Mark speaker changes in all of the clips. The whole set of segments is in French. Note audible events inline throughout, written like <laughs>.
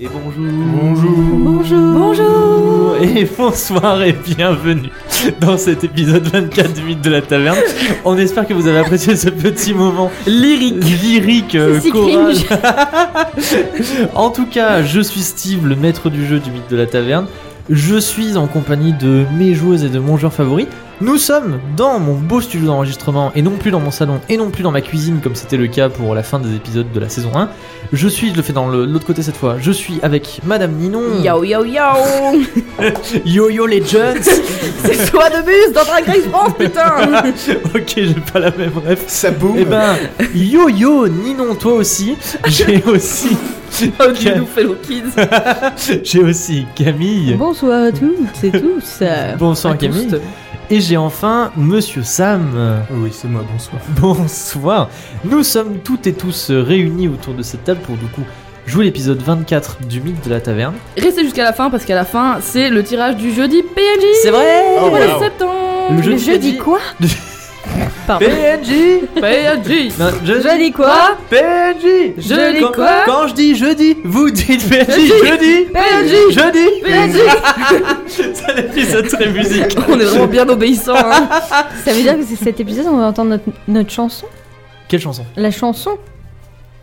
Speaker 1: Et bonjour.
Speaker 2: Bonjour.
Speaker 1: Bonjour. Et bonsoir et bienvenue dans cet épisode 24 du Mythe de la Taverne. On espère que vous avez apprécié ce petit moment
Speaker 2: Lyrique.
Speaker 1: lyrique, euh,
Speaker 2: C'est si
Speaker 1: choral. en tout cas, je suis Steve, le maître du jeu du Mythe de la Taverne. Je suis en compagnie de mes joueuses et de mon joueur favori. Nous sommes dans mon beau studio d'enregistrement et non plus dans mon salon et non plus dans ma cuisine comme c'était le cas pour la fin des épisodes de la saison 1. Je suis, je le fais dans le- l'autre côté cette fois, je suis avec Madame Ninon,
Speaker 2: Yo yo yo
Speaker 1: Yo-Yo
Speaker 3: <laughs>
Speaker 1: Legends.
Speaker 2: C'est toi de bus dans Drag Race France, putain
Speaker 1: Ah, ok, j'ai pas la même ref.
Speaker 4: Ça boum
Speaker 1: Eh ben, Yo-Yo Ninon, toi aussi. J'ai
Speaker 3: <laughs>
Speaker 1: aussi,
Speaker 2: Oh, tu nous fais nos kids
Speaker 1: j'ai aussi Camille.
Speaker 3: Bonsoir à tous, c'est tout ça.
Speaker 1: Bonsoir
Speaker 3: euh, À
Speaker 1: Camille.
Speaker 3: tous.
Speaker 1: Et j'ai enfin Monsieur Sam.
Speaker 4: Oui, c'est moi, bonsoir.
Speaker 1: <laughs> Bonsoir. Nous sommes toutes et tous réunis autour de cette table pour du coup jouer l'épisode 24 du mythe de la taverne.
Speaker 2: Restez jusqu'à la fin parce qu'à la fin, c'est le tirage du jeudi PNJ
Speaker 1: vrai
Speaker 4: Oh,
Speaker 2: Le
Speaker 4: wow.
Speaker 2: septembre
Speaker 1: Le jeudi
Speaker 3: Je dis quoi
Speaker 1: Ah.
Speaker 3: Pardon.
Speaker 1: PNJ
Speaker 2: PNJ
Speaker 1: Non, je,
Speaker 3: Je dis quoi
Speaker 1: PNJ
Speaker 2: Je dis
Speaker 1: Quand-
Speaker 2: quoi
Speaker 1: Quand je dis jeudi, vous dites PNJ
Speaker 2: Je dis
Speaker 1: jeudi
Speaker 2: PNJ.
Speaker 1: Jeudi
Speaker 2: PNJ
Speaker 1: C'est l'épisode très musique.
Speaker 2: <laughs> On est vraiment bien
Speaker 1: <laughs>
Speaker 2: obéissant, hein
Speaker 3: Ça veut dire que c'est cet épisode on va entendre notre, notre chanson
Speaker 1: Quelle chanson
Speaker 3: La chanson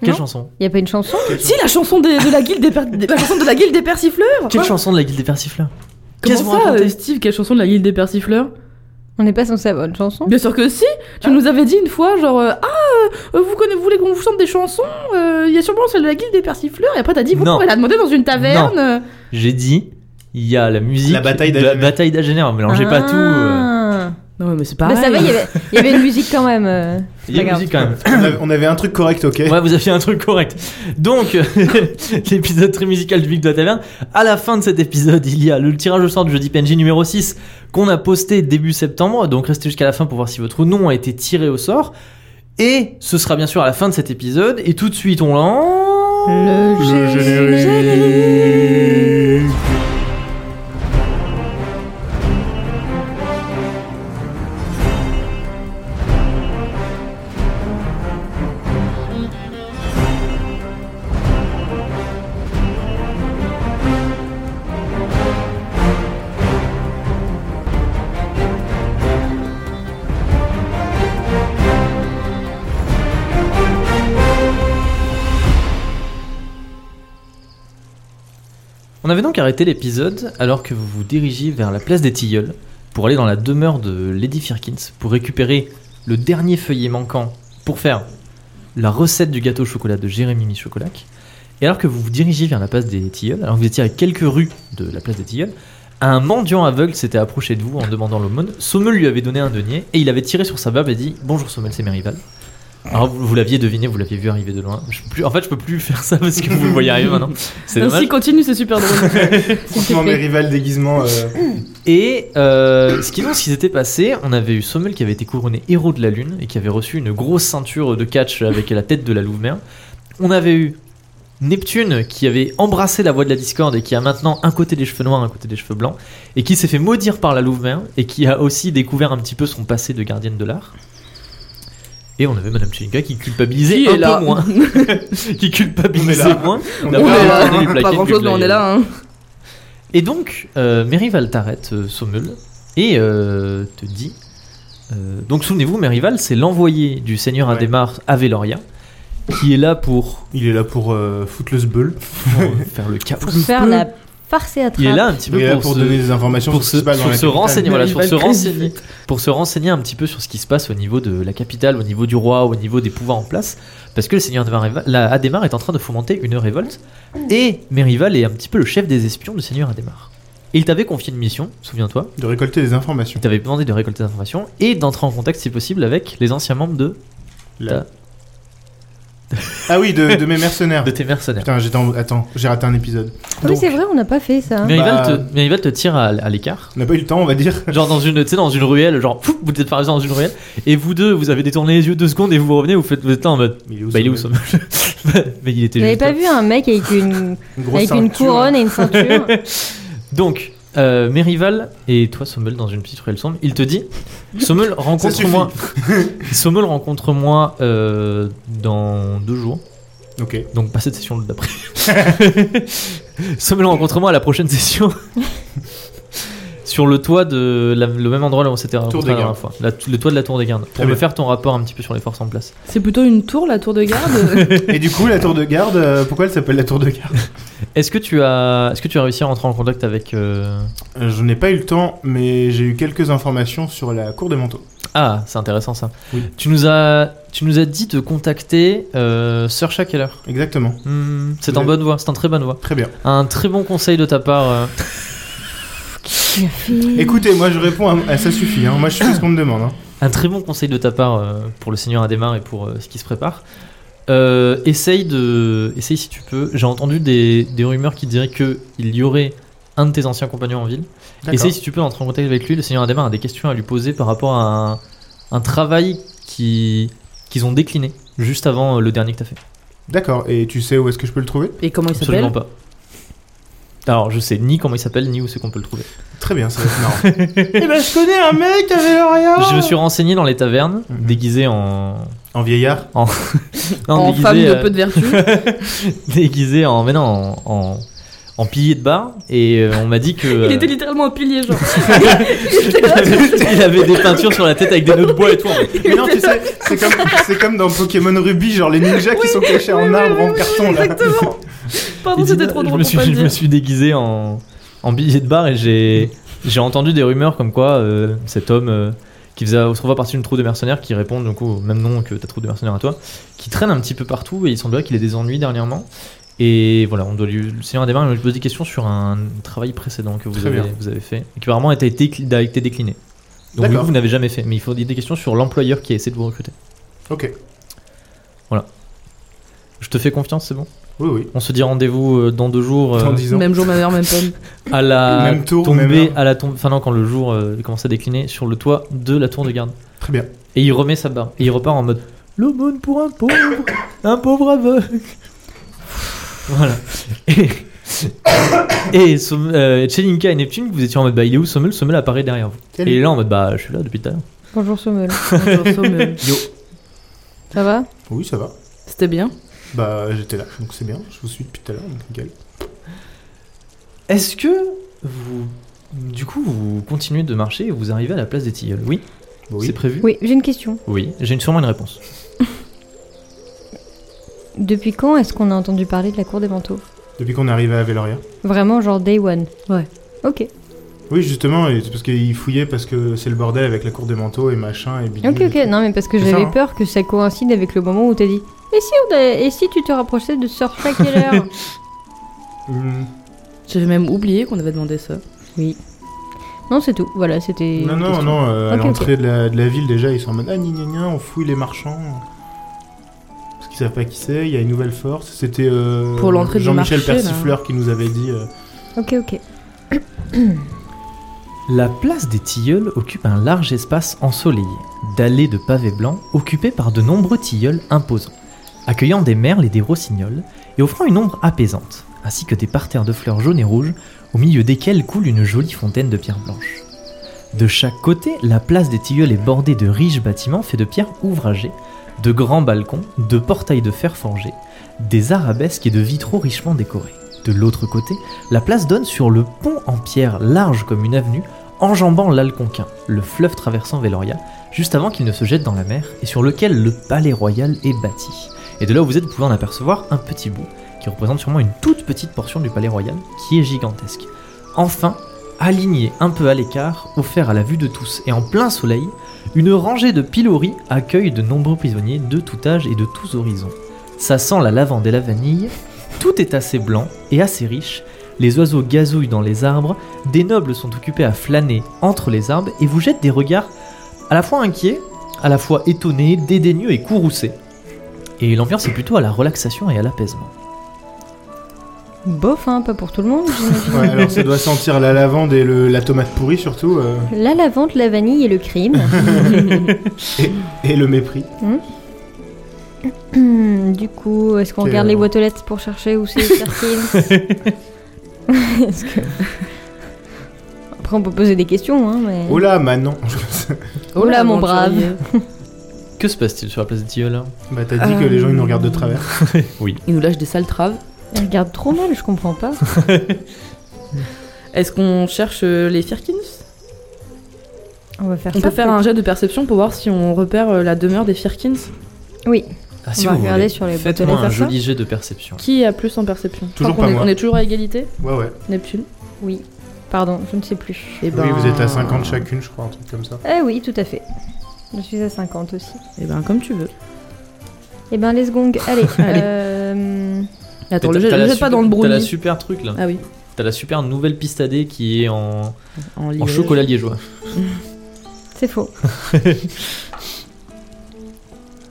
Speaker 1: Quelle
Speaker 3: Non.
Speaker 1: chanson
Speaker 3: Y a pas une chanson
Speaker 2: Si, la chanson des- de, la, guilde des per- de- la chanson de la guilde des persifleurs Hein
Speaker 1: Quelle chanson de la guilde des persifleurs
Speaker 2: Comment
Speaker 1: Qu'est-ce que vous
Speaker 2: ça,
Speaker 1: racontez
Speaker 2: euh, Steve, quelle chanson de la guilde des persifleurs
Speaker 3: On n'est pas censé avoir une
Speaker 1: Hein
Speaker 3: chanson
Speaker 2: Bien sûr que si Tu nous avais dit une fois, genre, euh, ah, euh, vous, connaissez, vous voulez qu'on vous chante des chansons Euh, Il y a sûrement celle de la guilde des persifleurs, et après t'as dit, vous
Speaker 1: Non.
Speaker 2: pouvez la demander dans une taverne euh.
Speaker 1: J'ai dit, il y a la musique
Speaker 4: La bataille
Speaker 1: de la
Speaker 4: d'Agener.
Speaker 1: bataille d'Agener. Mélangez pas tout. euh.
Speaker 3: Ah.
Speaker 2: Non, mais c'est
Speaker 3: Bah
Speaker 2: pareil.
Speaker 3: ça va, y avait- y avait une musique quand même. euh,
Speaker 1: Il y a
Speaker 3: Regarde.
Speaker 1: musique quand même.
Speaker 4: on, avait, on avait un truc correct, ok
Speaker 1: Ouais, vous aviez un truc correct. Donc, <laughs> l'épisode très musical du Big de la Taverne. À la fin de cet épisode, il y a le tirage au sort du jeudi PNJ numéro 6 qu'on a posté début septembre. Donc, restez jusqu'à la fin pour voir si votre nom a été tiré au sort. Et ce sera bien sûr à la fin de cet épisode. Et tout de suite, on lance.
Speaker 2: Euh,
Speaker 3: Le
Speaker 1: On avait donc arrêté l'épisode alors que vous vous dirigiez vers la place des Tilleuls pour aller dans la demeure de Lady Firkins pour récupérer le dernier feuillet manquant pour faire la recette du gâteau au chocolat de Jérémy Michocolac. Et alors que vous vous dirigez vers la place des Tilleuls, alors que vous étiez à quelques rues de la place des Tilleuls, un mendiant aveugle s'était approché de vous en demandant l'aumône. Sommel lui avait donné un denier et il avait tiré sur sa barbe et dit Bonjour Sommel, c'est mes rivales. Alors vous, vous l'aviez deviné, vous l'aviez vu arriver de loin. Je peux plus- en fait, je peux plus faire ça parce que vous le voyez arriver maintenant. C'est dommage.
Speaker 2: Ainsi, continue, c'est super drôle.
Speaker 1: <laughs>
Speaker 4: Franchement, mes rivales déguisement. euh,
Speaker 1: Et euh, ce qui est ce qui s'était passé, on avait eu Sommel qui avait été couronné héros de la lune et qui avait reçu une grosse ceinture de catch avec la tête de la Louve-Mère. On avait eu Neptune qui avait embrassé la voix de la discorde et qui a maintenant un côté des cheveux noirs, un côté des cheveux blancs, et qui s'est fait maudire par la Louve-Mère et qui a aussi découvert un petit peu son passé de gardienne de l'art. Et on avait Madame Chelinka qui culpabilisait
Speaker 2: Qui est
Speaker 1: un
Speaker 2: là
Speaker 1: peu
Speaker 2: <laughs>
Speaker 1: moins, qui
Speaker 4: On est
Speaker 1: culpabilisait
Speaker 4: là.
Speaker 1: moins.
Speaker 4: on
Speaker 1: On
Speaker 4: a
Speaker 2: On
Speaker 1: pas
Speaker 2: est là,
Speaker 1: entendu les plaquettes
Speaker 2: pas grand chose,
Speaker 1: du
Speaker 2: mais on
Speaker 1: play.
Speaker 2: est là. Hein.
Speaker 1: Et donc, euh, Merival t'arrête, euh, Sommel, et euh, te dit. euh, donc, souvenez-vous, Merival, c'est l'envoyé du seigneur
Speaker 4: Ouais.
Speaker 1: Adhémar à Veloria, qui est là pour
Speaker 4: Il est là pour euh, foutre le sbeul. <laughs>
Speaker 1: euh, faire le cap.
Speaker 3: Pour faire la farce et attrape.
Speaker 1: Il est là un petit
Speaker 4: Il
Speaker 1: peu
Speaker 4: est là
Speaker 1: pour,
Speaker 4: pour
Speaker 1: se-
Speaker 4: donner des informations
Speaker 1: pour
Speaker 4: sur ce qui
Speaker 1: se,
Speaker 4: se passe dans
Speaker 1: pour
Speaker 4: la
Speaker 1: se
Speaker 4: capitale.
Speaker 1: renseigner, voilà, pour se
Speaker 2: Merival très
Speaker 1: renseigner,
Speaker 2: vite.
Speaker 1: pour se renseigner un petit peu sur ce qui se passe au niveau de la capitale, au niveau du roi, au niveau des pouvoirs en place, parce que le seigneur Adhémar- la- Adhémar est en train de fomenter une révolte, et Merival est un petit peu le chef des espions du seigneur Adhémar. Il t'avait confié une mission, souviens-toi.
Speaker 4: De récolter des informations.
Speaker 1: Il t'avait demandé de récolter des informations et d'entrer en contact si possible avec les anciens membres de,
Speaker 4: Là. Ah oui, de, <laughs> de mes mercenaires.
Speaker 1: de tes mercenaires.
Speaker 4: Putain, j'étais en- Attends, j'ai raté un épisode.
Speaker 3: Ah Oui
Speaker 4: Donc,
Speaker 3: c'est vrai, on n'a pas fait ça.
Speaker 1: Mais
Speaker 4: Bah-
Speaker 1: Rival te, mais Rival te tire à, à l'écart.
Speaker 4: on n'a pas eu le temps, on
Speaker 1: <laughs>
Speaker 4: va dire.
Speaker 1: Genre dans une, tu sais, dans une ruelle, genre pouf, vous êtes par exemple dans une ruelle, et vous deux, vous avez détourné les yeux deux secondes et vous revenez, vous faites, vous êtes là en mode,
Speaker 4: Mais il est où,
Speaker 1: bah il est où ce
Speaker 4: ce
Speaker 1: <laughs> mec Mais il était
Speaker 3: Vous avez
Speaker 1: juste
Speaker 3: pas
Speaker 1: là.
Speaker 3: vu un mec
Speaker 1: <laughs>
Speaker 3: avec une,
Speaker 4: Une grosse
Speaker 3: avec une
Speaker 4: ceinture.
Speaker 3: couronne et une ceinture
Speaker 1: Donc, euh, Merival et toi, Sommel, dans une petite ruelle sombre, il te dit Sommel, <laughs> rencontre-moi. Sommel, rencontre-moi euh, dans deux jours.
Speaker 4: Ok.
Speaker 1: Donc pas cette session le <laughs> d'après. Sommes-le rencontrement à la prochaine session. <laughs> Sur le toit de la- le même endroit là où on s'était rencontrés
Speaker 4: des
Speaker 1: la dernière fois.
Speaker 4: Gardes.
Speaker 1: La- le toit de la tour des gardes. Pour
Speaker 4: Très
Speaker 1: me
Speaker 4: bien.
Speaker 1: faire ton rapport un petit peu sur les forces en place.
Speaker 2: C'est plutôt une tour, la tour de garde.
Speaker 4: Et du coup, la tour de garde, euh, pourquoi elle s'appelle la tour de garde
Speaker 1: Est-ce que tu as est-ce que tu as réussi à rentrer en contact avec euh,
Speaker 4: Euh, Je n'ai pas eu le temps, mais j'ai eu quelques informations sur la cour des manteaux.
Speaker 1: Ah, c'est intéressant ça.
Speaker 4: Oui.
Speaker 1: Tu nous as tu nous as dit de contacter euh, Sir Shackler.
Speaker 4: Exactement.
Speaker 1: Hmm, c'est en
Speaker 4: Oui.
Speaker 1: bonne voie, c'est en très bonne voie.
Speaker 4: Très bien.
Speaker 1: Un très bon conseil de ta part. euh.
Speaker 3: Qui a fait
Speaker 4: Écoutez, moi je réponds à, à ça suffit. hein. Moi je fais ce qu'on me demande. hein.
Speaker 1: Un très bon conseil de ta part euh, pour le Seigneur Adhémar et pour euh, ce qui se prépare. Euh, essaye de, essaye si tu peux. J'ai entendu des, des rumeurs qui diraient que il y aurait un de tes anciens compagnons en ville.
Speaker 4: D'accord.
Speaker 1: Essaye si tu peux d'entrer en contact avec lui. Le Seigneur Adhémar a des questions à lui poser par rapport à un, un travail qui qu'ils ont décliné juste avant euh, le dernier que t'as fait.
Speaker 4: D'accord. Et tu sais où est-ce que je peux le trouver
Speaker 2: Et comment il
Speaker 1: Absolument
Speaker 2: s'appelle
Speaker 1: pas. Alors je sais ni comment il s'appelle ni où c'est qu'on peut le trouver.
Speaker 4: Très bien, ça va être marrant. Eh ben je connais un mec qui avait
Speaker 2: Oh.
Speaker 4: l'Orient
Speaker 1: Je me suis renseigné dans les tavernes,
Speaker 4: Mhm.
Speaker 1: déguisé en
Speaker 4: En vieillard
Speaker 1: Non,
Speaker 2: En
Speaker 1: déguisé,
Speaker 2: femme de
Speaker 1: euh,
Speaker 2: peu de vertu.
Speaker 1: <laughs> déguisé en mais non en, en, en pilier de bar et euh, on m'a dit que euh,
Speaker 2: <laughs> Il était littéralement un pilier,
Speaker 1: <laughs>
Speaker 2: genre. Il était là,
Speaker 1: il avait des peintures sur la tête avec des nœuds de bois et tout.
Speaker 4: Mais non, tu sais, c'est comme, c'est comme dans Pokémon Ruby, genre les ninjas qui sont cachés
Speaker 2: oui,
Speaker 4: en
Speaker 2: oui,
Speaker 4: arbre,
Speaker 2: oui,
Speaker 4: en
Speaker 2: oui,
Speaker 4: carton là.
Speaker 2: Exactement. Pardon,
Speaker 1: Il dit,
Speaker 2: c'était
Speaker 1: bah,
Speaker 2: trop
Speaker 1: je
Speaker 2: drôle
Speaker 1: me
Speaker 2: pour
Speaker 1: suis
Speaker 2: pas le
Speaker 1: <laughs> je me
Speaker 2: dire.
Speaker 1: suis déguisé en en pilier de bar et j'ai j'ai entendu des rumeurs comme quoi euh, cet homme euh, qui faisait se trouve partie d'une troupe de mercenaires qui répond du coup au même nom que ta troupe de mercenaires à toi, qui traîne un petit peu partout et il semblerait qu'il ait des ennuis dernièrement. Et voilà, on doit lui, le Seigneur Adhémar lui pose des questions sur un travail précédent que vous,
Speaker 4: Très
Speaker 1: avez,
Speaker 4: bien.
Speaker 1: vous avez fait, et qui apparemment a été, décli- a été décliné. Donc oui,
Speaker 4: D'accord.
Speaker 1: vous n'avez jamais fait, mais il faut des des questions sur l'employeur qui a essayé de vous recruter.
Speaker 4: <laughs> Ok.
Speaker 1: Je te fais confiance, c'est bon
Speaker 4: Oui, oui.
Speaker 1: On se dit rendez-vous euh, dans deux jours. euh,
Speaker 4: Dans 10 ans.
Speaker 2: Même jour, même heure, même peine.
Speaker 1: <laughs> à la
Speaker 4: Même tour,
Speaker 1: tombée,
Speaker 4: même heure.
Speaker 1: à la tombe, enfin non, quand le jour euh, commence à décliner, sur le toit de la tour de garde.
Speaker 4: Très bien.
Speaker 1: Et il remet sa barre. Et il repart en mode l'aumône pour un pauvre, un pauvre aveugle. voilà. Et, et Som- euh, Chelinka et Neptune, vous étiez en mode bah il est où Sommel Sommel apparaît derrière vous. Et il est
Speaker 4: Salut.
Speaker 1: là en mode bah je suis là depuis tout à l'heure.
Speaker 3: Bonjour Sommel.
Speaker 2: Bonjour, Sommel.
Speaker 4: Yo.
Speaker 3: Ça va
Speaker 4: Oui, ça va.
Speaker 2: C'était bien.
Speaker 4: Bah, j'étais là, donc c'est bien. Je vous suis depuis tout à l'heure, donc nickel. Bah
Speaker 1: Est-ce que vous. Du coup, vous continuez de marcher et vous arrivez à la place des tilleuls Oui, c'est
Speaker 4: Oui.
Speaker 1: prévu
Speaker 3: Oui, j'ai une question.
Speaker 1: Oui, j'ai une- sûrement une réponse.
Speaker 3: Depuis quand est-ce qu'on a entendu parler de la cour des manteaux
Speaker 4: Depuis qu'on est arrivé à Veloria.
Speaker 3: Vraiment, genre day one
Speaker 2: Ouais.
Speaker 3: Ok.
Speaker 4: Oui, justement, et c'est parce qu'ils fouillaient parce que c'est le bordel avec la cour des manteaux et machin et bidule.
Speaker 3: Ok,
Speaker 4: et
Speaker 3: ok.
Speaker 4: tout.
Speaker 3: Non, mais parce que
Speaker 4: C'est ça,
Speaker 3: j'avais
Speaker 4: hein.
Speaker 3: peur que ça coïncide avec le moment où t'as dit « Et si on a- Et si tu te rapprochais de Sir Shackler
Speaker 4: Hmm.
Speaker 2: J'avais même oublié qu'on avait
Speaker 1: <laughs>
Speaker 2: demandé ça. ?»
Speaker 3: Oui.
Speaker 4: <laughs>
Speaker 3: Non, c'est tout. Voilà, c'était...
Speaker 4: Non,
Speaker 3: une
Speaker 4: non,
Speaker 3: question.
Speaker 4: non, euh, à
Speaker 3: Ok, ok.
Speaker 4: l'entrée de, la, de la ville, déjà, ils sont en mode Ah, gna gna gna, on fouille les marchands. Parce qu'ils savent pas qui c'est, il y a une nouvelle force. C'était euh,
Speaker 2: Pour l'entrée du
Speaker 4: Jean-Michel
Speaker 2: marché, là.
Speaker 4: Persifleur qui nous avait dit. euh,
Speaker 3: Ok, ok.
Speaker 1: La place des tilleuls occupe un large espace ensoleillé, dallé de pavés blancs, occupé par de nombreux tilleuls imposants, accueillant des merles et des rossignols, et offrant une ombre apaisante, ainsi que des parterres de fleurs jaunes et rouges, au milieu desquelles coule une jolie fontaine de pierre blanche. De chaque côté, la place des tilleuls est bordée de riches bâtiments faits de pierres ouvragées, de grands balcons, de portails de fer forgé, des arabesques et de vitraux richement décorés. De l'autre côté, la place donne sur le pont en pierre large comme une avenue, enjambant l'Alconquin, le fleuve traversant Veloria, juste avant qu'il ne se jette dans la mer, et sur lequel le palais royal est bâti. Et de là où vous êtes, vous pouvez en apercevoir un petit bout, qui représente sûrement une toute petite portion du palais royal, qui est gigantesque. Enfin, alignée un peu à l'écart, offert à la vue de tous et en plein soleil, une rangée de pylories accueille de nombreux prisonniers de tout âge et de tous horizons. Ça sent la lavande et la vanille, tout est assez blanc et assez riche, les oiseaux gazouillent dans les arbres, des nobles sont occupés à flâner entre les arbres et vous jettent des regards à la fois inquiets, à la fois étonnés, dédaigneux et courroucés. Et l'ambiance est plutôt à la relaxation et à l'apaisement.
Speaker 3: Bof, hein, pas pour tout le monde, j'imagine. <laughs>
Speaker 4: Ouais, <laughs> alors ça doit sentir la lavande et le- la tomate pourrie surtout, euh,
Speaker 3: La lavande, la vanille et le crime. <clears throat>
Speaker 2: Oh
Speaker 4: et le mépris.
Speaker 3: Hmm, du coup, est-ce qu'on
Speaker 4: Quel-
Speaker 3: regarde les boîtes aux lettres pour chercher où c'est Sir Crime
Speaker 4: <laughs>
Speaker 3: Est-ce que... <laughs> Après, on peut poser des questions, hein, mais...
Speaker 4: Oh là, maintenant
Speaker 3: Oh là, mon brave.
Speaker 1: Que se passe-t-il sur la place des Tilleuls
Speaker 4: Bah, t'as dit que les gens ils nous regardent de travers.
Speaker 2: Ils nous lâchent des sales traves.
Speaker 3: Elle regarde trop mal, je comprends pas.
Speaker 2: Est-ce qu'on cherche euh, les Firkins
Speaker 3: On va faire
Speaker 2: On
Speaker 3: ça.
Speaker 2: peut faire un jet de perception pour voir si on repère euh, la demeure des Firkins.
Speaker 3: Oui,
Speaker 1: Ah,
Speaker 3: On va regarder sur les
Speaker 1: Faites-moi
Speaker 3: boutons.
Speaker 1: un
Speaker 3: Faire ça
Speaker 1: joli jet de perception.
Speaker 2: Qui a plus en perception Je
Speaker 4: Toujours
Speaker 2: crois qu'on
Speaker 4: pas
Speaker 2: est-
Speaker 4: moi.
Speaker 2: On est toujours à égalité
Speaker 4: Ouais, ouais.
Speaker 2: Neptune Eh ben,
Speaker 3: oui. Pardon, je ne sais plus.
Speaker 2: Et
Speaker 4: Oui, vous êtes à 50 chacune, je crois, un truc comme ça.
Speaker 3: Eh oui, tout à fait. Je suis à 50 aussi.
Speaker 2: Et ben comme tu veux.
Speaker 3: Eh ben, les secondes, allez.
Speaker 2: Allez.
Speaker 3: euh,
Speaker 2: Attends,
Speaker 1: Mais t'as-
Speaker 2: le jet,
Speaker 1: t'as
Speaker 2: le
Speaker 1: la
Speaker 2: jet
Speaker 1: super-
Speaker 2: pas dans le
Speaker 1: T'as la
Speaker 2: brownie.
Speaker 1: super truc là.
Speaker 2: Ah oui,
Speaker 1: T'as la super nouvelle piste AD qui est en,
Speaker 2: en,
Speaker 1: en
Speaker 2: liège.
Speaker 1: chocolat liégeois.
Speaker 3: C'est faux.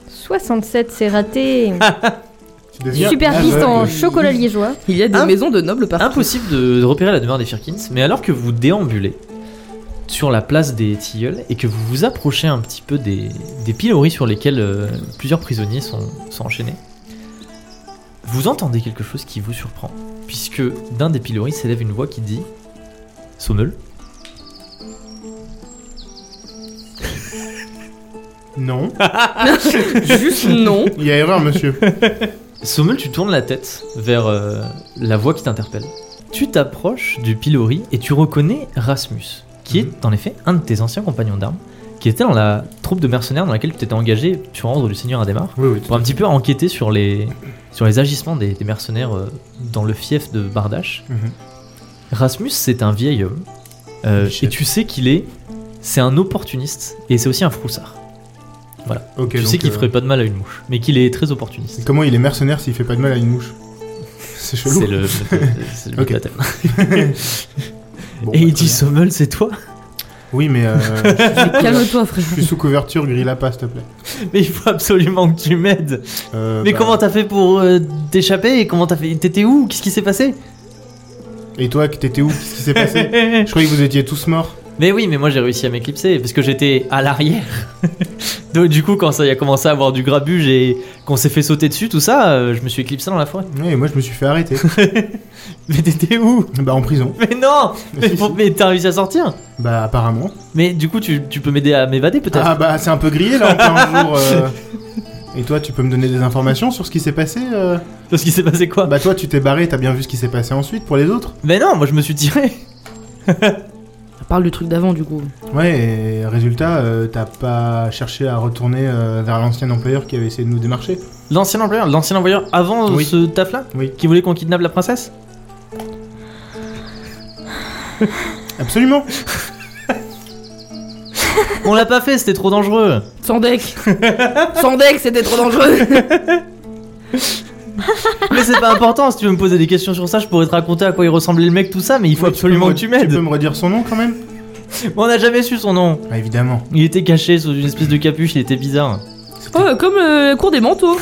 Speaker 3: 67, c'est raté.
Speaker 4: Tu deviens
Speaker 3: Super piste en
Speaker 4: aveugle.
Speaker 3: chocolat liégeois.
Speaker 2: Il y a des
Speaker 1: Imp-
Speaker 2: maisons de nobles partout.
Speaker 1: Impossible de, de repérer la demeure des Firkins, mais alors que vous déambulez sur la place des Tilleuls et que vous vous approchez un petit peu des, des piloris sur lesquels euh, plusieurs prisonniers sont, sont enchaînés, vous entendez quelque chose qui vous surprend, puisque d'un des piloris s'élève une voix qui dit Sommeul
Speaker 4: Non.
Speaker 2: Hein Juste non.
Speaker 4: Il y a erreur, monsieur.
Speaker 1: Sommel, tu tournes la tête vers euh, la voix qui t'interpelle. Tu t'approches du pilori et tu reconnais Rasmus, qui
Speaker 4: Mhm.
Speaker 1: est en effet un de tes anciens compagnons d'armes, qui était dans la troupe de mercenaires dans laquelle tu t'étais engagé sur ordre du seigneur Adhémar,
Speaker 4: Oui, oui.
Speaker 1: pour un petit peu enquêter sur les, sur les agissements des, des mercenaires euh, dans le fief de Bardache.
Speaker 4: Mhm.
Speaker 1: Rasmus, c'est un vieil homme, euh,
Speaker 4: Chef.
Speaker 1: et tu sais qu'il est. C'est un opportuniste, et c'est aussi un froussard.
Speaker 4: Ok,
Speaker 1: tu sais
Speaker 4: donc,
Speaker 1: qu'il
Speaker 4: euh,
Speaker 1: ferait pas de mal à une mouche, mais qu'il est très opportuniste.
Speaker 4: Comment il est mercenaire s'il fait pas de mal à une mouche C'est chelou.
Speaker 1: C'est le, c'est le but
Speaker 4: <laughs> Ok.
Speaker 1: de la thème. Et
Speaker 4: Bon, bah,
Speaker 1: il
Speaker 4: très
Speaker 1: dit
Speaker 4: bien.
Speaker 1: Sommel, c'est toi <laughs>
Speaker 4: Oui, mais euh,
Speaker 2: <laughs> Calme-toi, frère.
Speaker 4: je suis sous couverture, grille-la pas, s'il te plaît.
Speaker 1: Mais il faut absolument que tu m'aides.
Speaker 4: Euh,
Speaker 1: Mais
Speaker 4: bah,
Speaker 1: comment t'as fait pour euh, t'échapper Et Comment t'as fait T'étais où Qu'est-ce qui s'est <laughs> passé
Speaker 4: Et toi, que t'étais où Qu'est-ce qui s'est passé Je
Speaker 1: Mais
Speaker 4: croyais que vous étiez tous morts.
Speaker 1: oui, mais moi j'ai réussi à m'éclipser parce que j'étais à l'arrière. <laughs> Donc du coup, quand ça y a commencé à avoir du grabuge et qu'on s'est fait sauter dessus, tout ça, euh, je me suis éclipsé dans la forêt. <laughs>
Speaker 4: Oui, et moi je me suis fait arrêter.
Speaker 1: Mais t'étais où
Speaker 4: bah en prison.
Speaker 1: Mais non Mais,
Speaker 4: Si, si.
Speaker 1: pour- mais t'as réussi à sortir
Speaker 4: Bah apparemment.
Speaker 1: Mais du coup, tu, tu peux m'aider à m'évader peut-être
Speaker 4: Ah bah c'est un peu grillé là en plein jour. euh. Et toi, tu peux me donner des informations sur ce qui s'est passé euh
Speaker 1: De ce qui s'est passé quoi
Speaker 4: Bah toi, tu t'es barré, t'as bien vu ce qui s'est passé ensuite pour les autres.
Speaker 1: Mais non, moi je me suis tiré
Speaker 2: Parle du truc d'avant, du coup.
Speaker 4: Ouais, et résultat, euh, t'as pas cherché à retourner euh, vers l'ancien employeur qui avait essayé de nous démarcher.
Speaker 1: L'ancien employeur, l'ancien employeur avant
Speaker 4: Oui.
Speaker 1: ce taf là
Speaker 4: Oui.
Speaker 1: Qui voulait qu'on kidnappe la princesse
Speaker 4: Absolument.
Speaker 1: On l'a pas fait, c'était trop dangereux
Speaker 2: Sans <laughs> deck Sans deck, c'était trop dangereux <laughs>
Speaker 1: Mais c'est pas important, si tu veux me poser des questions sur ça, je pourrais te raconter à quoi il ressemblait le mec, tout ça, mais il faut
Speaker 4: Oui,
Speaker 1: absolument
Speaker 4: peux me-
Speaker 1: que tu
Speaker 4: Tu
Speaker 1: m'aides
Speaker 4: peux me redire son nom quand même
Speaker 1: On n'a jamais su son nom
Speaker 4: Bah évidemment.
Speaker 1: Il était caché sous une espèce de capuche, il était bizarre. <laughs>
Speaker 2: Oh, comme le cours des manteaux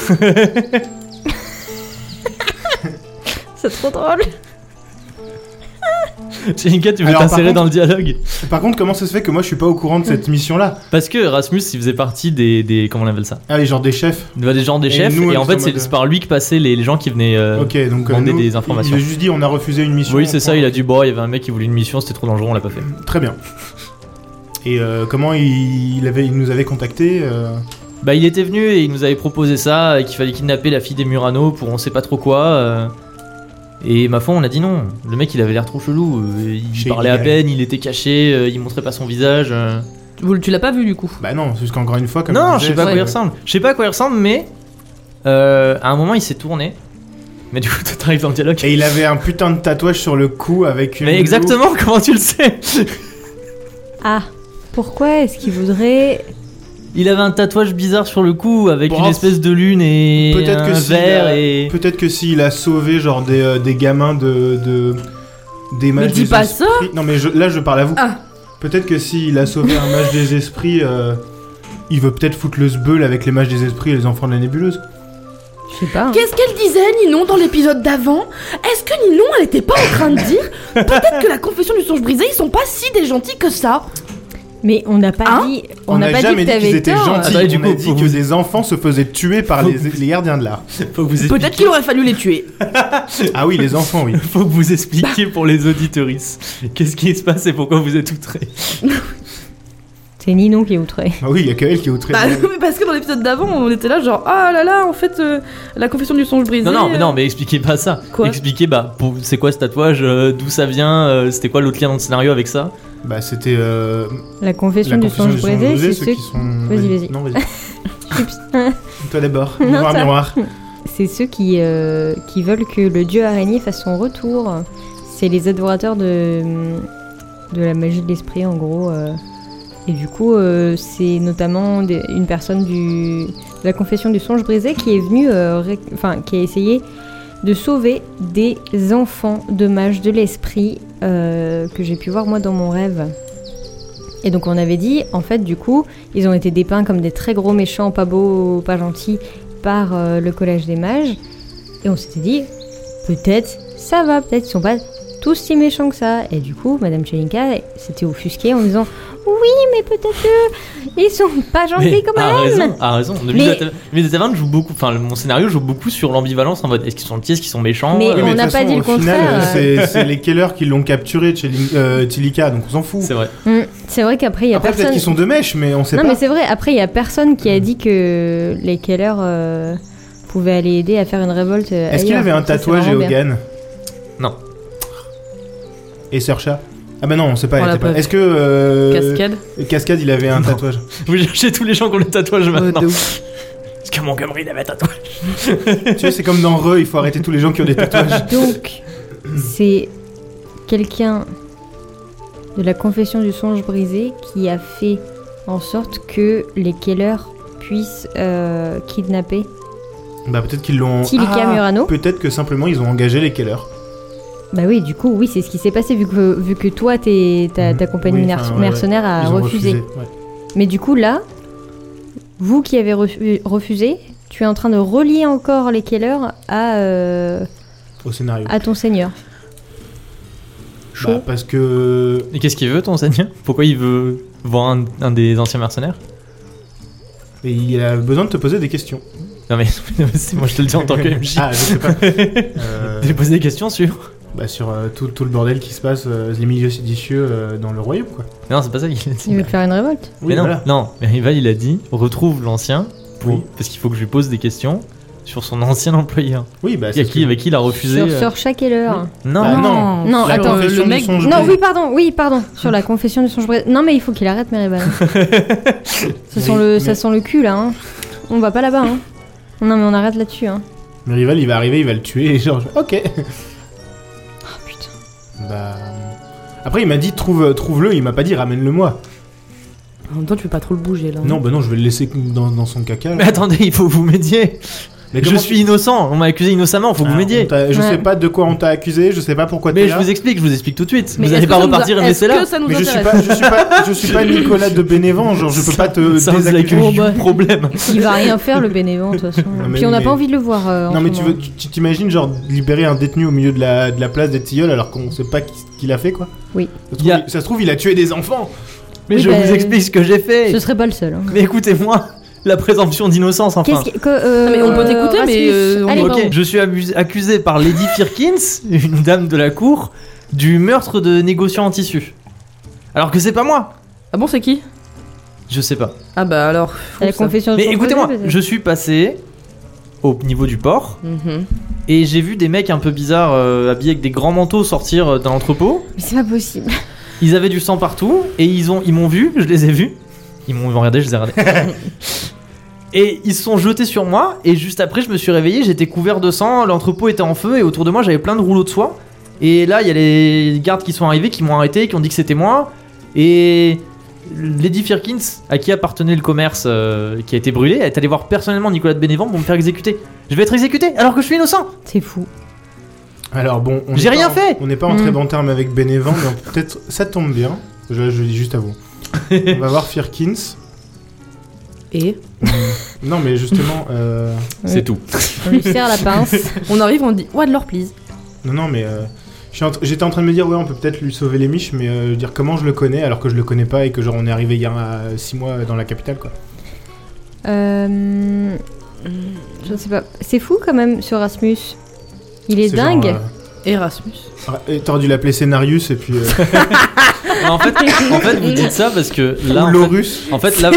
Speaker 3: C'est trop drôle.
Speaker 1: Jenica, tu veux
Speaker 4: Alors, par
Speaker 1: t'insérer
Speaker 4: contre-
Speaker 1: dans le dialogue
Speaker 4: Par contre, comment ça se fait que moi je suis pas au courant de cette mission là
Speaker 1: Parce que Rasmus, il faisait partie des. des comment on appelle ça
Speaker 4: Ah, les genre des chefs.
Speaker 1: Des gens des
Speaker 4: Et
Speaker 1: chefs,
Speaker 4: nous,
Speaker 1: et en
Speaker 4: nous
Speaker 1: fait,
Speaker 4: sommes
Speaker 1: c'est
Speaker 4: de-
Speaker 1: c'est par lui que passaient les, les gens qui venaient. euh,
Speaker 4: Ok, donc
Speaker 1: demander
Speaker 4: nous,
Speaker 1: des informations.
Speaker 4: Il a juste dit on a refusé une mission.
Speaker 1: Oui, c'est ça,
Speaker 4: Point.
Speaker 1: il a dit bon, il y avait un mec qui voulait une mission, c'était trop dangereux, on l'a pas fait.
Speaker 4: Très bien. Et euh, comment il, il avait, il nous avait contacté euh,
Speaker 1: Bah il était venu et il nous avait proposé ça, et qu'il fallait kidnapper la fille des Murano pour on sait pas trop quoi. euh, Et ma foi on a dit non. Le mec il avait l'air trop chelou, euh, il
Speaker 4: Chez
Speaker 1: parlait à
Speaker 4: Guy.
Speaker 1: peine, il était caché, euh, il montrait pas son visage. euh.
Speaker 2: Vous- Tu l'as pas vu, du coup.
Speaker 4: Bah non, c'est juste qu'encore une fois, comme
Speaker 1: Non, je
Speaker 4: je disais,
Speaker 1: sais pas à
Speaker 4: c'est-
Speaker 1: quoi il ressemble. Je sais pas à quoi il ressemble, mais euh, à un moment il s'est tourné. Mais du coup t'arrives dans le dialogue.
Speaker 4: Et il avait un putain de tatouage sur le cou avec une.
Speaker 1: Mais
Speaker 4: loupe.
Speaker 1: exactement comment tu le sais
Speaker 3: Ah, pourquoi est-ce qu'il voudrait.
Speaker 1: Il avait un tatouage bizarre sur le cou avec
Speaker 4: Bon, oh.
Speaker 1: une espèce de lune et
Speaker 4: peut-être que bah,
Speaker 1: un
Speaker 4: s'il
Speaker 1: verre
Speaker 4: a-
Speaker 1: et.
Speaker 4: Peut-être que s'il a sauvé genre des, euh, des gamins de. de des mages
Speaker 2: dis
Speaker 4: des
Speaker 2: pas
Speaker 4: esprits. Non, mais je- là je parle à vous.
Speaker 2: Ah.
Speaker 4: Peut-être que s'il a sauvé un mage des esprits, euh, il veut peut-être foutre le zbeul avec les mages des esprits et les enfants de la nébuleuse.
Speaker 3: Je sais pas. hein.
Speaker 2: Qu'est-ce qu'elle disait, Ninon, dans l'épisode d'avant Est-ce que Ninon, elle était pas en train de
Speaker 4: <laughs>
Speaker 2: dire Peut-être que la confession du songe brisé, ils sont pas si des gentils que ça
Speaker 3: Mais on n'a pas
Speaker 2: Hein
Speaker 3: dit.
Speaker 4: On
Speaker 3: On n'a
Speaker 4: a
Speaker 3: pas
Speaker 4: jamais
Speaker 3: dit que
Speaker 4: dit qu'ils
Speaker 3: t'avais
Speaker 4: étaient
Speaker 3: tort.
Speaker 4: gentils.
Speaker 1: Attendez, Ah, bah, du
Speaker 4: on
Speaker 1: coup,
Speaker 4: a dit
Speaker 1: faut
Speaker 4: que
Speaker 1: vous-
Speaker 4: des enfants se faisaient tuer par
Speaker 1: Faut
Speaker 4: les, les gardiens de l'art.
Speaker 1: Faut que vous
Speaker 2: Peut-être qu'il aurait fallu les tuer.
Speaker 4: Ah oui, les enfants, oui.
Speaker 1: Faut que vous expliquiez pour les auditeuristes qu'est-ce qui se passe et pourquoi vous êtes outrés.
Speaker 3: C'est Ninon qui est outré.
Speaker 4: Ah oui, il y a que elle qui est outrée.
Speaker 2: Bah, <laughs> mais parce que dans l'épisode d'avant, on était là genre ah là là, en fait, euh, la confession du songe brisé.
Speaker 1: Non, non, mais
Speaker 2: euh,
Speaker 1: non, mais expliquez pas ça.
Speaker 2: Quoi
Speaker 1: expliquez, bah, pour- c'est quoi ce tatouage, euh, d'où ça vient, euh, c'était quoi l'autre lien dans le scénario avec ça
Speaker 4: Bah, c'était. euh,
Speaker 3: La confession
Speaker 4: la
Speaker 3: du
Speaker 4: confession
Speaker 3: songe
Speaker 4: du songe
Speaker 3: brisé,
Speaker 4: brisé,
Speaker 3: c'est
Speaker 4: ceux qui
Speaker 3: ceux...
Speaker 4: sont.
Speaker 3: Vas-y, vas-y. <laughs>
Speaker 4: Non, vas-y. Toi d'abord.
Speaker 3: Non,
Speaker 4: Miroir,
Speaker 3: ça-
Speaker 4: miroir.
Speaker 3: c'est ceux qui, euh, qui veulent que le dieu araignée fasse son retour. C'est les adorateurs de, de la magie de l'esprit, en gros. euh. Et du coup, euh, c'est notamment des- une personne du, de la confession du songe brisé qui est venue, euh, ré- enfin, qui a essayé de sauver des enfants de mages de l'esprit euh, que j'ai pu voir moi dans mon rêve. Et donc on avait dit, en fait, du coup, ils ont été dépeints comme des très gros méchants, pas beaux, pas gentils, par euh, le Collège des Mages. Et on s'était dit, peut-être ça va, peut-être ils sont pas tous si méchants que ça. Et du coup, Madame Chelinka s'était offusquée en disant, oui, mais peut-être que ils sont pas gentils
Speaker 1: Mais
Speaker 3: quand
Speaker 1: a
Speaker 3: même.
Speaker 1: raison, a raison. Le
Speaker 3: Mais-
Speaker 1: Midnight Tavern- le Midnight Tavern joue beaucoup, enfin, le- mon scénario joue beaucoup sur l'ambivalence en mode est-ce qu'ils sont petits, est-ce qu'ils sont méchants
Speaker 3: Mais
Speaker 1: euh,
Speaker 4: Oui,
Speaker 3: on
Speaker 4: mais de
Speaker 3: n'a
Speaker 4: toute
Speaker 3: pas
Speaker 4: façon,
Speaker 3: dit le
Speaker 4: au final,
Speaker 3: contraire,
Speaker 4: euh,
Speaker 3: euh.
Speaker 4: C'est c'est les Keller qui l'ont capturé de chez Lin- euh, Tilika, donc on s'en fout.
Speaker 1: C'est vrai.
Speaker 3: Mm, C'est vrai qu'après, il y a
Speaker 4: Après, peut-être
Speaker 3: personne.
Speaker 4: qu'ils sont de mèche, mais on sait
Speaker 3: Non,
Speaker 4: pas. Mm.
Speaker 3: mais c'est vrai, après, il y a personne qui a dit que les Keller euh, pouvaient aller aider à faire une révolte. euh,
Speaker 4: Est-ce qu'il
Speaker 3: ailleurs.
Speaker 4: avait un
Speaker 3: Ça, c'est
Speaker 4: tatouage
Speaker 3: vraiment bien.
Speaker 4: Eogan
Speaker 1: Non.
Speaker 4: Et Sœur Chat Ah bah non, on sait pas.
Speaker 2: On
Speaker 4: elle
Speaker 2: l'a
Speaker 4: était
Speaker 2: pas
Speaker 4: pas-
Speaker 2: vu.
Speaker 4: Est-ce que euh,
Speaker 2: Cascade.
Speaker 4: Cascade, il avait un tatouage
Speaker 1: Vous cherchez tous les gens qui ont le tatouage
Speaker 2: Euh,
Speaker 1: maintenant.
Speaker 2: de ouf.
Speaker 1: Parce que Montgomery il avait un tatouage.
Speaker 4: Tu sais, c'est comme dans Re, il faut arrêter tous les gens qui ont des
Speaker 3: <laughs>
Speaker 4: tatouages.
Speaker 3: Donc, c'est quelqu'un de la confession du songe brisé qui a fait en sorte que les Keller puissent euh, kidnapper
Speaker 4: bah peut-être qu'ils l'ont.
Speaker 3: Tilika
Speaker 4: Ah,
Speaker 3: Murano.
Speaker 4: Peut-être que simplement ils ont engagé les Keller.
Speaker 3: Bah oui, du coup, oui, c'est ce qui s'est passé vu que, vu que toi, t'es- ta, ta
Speaker 4: Mhm.
Speaker 3: compagnie
Speaker 4: Oui, enfin,
Speaker 3: nar-
Speaker 4: ouais,
Speaker 3: mercenaire a
Speaker 4: ils ont
Speaker 3: refusé.
Speaker 4: ouais.
Speaker 3: Mais du coup, là, vous qui avez refu- refusé, tu es en train de relier encore les Keller à, euh,
Speaker 4: au scénario.
Speaker 3: à ton seigneur.
Speaker 4: Bah, parce que
Speaker 1: Et qu'est-ce qu'il veut ton seigneur Pourquoi il veut voir un, un des anciens mercenaires
Speaker 4: et il a besoin de te poser des questions.
Speaker 1: Non mais, <laughs> c'est- moi je te le dis en tant
Speaker 4: <laughs>
Speaker 1: que MJ.
Speaker 4: ah, je sais pas. Euh,
Speaker 1: <laughs> J'ai posé des questions sur.
Speaker 4: bah, sur euh, tout, tout le bordel qui se passe, euh, les milieux séditieux euh, dans le royaume, quoi.
Speaker 1: Non, c'est pas ça qu'il a dit.
Speaker 3: Il veut te faire une révolte.
Speaker 1: mais non,
Speaker 4: voilà.
Speaker 1: non, mais Rival il a dit retrouve l'ancien pour-
Speaker 4: Oui.
Speaker 1: parce qu'il faut que je lui pose des questions sur son ancien employeur.
Speaker 4: Oui, bah,
Speaker 1: Il y a
Speaker 4: c'est
Speaker 1: qui
Speaker 4: ce que-
Speaker 1: avec qui il a refusé
Speaker 3: Sur,
Speaker 1: euh,
Speaker 3: sur chaque Keller.
Speaker 1: Ah, Non,
Speaker 4: Bah, non.
Speaker 3: Non,
Speaker 2: sur,
Speaker 3: attends,
Speaker 2: euh,
Speaker 4: confession
Speaker 2: le
Speaker 4: du
Speaker 2: mec.
Speaker 4: songe
Speaker 3: Non,
Speaker 4: brisé.
Speaker 3: oui, pardon, oui, pardon. Sur la confession du songe brisé. Non, mais il faut qu'il arrête, mes rivales. ça, sent
Speaker 4: Oui,
Speaker 3: le,
Speaker 4: mais-
Speaker 3: ça sent le cul, là. hein. On va pas là-bas. Hein. Non, mais on arrête là-dessus. Hein.
Speaker 4: Le rival, il va arriver, il va le tuer, <laughs> et genre, ok.
Speaker 3: Oh, putain.
Speaker 4: Bah. Après, il m'a dit trouve, trouve-le, il m'a pas dit ramène-le moi.
Speaker 2: En même temps, tu peux pas trop le bouger là.
Speaker 4: Non, bah non, je vais le laisser dans, dans son caca. là.
Speaker 1: Mais attendez, il faut que vous médier.
Speaker 4: Mais
Speaker 1: Je
Speaker 4: comment-
Speaker 1: suis innocent, on m'a accusé innocemment, faut que
Speaker 4: Ah,
Speaker 1: vous
Speaker 4: on
Speaker 1: médiez.
Speaker 4: t'a- Je
Speaker 3: Ouais.
Speaker 4: sais pas de quoi on t'a accusé, je sais pas pourquoi t'es
Speaker 1: Mais je
Speaker 4: là.
Speaker 1: vous explique, je vous explique tout de suite.
Speaker 2: Mais
Speaker 1: vous
Speaker 2: est-ce
Speaker 1: allez
Speaker 2: que
Speaker 1: pas
Speaker 2: ça nous a-
Speaker 1: repartir et me laisser
Speaker 2: Est-ce
Speaker 1: là
Speaker 2: que ça nous
Speaker 4: Mais je suis
Speaker 2: intéresse
Speaker 4: pas, je suis pas, je
Speaker 3: <laughs>
Speaker 4: suis pas Nicolas de Bénévent, genre je peux pas te
Speaker 1: Ça vous
Speaker 4: désaccuser.
Speaker 1: accueille,
Speaker 2: Oh, bah.
Speaker 1: du problème.
Speaker 3: Il va rien faire, le bénévent, de toute façon.
Speaker 4: Non, mais
Speaker 3: Puis on
Speaker 4: oui,
Speaker 3: n'a
Speaker 4: mais-
Speaker 3: pas envie de le voir. euh, en
Speaker 4: Non
Speaker 3: ce
Speaker 4: mais tu
Speaker 3: moment.
Speaker 4: veux, tu tu t'imagines genre libérer un détenu au milieu de la, de la place des tilleuls alors qu'on sait pas qui, qui l'a fait quoi
Speaker 3: Oui.
Speaker 4: Ça se, trouve,
Speaker 1: Y a-
Speaker 4: il, ça se trouve, il a tué des enfants.
Speaker 1: Mais
Speaker 3: Oui,
Speaker 1: je
Speaker 3: bah,
Speaker 1: vous explique ce que j'ai
Speaker 3: Ce
Speaker 1: fait.
Speaker 3: serait pas le seul. hein.
Speaker 1: Mais écoutez-moi, la présomption d'innocence enfin.
Speaker 3: Qu'est-ce qui- que, euh,
Speaker 2: Non, mais on peut
Speaker 3: euh,
Speaker 2: t'écouter, mais,
Speaker 3: Rasmus,
Speaker 2: euh, on-
Speaker 3: allez,
Speaker 1: Ok,
Speaker 3: pardon.
Speaker 1: je suis abusé- accusé par Lady Firkins, <laughs> une dame de la cour, du meurtre de négociants en tissu. Alors que c'est pas moi.
Speaker 2: Ah bon, c'est qui
Speaker 1: Je sais pas.
Speaker 2: Ah bah alors.
Speaker 3: T'as la
Speaker 2: fou, ça.
Speaker 3: confession du
Speaker 1: Mais
Speaker 3: songe
Speaker 1: écoutez-moi,
Speaker 3: brisé, peut-être
Speaker 1: je suis passé au niveau du port
Speaker 2: Mhm.
Speaker 1: et j'ai vu des mecs un peu bizarres euh, habillés avec des grands manteaux sortir euh, d'un entrepôt.
Speaker 3: Mais c'est pas possible.
Speaker 1: Ils avaient du sang partout et ils ont ils m'ont vu, je les ai vus. Ils m'ont ils m'ont regardé, je les ai regardés. et ils se sont jetés sur moi et juste après je me suis réveillé, j'étais couvert de sang, l'entrepôt était en feu et autour de moi j'avais plein de rouleaux de soie. Et là il y a les gardes qui sont arrivés, qui m'ont arrêté, qui ont dit que c'était moi. Et Lady Firkins, à qui appartenait le commerce euh, qui a été brûlé, elle est allée voir personnellement Nicolas de Bénévent pour me faire exécuter. Je vais être exécuté alors que je suis innocent.
Speaker 3: C'est fou.
Speaker 4: Alors bon, on
Speaker 1: J'ai
Speaker 4: est pas
Speaker 1: rien
Speaker 4: en-
Speaker 1: fait.
Speaker 4: On n'est pas en
Speaker 3: Mm.
Speaker 4: très bon terme avec Bénévent, mais on- peut-être ça tombe bien. Je, je le dis juste
Speaker 1: <laughs>
Speaker 4: à vous. on va voir Firkins.
Speaker 2: Et
Speaker 4: Non mais justement, euh...
Speaker 3: C'est
Speaker 1: tout.
Speaker 3: On lui serre la pince.
Speaker 2: on arrive, on dit ouais de l'or please.
Speaker 4: non non mais euh, je suis en tr- j'étais en train de me dire ouais on peut peut-être lui sauver les miches, mais euh, je veux dire comment je le connais alors que je le connais pas et que genre on est arrivé il y a 6 mois dans la capitale quoi.
Speaker 3: Euh, Je ne sais pas. C'est fou quand même ce Rasmus. Il est,
Speaker 4: C'est genre,
Speaker 3: dingue.
Speaker 4: euh,
Speaker 2: Erasmus.
Speaker 4: Ah, et T'aurais dû l'appeler Scénarius et puis. euh,
Speaker 1: Mais en fait, en fait, vous dites ça parce que <laughs> là, en
Speaker 4: ou
Speaker 1: fait,
Speaker 4: Lorus.
Speaker 1: en fait,
Speaker 2: <laughs>
Speaker 1: là,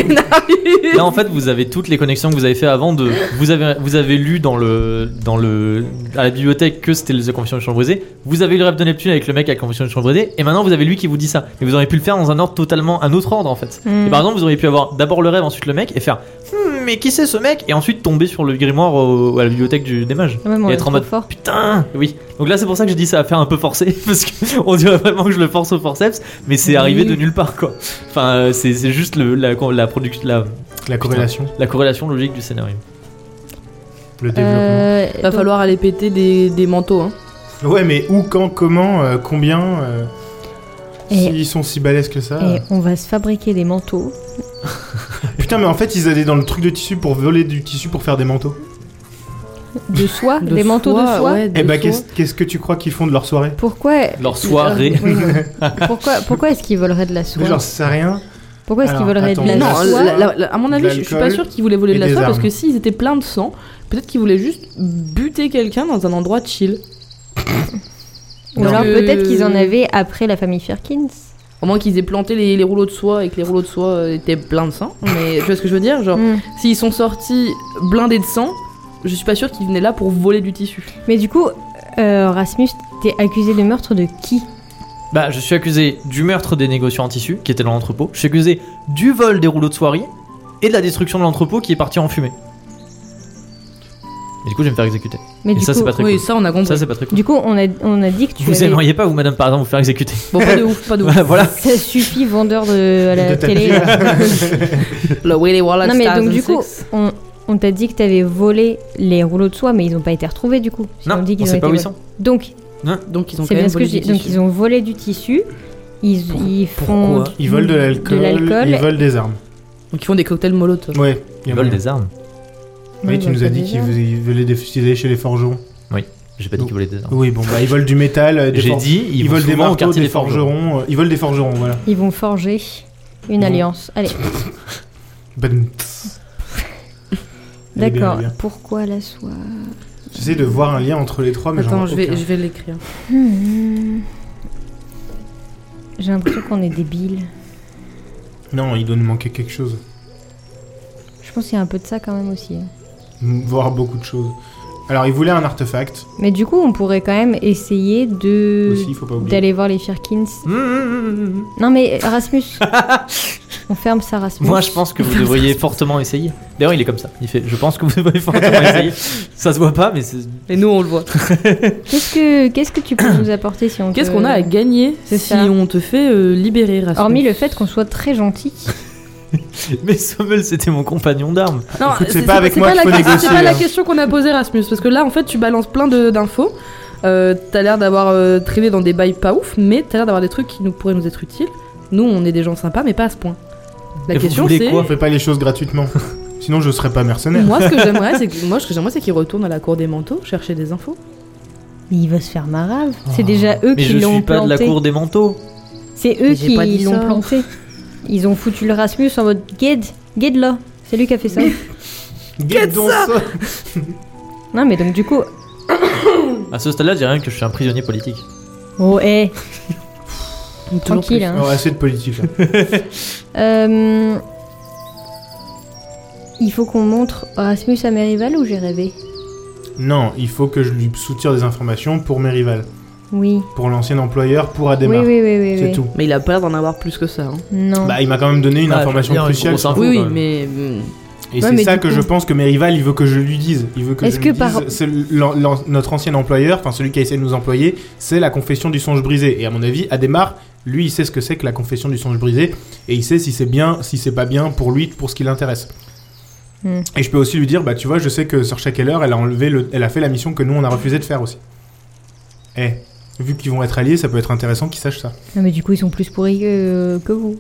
Speaker 1: là, en fait, vous avez toutes les connexions que vous avez fait avant de. Vous avez, vous avez lu dans le, dans le, à la bibliothèque que c'était les Confessions de Chambre Brisée. Vous avez eu le rêve de Neptune avec le mec à la Confession de Chambre Brisée. Et maintenant, vous avez lui qui vous dit ça. Et vous auriez pu le faire dans un ordre totalement, un autre ordre en fait.
Speaker 3: Hmm.
Speaker 1: Et par exemple, vous auriez pu avoir d'abord le rêve, ensuite le mec, et faire Hmm, mais qui c'est ce mec Et ensuite tomber sur le grimoire au- à la bibliothèque du, des mages.
Speaker 3: Ah ouais, mais on
Speaker 1: et
Speaker 3: est
Speaker 1: être en
Speaker 3: trop
Speaker 1: mode
Speaker 3: fort.
Speaker 1: putain Oui. Donc là, c'est pour ça que je dis ça à faire un peu forcé, <laughs> parce qu'on dirait vraiment que je le force au forceps, mais c'est
Speaker 3: Oui.
Speaker 1: arrivé de nulle part quoi. Enfin, euh, c'est c'est juste le- la, la, produc- la,
Speaker 4: La corrélation,
Speaker 1: la corrélation logique du scénario.
Speaker 4: le développement.
Speaker 3: Euh,
Speaker 2: Va
Speaker 3: donc-
Speaker 2: falloir aller péter des, des manteaux. Hein.
Speaker 4: Ouais, mais où, quand, comment, euh, combien euh,
Speaker 3: Et-
Speaker 4: S'ils sont si balèzes que ça. euh.
Speaker 3: Et on va se fabriquer des manteaux.
Speaker 4: Putain, mais en fait, ils allaient dans le truc de tissu pour voler du tissu pour faire des manteaux.
Speaker 3: De soie Des manteaux de soie
Speaker 2: ouais,
Speaker 4: Eh bah,
Speaker 2: soie.
Speaker 4: qu'est-ce qu'est-ce que tu crois qu'ils font de leur soirée
Speaker 3: Pourquoi
Speaker 1: Leur
Speaker 4: <laughs>
Speaker 1: soirée.
Speaker 3: Oui, non. pourquoi pourquoi est-ce qu'ils voleraient de la soie
Speaker 4: Mais Genre, ça sert à rien.
Speaker 3: Pourquoi est-ce qu'ils
Speaker 4: Alors,
Speaker 3: voleraient de
Speaker 4: attends,
Speaker 3: la
Speaker 2: Mais non,
Speaker 4: soie,
Speaker 3: soie
Speaker 2: la- la- la- à mon
Speaker 4: de
Speaker 2: avis, je je suis pas
Speaker 4: l'alcool
Speaker 2: sûr qu'ils voulaient voler de
Speaker 4: et
Speaker 2: la
Speaker 4: des
Speaker 2: soie parce
Speaker 4: armes.
Speaker 2: que s'ils étaient pleins de sang, peut-être qu'ils voulaient juste buter quelqu'un dans un endroit chill.
Speaker 3: Ou
Speaker 2: Non.
Speaker 3: alors
Speaker 2: Euh,
Speaker 3: peut-être qu'ils en avaient après la famille Firkins.
Speaker 2: Au moins qu'ils aient planté les, les rouleaux de soie et que les rouleaux de soie euh, étaient pleins de sang. Mais tu vois ce que je veux dire Genre,
Speaker 3: Hmm.
Speaker 2: s'ils sont sortis blindés de sang, je suis pas sûr qu'ils venaient là pour voler du tissu.
Speaker 3: Mais du coup, euh, Rasmus, t'es accusé de meurtre de qui
Speaker 1: Bah, je suis accusé du meurtre des négociants en tissu qui étaient dans l'entrepôt. Je suis accusé du vol des rouleaux de soirée et de la destruction de l'entrepôt qui est parti en fumée. Et du coup, je vais me faire exécuter.
Speaker 3: Mais
Speaker 1: Et
Speaker 3: du
Speaker 1: ça,
Speaker 3: coup,
Speaker 1: c'est pas très
Speaker 2: oui,
Speaker 1: cool.
Speaker 2: ça on a compris.
Speaker 1: Ça, c'est pas très cool.
Speaker 3: du coup, on a on a dit que tu
Speaker 1: Vous
Speaker 3: avais-
Speaker 1: aimeriez pas, vous, madame, par exemple, vous faire exécuter
Speaker 2: Bon,
Speaker 4: <laughs>
Speaker 2: pas de ouf, pas de ouf.
Speaker 1: Voilà.
Speaker 3: Ça suffit, vendeur de à la
Speaker 4: De tapis.
Speaker 3: télé. là.
Speaker 4: <laughs>
Speaker 2: Le Willy Wallace
Speaker 3: Non, mais donc,
Speaker 2: 2006.
Speaker 3: du coup, on, on t'a dit que t'avais volé les rouleaux de soie, mais ils n'ont pas été retrouvés du coup. Ils ont
Speaker 1: Non,
Speaker 3: dit
Speaker 1: on
Speaker 3: qu'ils ont
Speaker 1: sait pas où
Speaker 3: été
Speaker 1: ils
Speaker 3: volés.
Speaker 1: sont.
Speaker 3: Donc,
Speaker 2: donc ils ont
Speaker 3: c'est
Speaker 2: quand
Speaker 3: bien
Speaker 2: même
Speaker 3: ce que
Speaker 2: volé
Speaker 3: je dis.
Speaker 2: du
Speaker 3: Donc,
Speaker 2: tissu.
Speaker 3: ils ont volé du tissu. Ils, ils font.
Speaker 1: pourquoi
Speaker 4: Ils volent de l'alcool,
Speaker 3: Mmh, l'alcool.
Speaker 4: ils volent des armes.
Speaker 2: Donc ils font des cocktails molotov.
Speaker 4: Ouais,
Speaker 1: Ils volent
Speaker 4: volent
Speaker 1: des armes.
Speaker 4: Oui, tu
Speaker 3: Ouais,
Speaker 4: nous
Speaker 3: bah,
Speaker 4: as dit
Speaker 3: déjà.
Speaker 4: qu'ils ils volaient des ils allaient chez les forgerons.
Speaker 1: J'ai pas dit qu'ils volaient des armes.
Speaker 4: Oui, bon, bah ils volent du métal, euh, des
Speaker 1: J'ai
Speaker 4: for-
Speaker 1: dit, ils,
Speaker 4: ils
Speaker 1: vont
Speaker 4: volent des
Speaker 1: souvent au
Speaker 4: marteaux,
Speaker 1: quartier
Speaker 4: des forgerons. euh, Ils volent des forgerons, voilà.
Speaker 3: Ils vont forger une
Speaker 4: Bon.
Speaker 3: alliance. Allez,
Speaker 4: Ben, Elle est bien,
Speaker 3: d'accord.
Speaker 4: elle est bien.
Speaker 3: Pourquoi la soie
Speaker 4: J'essaie de voir un lien entre les trois, mais j'en
Speaker 2: Attends,
Speaker 4: vois
Speaker 2: je vais,
Speaker 4: aucun.
Speaker 2: je vais l'écrire.
Speaker 3: Hmm. J'ai l'impression qu'on est débile.
Speaker 4: Non, il doit nous manquer quelque chose.
Speaker 3: Je pense qu'il y a un peu de ça quand même aussi. hein.
Speaker 4: Voir beaucoup de choses. Alors, ils voulaient un artefact
Speaker 3: Mais du coup, on pourrait quand même essayer de
Speaker 4: aussi, il faut pas oublier.
Speaker 3: Mm. d'aller voir les Firkins.
Speaker 1: Mmh, mmh, mmh, mmh.
Speaker 3: Non mais
Speaker 1: <laughs>
Speaker 3: Rasmus, on ferme ça Rasmus.
Speaker 1: Moi, je pense
Speaker 4: <laughs>
Speaker 1: que vous devriez fortement essayer. D'ailleurs, il est comme ça. Il fait Je pense que vous devriez fortement
Speaker 4: <laughs>
Speaker 1: essayer. Ça se voit pas, mais c'est.
Speaker 2: Et nous, on le voit.
Speaker 3: Qu'est-ce que qu'est-ce que tu peux nous apporter si on
Speaker 2: Qu'est-ce
Speaker 3: te-
Speaker 2: qu'on a à gagner
Speaker 3: Euh, C'est
Speaker 2: si
Speaker 3: ça.
Speaker 2: on te fait euh, libérer, Rasmus
Speaker 3: Hormis le fait qu'on soit très gentil.
Speaker 1: Mais Sommel, c'était mon compagnon d'armes.
Speaker 2: Non,
Speaker 4: Écoute, c'est pas avec moi
Speaker 2: pas
Speaker 4: qu'il
Speaker 2: la
Speaker 4: faut
Speaker 2: question- C'est
Speaker 4: négocier,
Speaker 2: pas la
Speaker 4: hein.
Speaker 2: question qu'on a posée, Rasmus, parce que là, en fait, tu balances plein de- d'infos. Euh, t'as l'air d'avoir euh, traîné dans des bails pas ouf, mais t'as l'air d'avoir des trucs qui nous pourraient nous être utiles. Nous, on est des gens sympas, mais pas à ce point. La
Speaker 1: Et vous
Speaker 2: question,
Speaker 1: voulez
Speaker 2: c'est.
Speaker 4: On fait pas les choses
Speaker 3: <laughs>
Speaker 4: gratuitement. Sinon, je serais pas mercenaire.
Speaker 2: Moi, ce que j'aimerais, c'est que- moi, ce que j'aimerais, c'est qu'ils retournent à la cour des manteaux chercher des infos.
Speaker 3: Mais il va se faire marave. C'est
Speaker 1: Oh.
Speaker 3: déjà eux
Speaker 1: Mais je
Speaker 3: qui l'ont
Speaker 1: suis pas de la
Speaker 3: planté.
Speaker 1: cour des manteaux.
Speaker 3: C'est eux
Speaker 2: Mais j'ai pas
Speaker 3: qui
Speaker 2: dit
Speaker 3: l'ont
Speaker 2: ça.
Speaker 3: planté. Ils ont foutu le Rasmus en mode Guide, guide là. C'est lui qui a fait ça. <laughs>
Speaker 4: Guette donc ça
Speaker 3: non mais donc du coup,
Speaker 1: À ce stade-là, je dirais même que je suis un prisonnier politique.
Speaker 3: oh hé,
Speaker 2: Donc, toujours
Speaker 3: tranquille.
Speaker 2: plus.
Speaker 3: hein.
Speaker 4: Non, assez de politique.
Speaker 3: <laughs>
Speaker 4: là.
Speaker 3: Euh, Il faut qu'on montre Rasmus à Merival ou j'ai rêvé
Speaker 4: Non, il faut que je lui soutire des informations pour mes rivales.
Speaker 3: Oui.
Speaker 4: Pour l'ancien employeur, pour
Speaker 3: Oui,
Speaker 4: Adema.
Speaker 3: oui, oui, oui.
Speaker 4: C'est
Speaker 3: oui. Mm.
Speaker 4: tout.
Speaker 2: Mais il a pas l'air d'en avoir plus que ça. hein.
Speaker 3: Non.
Speaker 4: Bah, il m'a quand même donné une
Speaker 1: Ouais,
Speaker 4: information
Speaker 1: Ah, je veux dire, une
Speaker 4: cruciale.
Speaker 1: grosse info,
Speaker 2: Oui, oui,
Speaker 1: quand même.
Speaker 2: mais.
Speaker 4: euh,
Speaker 2: mm,
Speaker 4: Et
Speaker 3: Ouais, mais
Speaker 4: c'est ça
Speaker 3: du
Speaker 4: que
Speaker 3: coup-
Speaker 4: je pense que mes rivales, il veut que je lui dise. Il veut que
Speaker 3: Est-ce
Speaker 4: je
Speaker 3: que
Speaker 4: lui
Speaker 3: par-
Speaker 4: dise. c'est l'an- l'an- notre ancien employeur, enfin celui qui a essayé de nous employer, c'est la confession du songe brisé. Et à mon avis, Adhémar, lui, il sait ce que c'est que la confession du songe brisé. Et il sait si c'est bien, si c'est pas bien pour lui, pour ce qui l'intéresse.
Speaker 3: Hmm.
Speaker 4: Et je peux aussi lui dire, bah tu vois, je sais que Sir Shackler, elle a enlevé le, elle a fait la mission que nous on a refusé de faire aussi. Eh, vu qu'ils vont être alliés, ça peut être intéressant qu'ils sachent ça.
Speaker 3: Non, mais du coup, ils sont plus pourris que, que vous.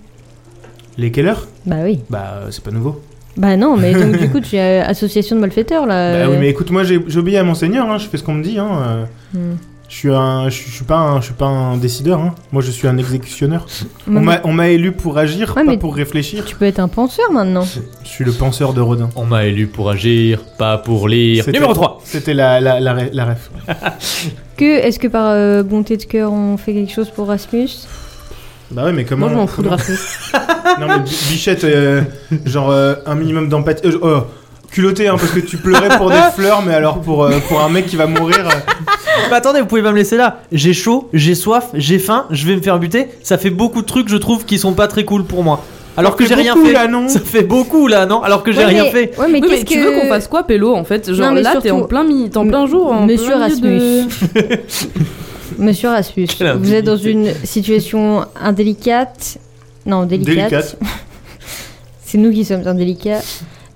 Speaker 4: Les Keller
Speaker 3: Bah oui.
Speaker 4: Bah euh, c'est pas nouveau.
Speaker 3: Bah non, mais
Speaker 4: <laughs>
Speaker 3: donc du coup, tu as association de malfaiteurs là. euh.
Speaker 4: Bah oui, mais écoute, moi j'ai j'obéis à mon seigneur, hein, je fais ce qu'on me dit. Hein, euh.
Speaker 3: Hmm.
Speaker 4: Je suis un, je, suis- je suis pas un, je suis pas un décideur. hein. Moi, je suis un exécutionneur.
Speaker 3: Ouais,
Speaker 4: On m'a- on m'a élu pour agir,
Speaker 3: Ouais,
Speaker 4: pas
Speaker 3: mais-
Speaker 4: pour
Speaker 3: mais
Speaker 4: réfléchir.
Speaker 3: Tu peux être un penseur maintenant.
Speaker 4: Je suis le penseur de Rodin.
Speaker 1: On m'a élu pour agir, pas pour lire.
Speaker 4: C'était-
Speaker 1: Numéro 3
Speaker 4: C'était la, la, la, ré- la ref.
Speaker 3: que, est-ce que par euh, bonté de cœur, on fait quelque chose pour Rasmus
Speaker 4: Bah ouais, mais comment.
Speaker 2: Moi, je m'en fous de Rasmus.
Speaker 4: Non, mais Bi- Bichette, euh, genre euh, un minimum d'empathie. Euh, oh, culotté, hein, parce que tu pleurais pour des fleurs, mais alors pour, euh, pour un mec qui va mourir. euh,
Speaker 1: Bah attendez, vous pouvez pas me laisser là. J'ai chaud, j'ai soif, j'ai faim, je vais me faire buter. Ça fait beaucoup de trucs, je trouve, qui sont pas très cool pour moi. <laughs> Alors
Speaker 4: Ça
Speaker 1: que
Speaker 4: fait
Speaker 1: j'ai rien
Speaker 4: beaucoup,
Speaker 1: fait.
Speaker 4: là, non
Speaker 1: <laughs> Ça fait beaucoup là, non Alors que j'ai
Speaker 3: Ouais,
Speaker 1: rien
Speaker 3: mais-
Speaker 1: fait.
Speaker 3: Ouais, mais
Speaker 2: Oui, mais
Speaker 3: qu'est-ce
Speaker 2: tu
Speaker 3: que.
Speaker 2: veux qu'on fasse quoi, Pélo, en fait Genre
Speaker 3: Non, mais
Speaker 2: là, t'es en
Speaker 3: surtout-
Speaker 2: plein, mi- t'es en plein jour, en
Speaker 3: Monsieur
Speaker 2: plein milieu de-
Speaker 3: Monsieur Rasmus,
Speaker 1: Quelle
Speaker 3: vous êtes dans une
Speaker 1: indignité.
Speaker 3: situation indélicate. Non, délicate.
Speaker 4: Délicate.
Speaker 3: <laughs> c'est nous qui sommes indélicats.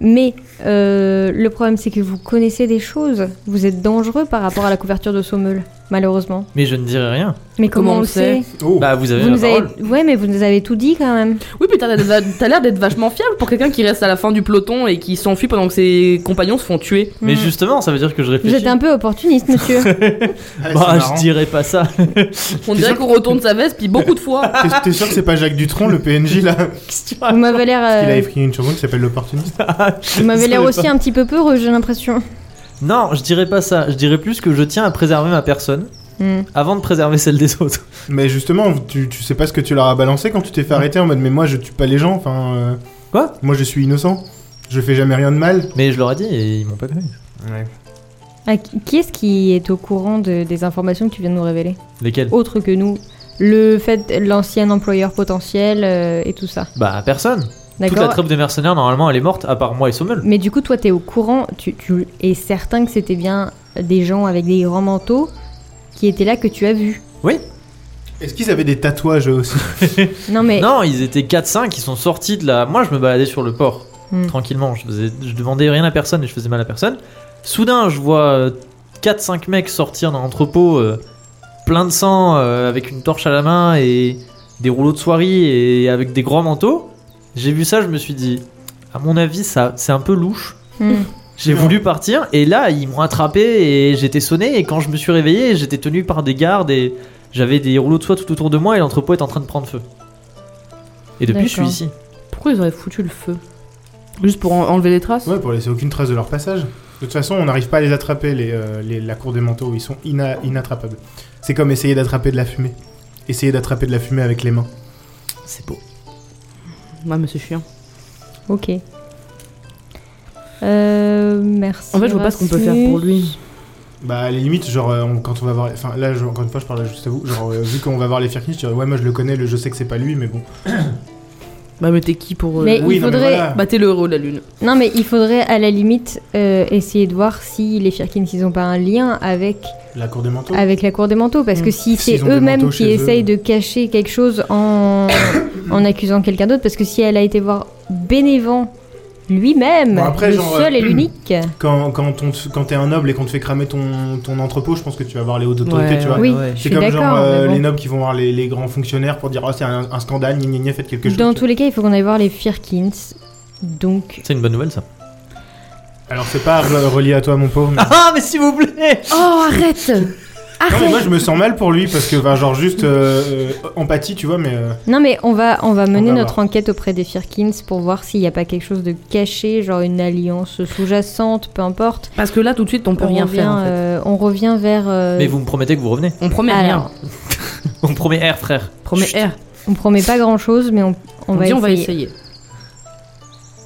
Speaker 3: Mais euh, le problème, c'est que vous connaissez des choses. Vous êtes dangereux par rapport à la couverture de Sommeul, malheureusement.
Speaker 1: Mais je ne dirai rien.
Speaker 3: Mais comment, on le sait,
Speaker 4: Oh.
Speaker 1: Bah vous avez
Speaker 3: vous
Speaker 1: la
Speaker 3: nous
Speaker 1: parole.
Speaker 3: avez... Ouais, mais vous nous avez tout dit quand même.
Speaker 2: Oui, putain, t'as l'air- t'as l'air d'être vachement fiable pour quelqu'un qui reste à la fin du peloton et qui s'enfuit pendant que ses compagnons se font tuer.
Speaker 1: Mais
Speaker 3: Hmm.
Speaker 1: justement, ça veut dire que je
Speaker 3: Vous
Speaker 1: réfléchis.
Speaker 3: êtes un peu opportuniste, monsieur.
Speaker 4: <laughs> Ah,
Speaker 1: Bah
Speaker 4: c'est marrant.
Speaker 1: je dirais pas ça.
Speaker 2: On dirait qu'on retourne sa veste, puis beaucoup de
Speaker 3: <laughs>
Speaker 2: fois.
Speaker 4: T'es- T'es sûr que c'est pas Jacques Dutronc, le PNJ là
Speaker 3: vous m'avez l'air, euh,
Speaker 4: Il a écrit une chanson qui s'appelle L'opportuniste.
Speaker 3: vous m'avez
Speaker 1: Je
Speaker 3: l'air
Speaker 1: savais
Speaker 3: aussi
Speaker 1: pas.
Speaker 3: un petit peu peureux, j'ai l'impression.
Speaker 1: Non, je dirais pas ça. Je dirais plus que je tiens à préserver ma personne
Speaker 3: Hmm.
Speaker 1: avant de préserver celle des autres.
Speaker 4: Mais justement, tu, tu sais pas ce que tu leur as balancé quand tu t'es fait arrêter en mode mais moi je tue pas les gens, enfin. euh,
Speaker 1: Quoi
Speaker 4: Moi je suis innocent, je fais jamais rien de mal.
Speaker 1: Mais je leur ai dit et ils m'ont pas cru.
Speaker 3: Ah, qui qui est-ce qui est au courant de- des informations que tu viens de nous révéler
Speaker 1: Lesquels
Speaker 3: autre que nous le fait l'ancien employeur potentiel euh, et tout ça
Speaker 1: Bah personne. Toute la
Speaker 3: d'accord
Speaker 1: troupe des mercenaires normalement elle est morte à part moi et Sommel.
Speaker 3: mais du coup toi t'es au courant tu, tu es certain que c'était bien des gens avec des grands manteaux qui étaient là que tu as vu
Speaker 4: Est-ce qu'ils avaient des tatouages eux aussi
Speaker 3: non mais
Speaker 1: Non, ils étaient 4-5 qui sont sortis de la. Moi je me baladais sur le port.
Speaker 3: Hmm.
Speaker 1: tranquillement. Je, faisais, je demandais rien à personne et je faisais mal à personne. Soudain, je vois 4-5 mecs sortir d'un entrepôt euh, plein de sang euh, avec une torche à la main et des rouleaux de soierie et avec des grands manteaux. J'ai vu ça, je me suis dit, à mon avis, ça c'est un peu louche.
Speaker 3: Hmm.
Speaker 1: J'ai
Speaker 4: Non.
Speaker 1: voulu partir et là, ils m'ont attrapé et j'étais sonné. Et quand je me suis réveillé, j'étais tenu par des gardes et j'avais des rouleaux de soie tout autour de moi et l'entrepôt est en train de prendre feu. Et depuis, je suis
Speaker 3: D'accord.
Speaker 1: ici.
Speaker 2: Pourquoi ils auraient foutu le feu Juste pour en- enlever les traces
Speaker 4: Ouais, pour laisser aucune trace de leur passage. De toute façon, on n'arrive pas à les attraper, les, euh, les- la cour des manteaux, ils sont ina- inattrapables. C'est comme essayer d'attraper de la fumée. Essayer d'attraper de la fumée avec les mains.
Speaker 1: C'est beau.
Speaker 2: Ouais, mais c'est chiant.
Speaker 3: ok Euh, merci
Speaker 2: En fait, je vois pas ce qu'on peut faire
Speaker 3: Rasmus.
Speaker 2: pour lui.
Speaker 4: Bah, à la limite, genre, euh, on- quand on va voir. Enfin, là, je- encore une fois, je parle juste à vous. Genre, euh, vu qu'on va voir les Firkins, je dirais, ouais, moi je le connais, le, je sais que c'est pas lui, mais bon.
Speaker 2: Bah, mais t'es qui pour. euh,
Speaker 3: Mais-
Speaker 2: oui.
Speaker 3: il
Speaker 4: non, mais
Speaker 3: faudrait-
Speaker 4: voilà.
Speaker 2: Bah, t'es le héros de la lune.
Speaker 3: non mais il faudrait à la limite euh, essayer de voir si les Firkins ils ont pas un lien avec
Speaker 4: La cour des manteaux.
Speaker 3: avec la cour des manteaux parce que
Speaker 2: Mm.
Speaker 3: si c'est
Speaker 4: S'ils ont des
Speaker 3: eux-mêmes
Speaker 4: manteaux
Speaker 3: qui
Speaker 4: chez eux.
Speaker 3: essayent de cacher quelque chose
Speaker 4: <coughs>
Speaker 3: en, en accusant quelqu'un d'autre parce que si elle a été voir Bénévent lui-même
Speaker 4: Bon, après,
Speaker 3: le
Speaker 4: genre,
Speaker 3: seul
Speaker 4: euh,
Speaker 3: et
Speaker 4: <coughs>
Speaker 3: l'unique
Speaker 4: Quand, quand, on te- quand t'es un noble et qu'on te fait cramer ton, ton entrepôt, je pense que tu vas voir les hautes autorités,
Speaker 2: Ouais,
Speaker 4: tu vois.
Speaker 3: oui
Speaker 1: ouais.
Speaker 3: je
Speaker 4: C'est
Speaker 3: suis
Speaker 4: comme genre
Speaker 3: d'accord
Speaker 4: euh,
Speaker 3: mais bon.
Speaker 4: les nobles qui vont voir les, les grands fonctionnaires pour dire oh c'est un, un scandale, gna gna gna, faites quelque chose.
Speaker 3: dans
Speaker 4: tu
Speaker 3: tous les cas il faut qu'on aille voir les Firkins donc
Speaker 1: C'est une bonne nouvelle ça.
Speaker 4: vois. Alors c'est pas re- relié à toi mon pauvre. mais-
Speaker 1: <laughs> Ah, mais s'il vous plaît
Speaker 2: Oh, arrête
Speaker 3: Ah,
Speaker 4: Non, mais moi je me sens mal pour lui parce que bah, genre juste euh, euh, empathie tu vois mais euh,
Speaker 3: non mais on va on va mener
Speaker 4: va
Speaker 3: notre enquête auprès des Firkins pour voir s'il n'y a pas quelque chose de caché genre une alliance sous-jacente peu importe
Speaker 2: Parce que là, tout de suite, on peut
Speaker 3: on
Speaker 2: rien
Speaker 3: revient,
Speaker 2: faire en fait.
Speaker 3: euh, on revient vers euh,
Speaker 1: Mais vous me promettez que vous revenez.
Speaker 2: On promet
Speaker 3: alors
Speaker 2: rien.
Speaker 1: On promet R, eh, frère.
Speaker 2: Promet
Speaker 1: Chut.
Speaker 2: R.
Speaker 3: on promet pas grand chose mais on,
Speaker 2: On
Speaker 3: on va
Speaker 2: dit on va
Speaker 3: essayer.
Speaker 2: essayer.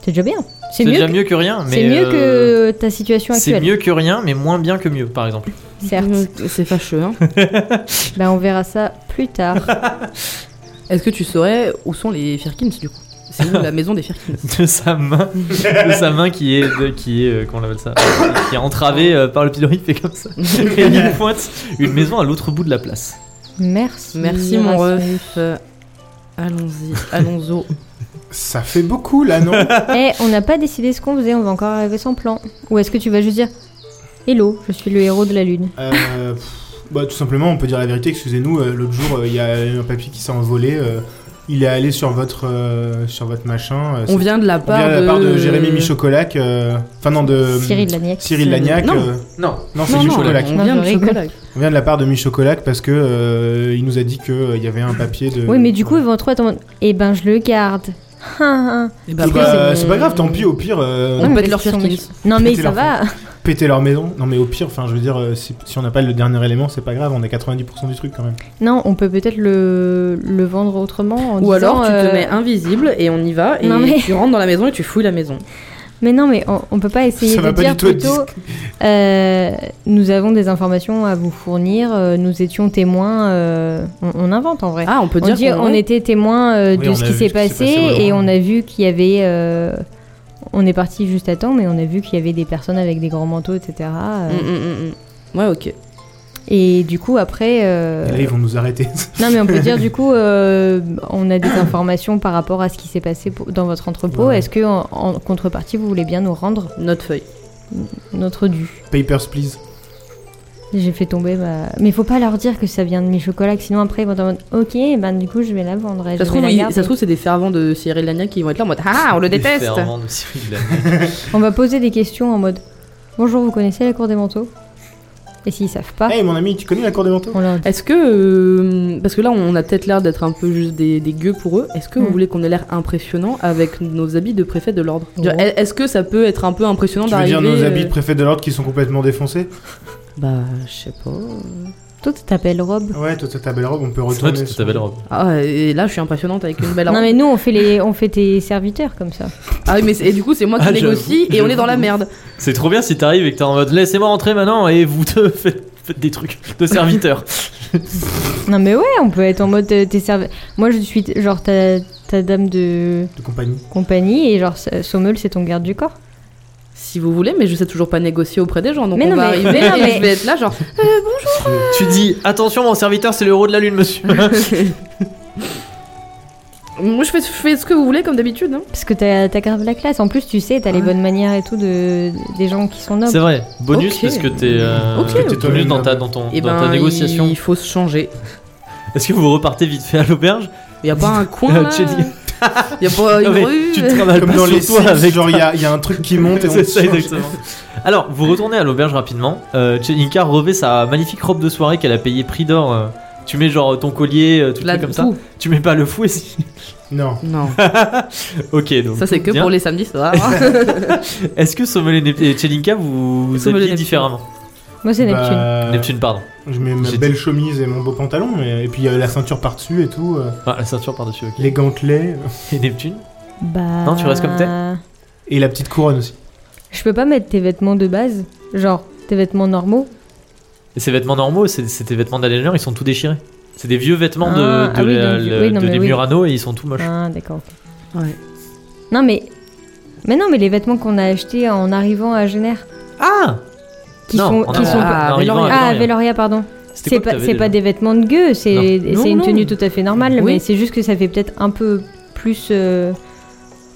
Speaker 3: C'est déjà bien. C'est
Speaker 1: C'est
Speaker 3: mieux,
Speaker 1: déjà
Speaker 3: que,
Speaker 1: mieux que rien, mais.
Speaker 3: c'est mieux
Speaker 1: euh,
Speaker 3: que ta situation
Speaker 1: C'est
Speaker 3: actuelle.
Speaker 1: mieux que rien, mais moins bien que mieux, par exemple. <laughs>
Speaker 3: Certes.
Speaker 2: C'est fâcheux, hein.
Speaker 3: Bah, on verra ça plus tard.
Speaker 2: <laughs> Est-ce que tu saurais où sont les Firkins du coup C'est où la maison des
Speaker 3: <laughs>
Speaker 2: Firkins
Speaker 1: De sa main, de sa main qui est, de- qui est, euh, comment on appelle ça, qui est entravée euh, par le pilori, il fait comme
Speaker 3: <laughs>
Speaker 1: ça. Et il pointe une maison à l'autre bout de la place.
Speaker 3: Merci.
Speaker 2: Merci mon
Speaker 3: Rasmus.
Speaker 2: ref. Euh, Allons-y,
Speaker 4: <laughs> Bah,
Speaker 2: allons-y.
Speaker 4: ça fait beaucoup là
Speaker 3: <laughs>
Speaker 4: non
Speaker 3: <laughs> Eh, on n'a pas décidé ce qu'on faisait, on va encore arriver sans plan. Ou est-ce que tu vas juste dire Hello, je suis le héros de la lune.
Speaker 4: Euh, pff, Bah tout simplement on peut dire la vérité excusez-nous euh, l'autre jour euh, il y a un papy qui s'est envolé euh, il est allé sur votre euh, sur votre machin. euh, c'est-
Speaker 2: On vient de la
Speaker 4: on vient
Speaker 2: part,
Speaker 4: de la part de Jérémy Michocolac euh, enfin non de
Speaker 3: Cyril Lagnac.
Speaker 4: Cyril
Speaker 2: C'est-
Speaker 4: Lagnac.
Speaker 2: non.
Speaker 4: euh,
Speaker 1: Non.
Speaker 4: non c'est
Speaker 2: Non, non,
Speaker 4: Michocolac.
Speaker 2: on vient de Chocolat. Eh bah,
Speaker 4: On vient de la part de Michocolac parce que euh, il nous a dit que euh, il y avait un papier de.
Speaker 3: Oui, mais du coup, ils vont trop attendre. Eh ben, je le garde. <laughs> Hein, hein.
Speaker 2: Et
Speaker 4: Bah,
Speaker 3: Parce que
Speaker 4: bah,
Speaker 3: c'est-
Speaker 4: c'est pas grave, tant pis, au pire, euh,
Speaker 2: On
Speaker 3: Non,
Speaker 2: pète
Speaker 3: mais
Speaker 2: leur
Speaker 3: si on est-
Speaker 2: firkins.
Speaker 3: Non, mais
Speaker 4: Péter
Speaker 3: ça
Speaker 4: leur
Speaker 3: va.
Speaker 4: péter leur maison. Non, mais au pire, enfin, je veux dire, euh, si, si on n'a pas le dernier élément, c'est pas grave, on a 90% du truc quand même.
Speaker 3: <laughs> Non, on peut peut-être le, le vendre autrement. en
Speaker 2: Ou alors
Speaker 3: disant,
Speaker 2: tu
Speaker 3: euh,
Speaker 2: te mets invisible et on y va et
Speaker 3: Non, mais-
Speaker 2: tu rentres dans la maison et tu fouilles la maison.
Speaker 3: Mais non, mais on, on peut pas essayer
Speaker 4: Ça
Speaker 3: de
Speaker 4: va pas
Speaker 3: dire
Speaker 4: du tout être
Speaker 3: plutôt. euh, nous avons des informations à vous fournir. euh, nous étions témoins. euh, on, on invente en vrai.
Speaker 2: Ah, on peut
Speaker 3: on
Speaker 2: dire
Speaker 3: dit
Speaker 2: qu'on-
Speaker 3: on était témoins euh,
Speaker 4: Oui,
Speaker 3: de
Speaker 4: on
Speaker 3: ce
Speaker 4: a
Speaker 3: qui
Speaker 4: vu
Speaker 3: s'est
Speaker 4: ce qui s'est
Speaker 3: passé
Speaker 4: passé au
Speaker 3: et
Speaker 4: Laurent.
Speaker 3: on a vu qu'il y avait. euh, on est parti juste à temps, mais on a vu qu'il y avait des personnes avec des grands manteaux, etc. euh,
Speaker 2: Mm, mm, mm, mm. Ouais, ok.
Speaker 3: Et du coup, après. euh,
Speaker 4: Et là, ils vont nous arrêter. <laughs>
Speaker 3: Non, mais on peut dire du coup, euh, on a des informations par rapport à ce qui s'est passé pour- dans votre entrepôt.
Speaker 4: Ouais.
Speaker 3: Est-ce que en, en contrepartie, vous voulez bien nous rendre
Speaker 2: Notre feuille.
Speaker 3: notre dû
Speaker 4: Papers, please.
Speaker 3: J'ai fait tomber ma. Mais faut pas leur dire que ça vient de mes chocolats, que sinon après ils vont être en mode Ok, ben du coup, je vais la vendre. et
Speaker 2: Ça se
Speaker 3: je
Speaker 2: trouve,
Speaker 3: vais la
Speaker 2: il-
Speaker 3: garder.
Speaker 2: ça se trouve, c'est des fervents de Cyril Lagnac qui vont être là en mode Ah, on le
Speaker 1: Les
Speaker 2: déteste
Speaker 1: fervents de Cyril Hanouna.
Speaker 3: On va poser des questions en mode Bonjour, vous connaissez la cour des manteaux Et s'ils savent pas,
Speaker 4: Hey, mon ami, tu connais la cour des manteaux
Speaker 3: on leur dit
Speaker 2: Est-ce que. euh, parce que là, on a peut-être l'air d'être un peu juste des, des gueux pour eux. Est-ce que vous
Speaker 3: Mm.
Speaker 2: voulez qu'on ait l'air impressionnant avec nos habits de préfet de l'ordre
Speaker 3: Oh.
Speaker 2: Genre, est- Est-ce que ça peut être un peu impressionnant
Speaker 4: Tu veux
Speaker 2: d'arriver.
Speaker 4: dire nos
Speaker 2: euh,
Speaker 4: habits de préfet de l'ordre qui sont complètement défoncés
Speaker 2: Bah, je sais pas.
Speaker 3: Toi, tu t'appelles Rob
Speaker 4: Ouais, toi, t'as ta belle robe, on peut
Speaker 1: Toi,
Speaker 4: retourner.
Speaker 1: tu
Speaker 4: sur-
Speaker 1: t'appelles Rob.
Speaker 2: Ah, et là, je suis impressionnante avec une belle
Speaker 3: Non,
Speaker 2: arme.
Speaker 3: mais nous, on fait, les... on fait tes serviteurs comme ça.
Speaker 2: Ah oui, mais c'est- et du coup, c'est moi qui
Speaker 1: Ah,
Speaker 2: négocie
Speaker 1: j'avoue,
Speaker 2: et on est dans la
Speaker 1: j'avoue.
Speaker 2: merde.
Speaker 1: C'est trop bien si t'arrives et que t'es en mode laissez-moi rentrer maintenant et vous deux <laughs> faites, faites des trucs de
Speaker 2: <laughs>
Speaker 1: serviteur.
Speaker 3: Non, mais ouais, on peut être en mode euh, tes serviteurs. Moi, je suis t- genre ta, ta dame de
Speaker 4: De compagnie.
Speaker 3: compagnie et genre S- Sommel, c'est ton garde du corps.
Speaker 2: Si vous voulez, mais je sais toujours pas négocier auprès des gens. Donc
Speaker 3: Mais
Speaker 2: on
Speaker 3: non,
Speaker 2: va
Speaker 3: mais-
Speaker 2: arriver
Speaker 3: mais non,
Speaker 2: et
Speaker 3: mais-
Speaker 2: je vais être là,
Speaker 3: <laughs>
Speaker 2: genre.
Speaker 1: tu dis attention, mon serviteur, c'est le héros de la lune,
Speaker 2: <laughs>
Speaker 1: monsieur.
Speaker 2: Moi, je fais, je fais ce que vous voulez comme d'habitude. hein.
Speaker 3: Parce que t'as t'as grave la classe. En plus, tu sais, t'as les
Speaker 2: Ouais.
Speaker 3: bonnes manières et tout de, des gens qui sont nobles.
Speaker 1: c'est vrai, bonus
Speaker 2: Ok.
Speaker 1: parce que t'es euh,
Speaker 2: Ok.
Speaker 1: parce que t'es
Speaker 4: Ok.
Speaker 1: bonus dans ta, dans ton,
Speaker 2: Et
Speaker 1: dans ta
Speaker 2: ben,
Speaker 1: négociation.
Speaker 2: il faut se changer.
Speaker 1: Est-ce que vous repartez vite fait à l'auberge
Speaker 2: Y a
Speaker 1: <laughs>
Speaker 2: pas un coin
Speaker 1: Euh,
Speaker 2: là
Speaker 1: tu dis-
Speaker 2: Y
Speaker 1: <laughs>
Speaker 2: a pas
Speaker 1: Non,
Speaker 2: une
Speaker 1: mais
Speaker 2: rue
Speaker 1: Tu te travailles
Speaker 4: Comme
Speaker 1: pas
Speaker 4: dans les
Speaker 1: sur toi
Speaker 4: Sims,
Speaker 1: avec
Speaker 4: genre,
Speaker 1: ta-
Speaker 4: il y, a- il y a un truc qui monte et
Speaker 1: <laughs>
Speaker 4: on
Speaker 1: C'est ça,
Speaker 4: change.
Speaker 1: exactement. Alors, vous retournez à l'auberge rapidement. Euh, Chelinka revêt sa magnifique robe de soirée qu'elle a payée prix d'or. euh, tu mets genre ton collier, euh, tout le
Speaker 2: Là,
Speaker 1: truc comme ça.
Speaker 2: tout.
Speaker 1: Tu mets pas le fouet si.
Speaker 4: Non.
Speaker 2: Non,
Speaker 1: ok, donc.
Speaker 2: ça c'est que
Speaker 1: bien.
Speaker 2: pour les
Speaker 1: <laughs>
Speaker 2: samedis, ça.
Speaker 1: Est-ce que Sommel et Nep- et Chelinka vous, vous
Speaker 2: Sommel et
Speaker 1: habillez
Speaker 2: Neptune.
Speaker 1: différemment
Speaker 3: Moi, c'est Neptune.
Speaker 4: Bah,
Speaker 1: Neptune, pardon.
Speaker 4: Je mets ma
Speaker 1: J'ai
Speaker 4: belle chemise et mon beau pantalon, mais- et puis euh, la ceinture par-dessus et tout, euh,
Speaker 1: Ah, la ceinture par-dessus, ok.
Speaker 4: les gantelets, euh,
Speaker 1: Et Neptune
Speaker 3: Bah.
Speaker 1: Non, tu restes comme t'es
Speaker 4: et la petite couronne aussi.
Speaker 3: Je peux pas mettre tes vêtements de base, genre tes vêtements normaux.
Speaker 1: Et ses vêtements normaux, c'est c'est tes vêtements d'Alénor, ils sont tout déchirés. C'est des vieux vêtements
Speaker 3: Ah,
Speaker 1: de,
Speaker 3: ah
Speaker 1: de,
Speaker 3: oui,
Speaker 1: la-
Speaker 3: donc,
Speaker 1: le-
Speaker 3: oui, non,
Speaker 1: de
Speaker 3: mais
Speaker 1: les
Speaker 3: oui.
Speaker 1: Murano et ils sont tout moches.
Speaker 3: Ah, d'accord. ok.
Speaker 2: Ouais.
Speaker 3: Non, mais. Mais non, mais les vêtements qu'on a achetés en arrivant à Genève.
Speaker 1: Ah
Speaker 3: Qui
Speaker 1: Non,
Speaker 3: sont.
Speaker 1: en
Speaker 3: qui
Speaker 1: arrivant-
Speaker 3: sont-
Speaker 1: en
Speaker 2: Ah,
Speaker 1: arrivant à
Speaker 3: Ah,
Speaker 1: Véloria.
Speaker 3: Veloria, pardon.
Speaker 1: C'était
Speaker 3: C'est
Speaker 1: quoi que
Speaker 3: pas,
Speaker 1: t'avais
Speaker 3: c'est
Speaker 1: déjà
Speaker 3: pas des vêtements de gueux, c'est
Speaker 2: Non. Non,
Speaker 3: c'est une
Speaker 2: non.
Speaker 3: tenue tout à fait normale,
Speaker 2: Oui.
Speaker 3: mais c'est juste que ça fait peut-être un peu plus. euh,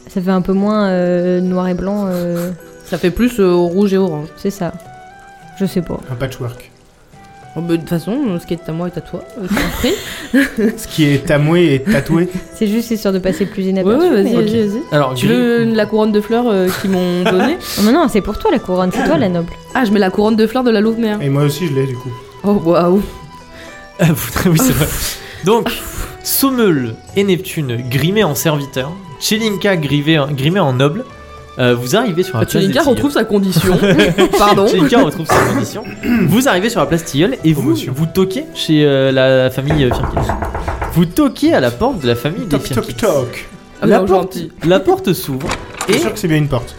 Speaker 3: ça fait un peu moins euh, noir et blanc, euh,
Speaker 2: Ça fait plus euh, rouge et orange.
Speaker 3: c'est ça. Je sais pas.
Speaker 4: Un patchwork.
Speaker 2: Oh, bah, De toute façon, ce qui est à moi est à toi. euh, t'as compris
Speaker 1: <laughs>
Speaker 4: Ce qui est tamoué et tatoué.
Speaker 3: C'est juste histoire de passer plus
Speaker 2: Ouais,
Speaker 3: inaperçu.
Speaker 2: ouais,
Speaker 1: Eh
Speaker 2: vas-y,
Speaker 3: mais-
Speaker 1: ben, Ok.
Speaker 2: vas-y, vas-y.
Speaker 1: Alors,
Speaker 2: Tu
Speaker 1: Gris-
Speaker 2: veux la couronne de fleurs euh, qu'ils m'ont donnée
Speaker 3: Oh, mais non, c'est pour toi la couronne, c'est toi la noble.
Speaker 2: Ah, je mets la couronne de fleurs de la Louve-Mère.
Speaker 4: Et moi aussi, je l'ai du coup.
Speaker 2: Oh, waouh.
Speaker 1: <laughs> Ah, putain, oui, c'est
Speaker 3: <laughs>
Speaker 1: vrai. Donc, Sommel et Neptune grimés en serviteur, Chelinka grimée en, grimée en noble, euh, vous arrivez sur
Speaker 3: Bah,
Speaker 1: la place
Speaker 2: Tchelinka
Speaker 1: des
Speaker 2: retrouve
Speaker 1: <laughs>
Speaker 2: sa condition.
Speaker 1: Tilleuls.
Speaker 2: <laughs> Pardon.
Speaker 1: Chelinka retrouve sa condition. Vous arrivez sur la place Tilleul et vous,
Speaker 4: Promotion.
Speaker 1: vous toquez chez euh, la famille euh, Firkin. Vous toquez à la porte de la famille des
Speaker 4: Toc toc
Speaker 1: Firkin.
Speaker 4: toc.
Speaker 2: Ah,
Speaker 1: La
Speaker 2: non,
Speaker 1: porte,
Speaker 2: gentil.
Speaker 1: la porte s'ouvre et
Speaker 4: Je suis sûr que c'est bien une porte.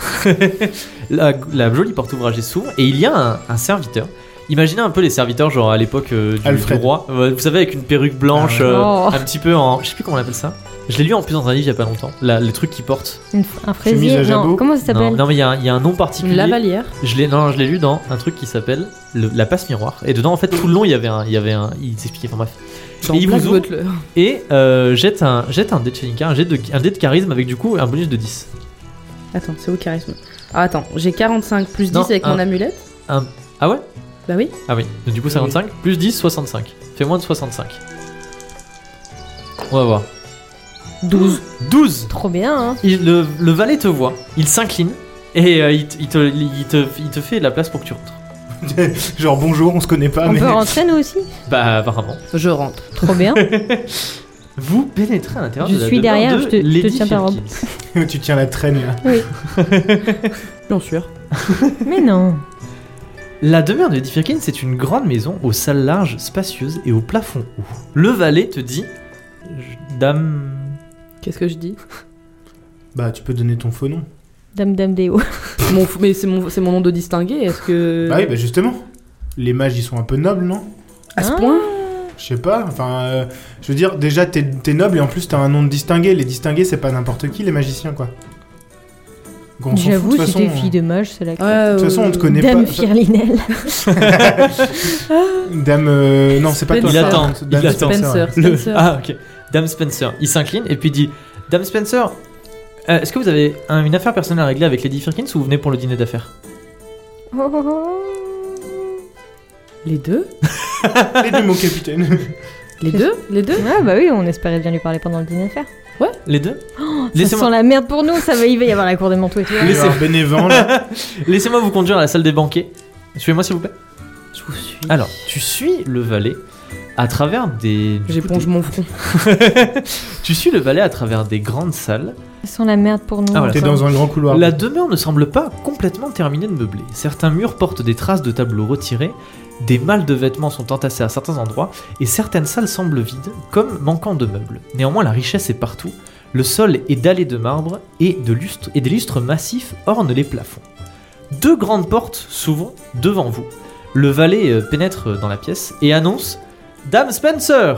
Speaker 1: la, la jolie porte ouvragée s'ouvre et il y a un, un serviteur. Imaginez un peu les serviteurs, genre à l'époque euh, du- du,
Speaker 4: Alfred.
Speaker 1: roi. Euh, Vous savez, avec une perruque blanche,
Speaker 4: Ah ouais.
Speaker 1: euh,
Speaker 3: Oh.
Speaker 1: un petit peu en. Je sais plus comment on appelle ça. Je l'ai lu en plus dans un livre il y a pas longtemps. La- le truc qu'ils portent.
Speaker 3: Une f- un fraisier,
Speaker 4: à jabot.
Speaker 3: non, comment ça
Speaker 1: Non,
Speaker 3: s'appelle
Speaker 1: non, mais il y, a un- il y a un nom particulier.
Speaker 2: Une lavalière.
Speaker 1: Je l'ai, non, je l'ai lu dans un truc qui s'appelle le- la passe miroir. Et dedans, en fait, tout le long, il y avait un, il y avait un, il s'expliquait. Enfin bref. Et il
Speaker 2: Black
Speaker 1: vous ouvre
Speaker 2: Butler.
Speaker 1: et euh, jette un, jette un dé de Shelinka, un jet de, un dé de charisme avec du coup un bonus de 10.
Speaker 2: Attends, c'est au charisme. Ah, attends, j'ai 45 plus 10
Speaker 1: Non,
Speaker 2: avec
Speaker 1: un.
Speaker 2: mon amulette.
Speaker 1: Ah ouais
Speaker 2: Bah oui.
Speaker 1: Ah oui, donc du coup 55 plus 10, 65. Fait moins de 65. On va voir.
Speaker 2: 12.
Speaker 1: 12
Speaker 3: Trop bien, hein.
Speaker 1: Il- le, le valet te voit, il s'incline et euh, il, te- il te, il, te, il te fait la place pour que tu rentres.
Speaker 4: Genre <laughs> bonjour, on se connaît pas,
Speaker 3: On
Speaker 4: Ah, mais.
Speaker 3: peut rentrer nous aussi
Speaker 4: <laughs>
Speaker 1: Bah apparemment.
Speaker 2: Je rentre.
Speaker 3: Trop bien.
Speaker 1: Vous pénétrez à l'intérieur
Speaker 3: Je
Speaker 1: de la
Speaker 3: suis
Speaker 1: demeure
Speaker 3: derrière,
Speaker 1: de
Speaker 3: je te- je te
Speaker 1: Lady
Speaker 3: tiens ta robe.
Speaker 1: Firkins.
Speaker 4: <laughs> tu tiens la traîne là.
Speaker 2: Bien sûr.
Speaker 3: Mais non.
Speaker 1: La demeure de Lady Firkin, c'est une grande maison aux salles larges, spacieuses et au plafond haut. Le valet te dit Je- Dame.
Speaker 2: Qu'est-ce que je dis
Speaker 4: Bah, tu peux donner ton faux nom.
Speaker 3: Dame Dame Déo.
Speaker 2: mon, f- Mais c'est mon, c'est mon nom de distingué, est-ce que.
Speaker 4: Bah oui, bah justement. Les mages, ils sont un peu nobles, non
Speaker 2: À ce
Speaker 3: Ah.
Speaker 2: point
Speaker 4: Je sais pas, enfin, euh, je veux dire, déjà t'es t'es noble et en plus t'as un nom de distingué. Les distingués, c'est pas n'importe qui, les magiciens, quoi. Donc, on s'en fout, de
Speaker 3: J'avoue,
Speaker 4: toute
Speaker 3: c'était
Speaker 4: façon, euh,
Speaker 3: fille de mage, c'est la
Speaker 2: Ouais,
Speaker 4: De toute façon, on te
Speaker 2: euh,
Speaker 4: connaît
Speaker 3: Dame
Speaker 4: pas. <laughs>
Speaker 3: Firlinel. <laughs>
Speaker 4: Dame, euh, non, c'est pas toi.
Speaker 1: Il
Speaker 4: ça.
Speaker 1: attend,
Speaker 4: Dame
Speaker 1: il attend.
Speaker 4: Spencer, ouais.
Speaker 2: Spencer.
Speaker 1: Le- Ah, ok. Dame Spencer. Il s'incline et puis dit Dame Spencer, euh, est-ce que vous avez un- une affaire personnelle à régler avec Lady Firkins ou vous venez pour le dîner d'affaires
Speaker 3: Oh, oh, oh.
Speaker 2: Les deux
Speaker 4: Les deux,
Speaker 1: <laughs>
Speaker 4: mon capitaine.
Speaker 2: Les
Speaker 3: C'est-
Speaker 2: deux Les deux
Speaker 3: Ah bah oui, on espérait bien lui parler pendant le dîner d'affaires.
Speaker 1: Les deux
Speaker 3: Oh, Ça sent
Speaker 1: Laissez-moi
Speaker 3: la merde pour nous, ça va, il va y avoir la cour des manteaux et tout.
Speaker 4: Il va y avoir Bénévent, là.
Speaker 1: laissez-moi vous conduire à la salle des banquets. Suivez-moi s'il vous plaît.
Speaker 2: Je vous suis.
Speaker 1: Alors, tu suis le valet à travers des. du coup,
Speaker 2: J'éponge mon front.
Speaker 1: des- tu suis le valet à travers des grandes salles
Speaker 3: Ça sent la merde pour nous.
Speaker 1: Ah, voilà.
Speaker 4: T'es dans un grand couloir.
Speaker 1: La demeure ne semble pas complètement terminée de meubler. Certains murs portent des traces de tableaux retirés, des malles de vêtements sont entassées à certains endroits, et certaines salles semblent vides, comme manquant de meubles. Néanmoins, la richesse est partout. Le sol est dallé de marbre et, de lustres, et des lustres massifs ornent les plafonds. Deux grandes portes s'ouvrent devant vous. Le valet euh, pénètre dans la pièce et annonce Dame Spencer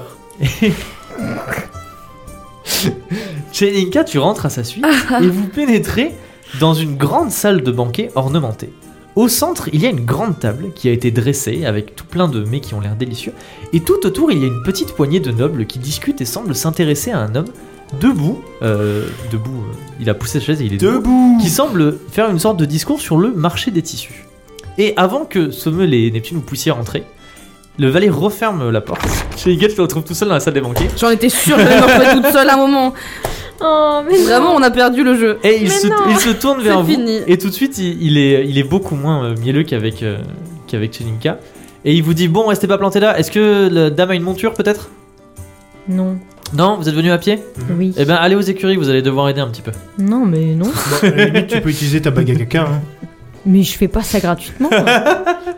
Speaker 1: Cheninka, tu rentres à sa suite et vous pénétrez dans une grande salle de banquet ornementée. Au centre, il y a une grande table qui a été dressée avec tout plein de mets qui ont l'air délicieux, et tout autour, il y a une petite poignée de nobles qui discutent et semblent s'intéresser à un homme debout. euh, debout, euh, il a poussé sa chaise et il est debout
Speaker 4: Debout
Speaker 1: qui semble faire une sorte de discours sur le marché des tissus. Et avant que Sommel et Neptune vous puissiez rentrer, le valet referme la porte. <laughs> Shinigat le retrouve tout seul dans la salle des banquets.
Speaker 2: J'en étais sûre, j'allais me retrouver toute seule à un moment.
Speaker 3: Oh, mais
Speaker 2: Vraiment, on a perdu le jeu.
Speaker 1: Et il,
Speaker 3: Mais
Speaker 1: se,
Speaker 3: non
Speaker 1: il se
Speaker 2: <laughs>
Speaker 1: tourne vers vous.
Speaker 2: fini.
Speaker 1: Et tout de suite, il, il est, il est beaucoup moins euh, mielleux qu'avec euh, qu'avec Chelinka. Et il vous dit Bon, restez pas planté là. Est-ce que la dame a une monture peut-être
Speaker 3: Non,
Speaker 1: Non, vous êtes venu à pied
Speaker 3: oui.
Speaker 1: Eh ben, allez aux écuries, vous allez devoir aider un petit peu.
Speaker 3: Non, mais non.
Speaker 4: Bon, à la limite, tu peux utiliser ta bague à caca. hein.
Speaker 3: Mais je fais pas
Speaker 4: <laughs>
Speaker 3: ça gratuitement.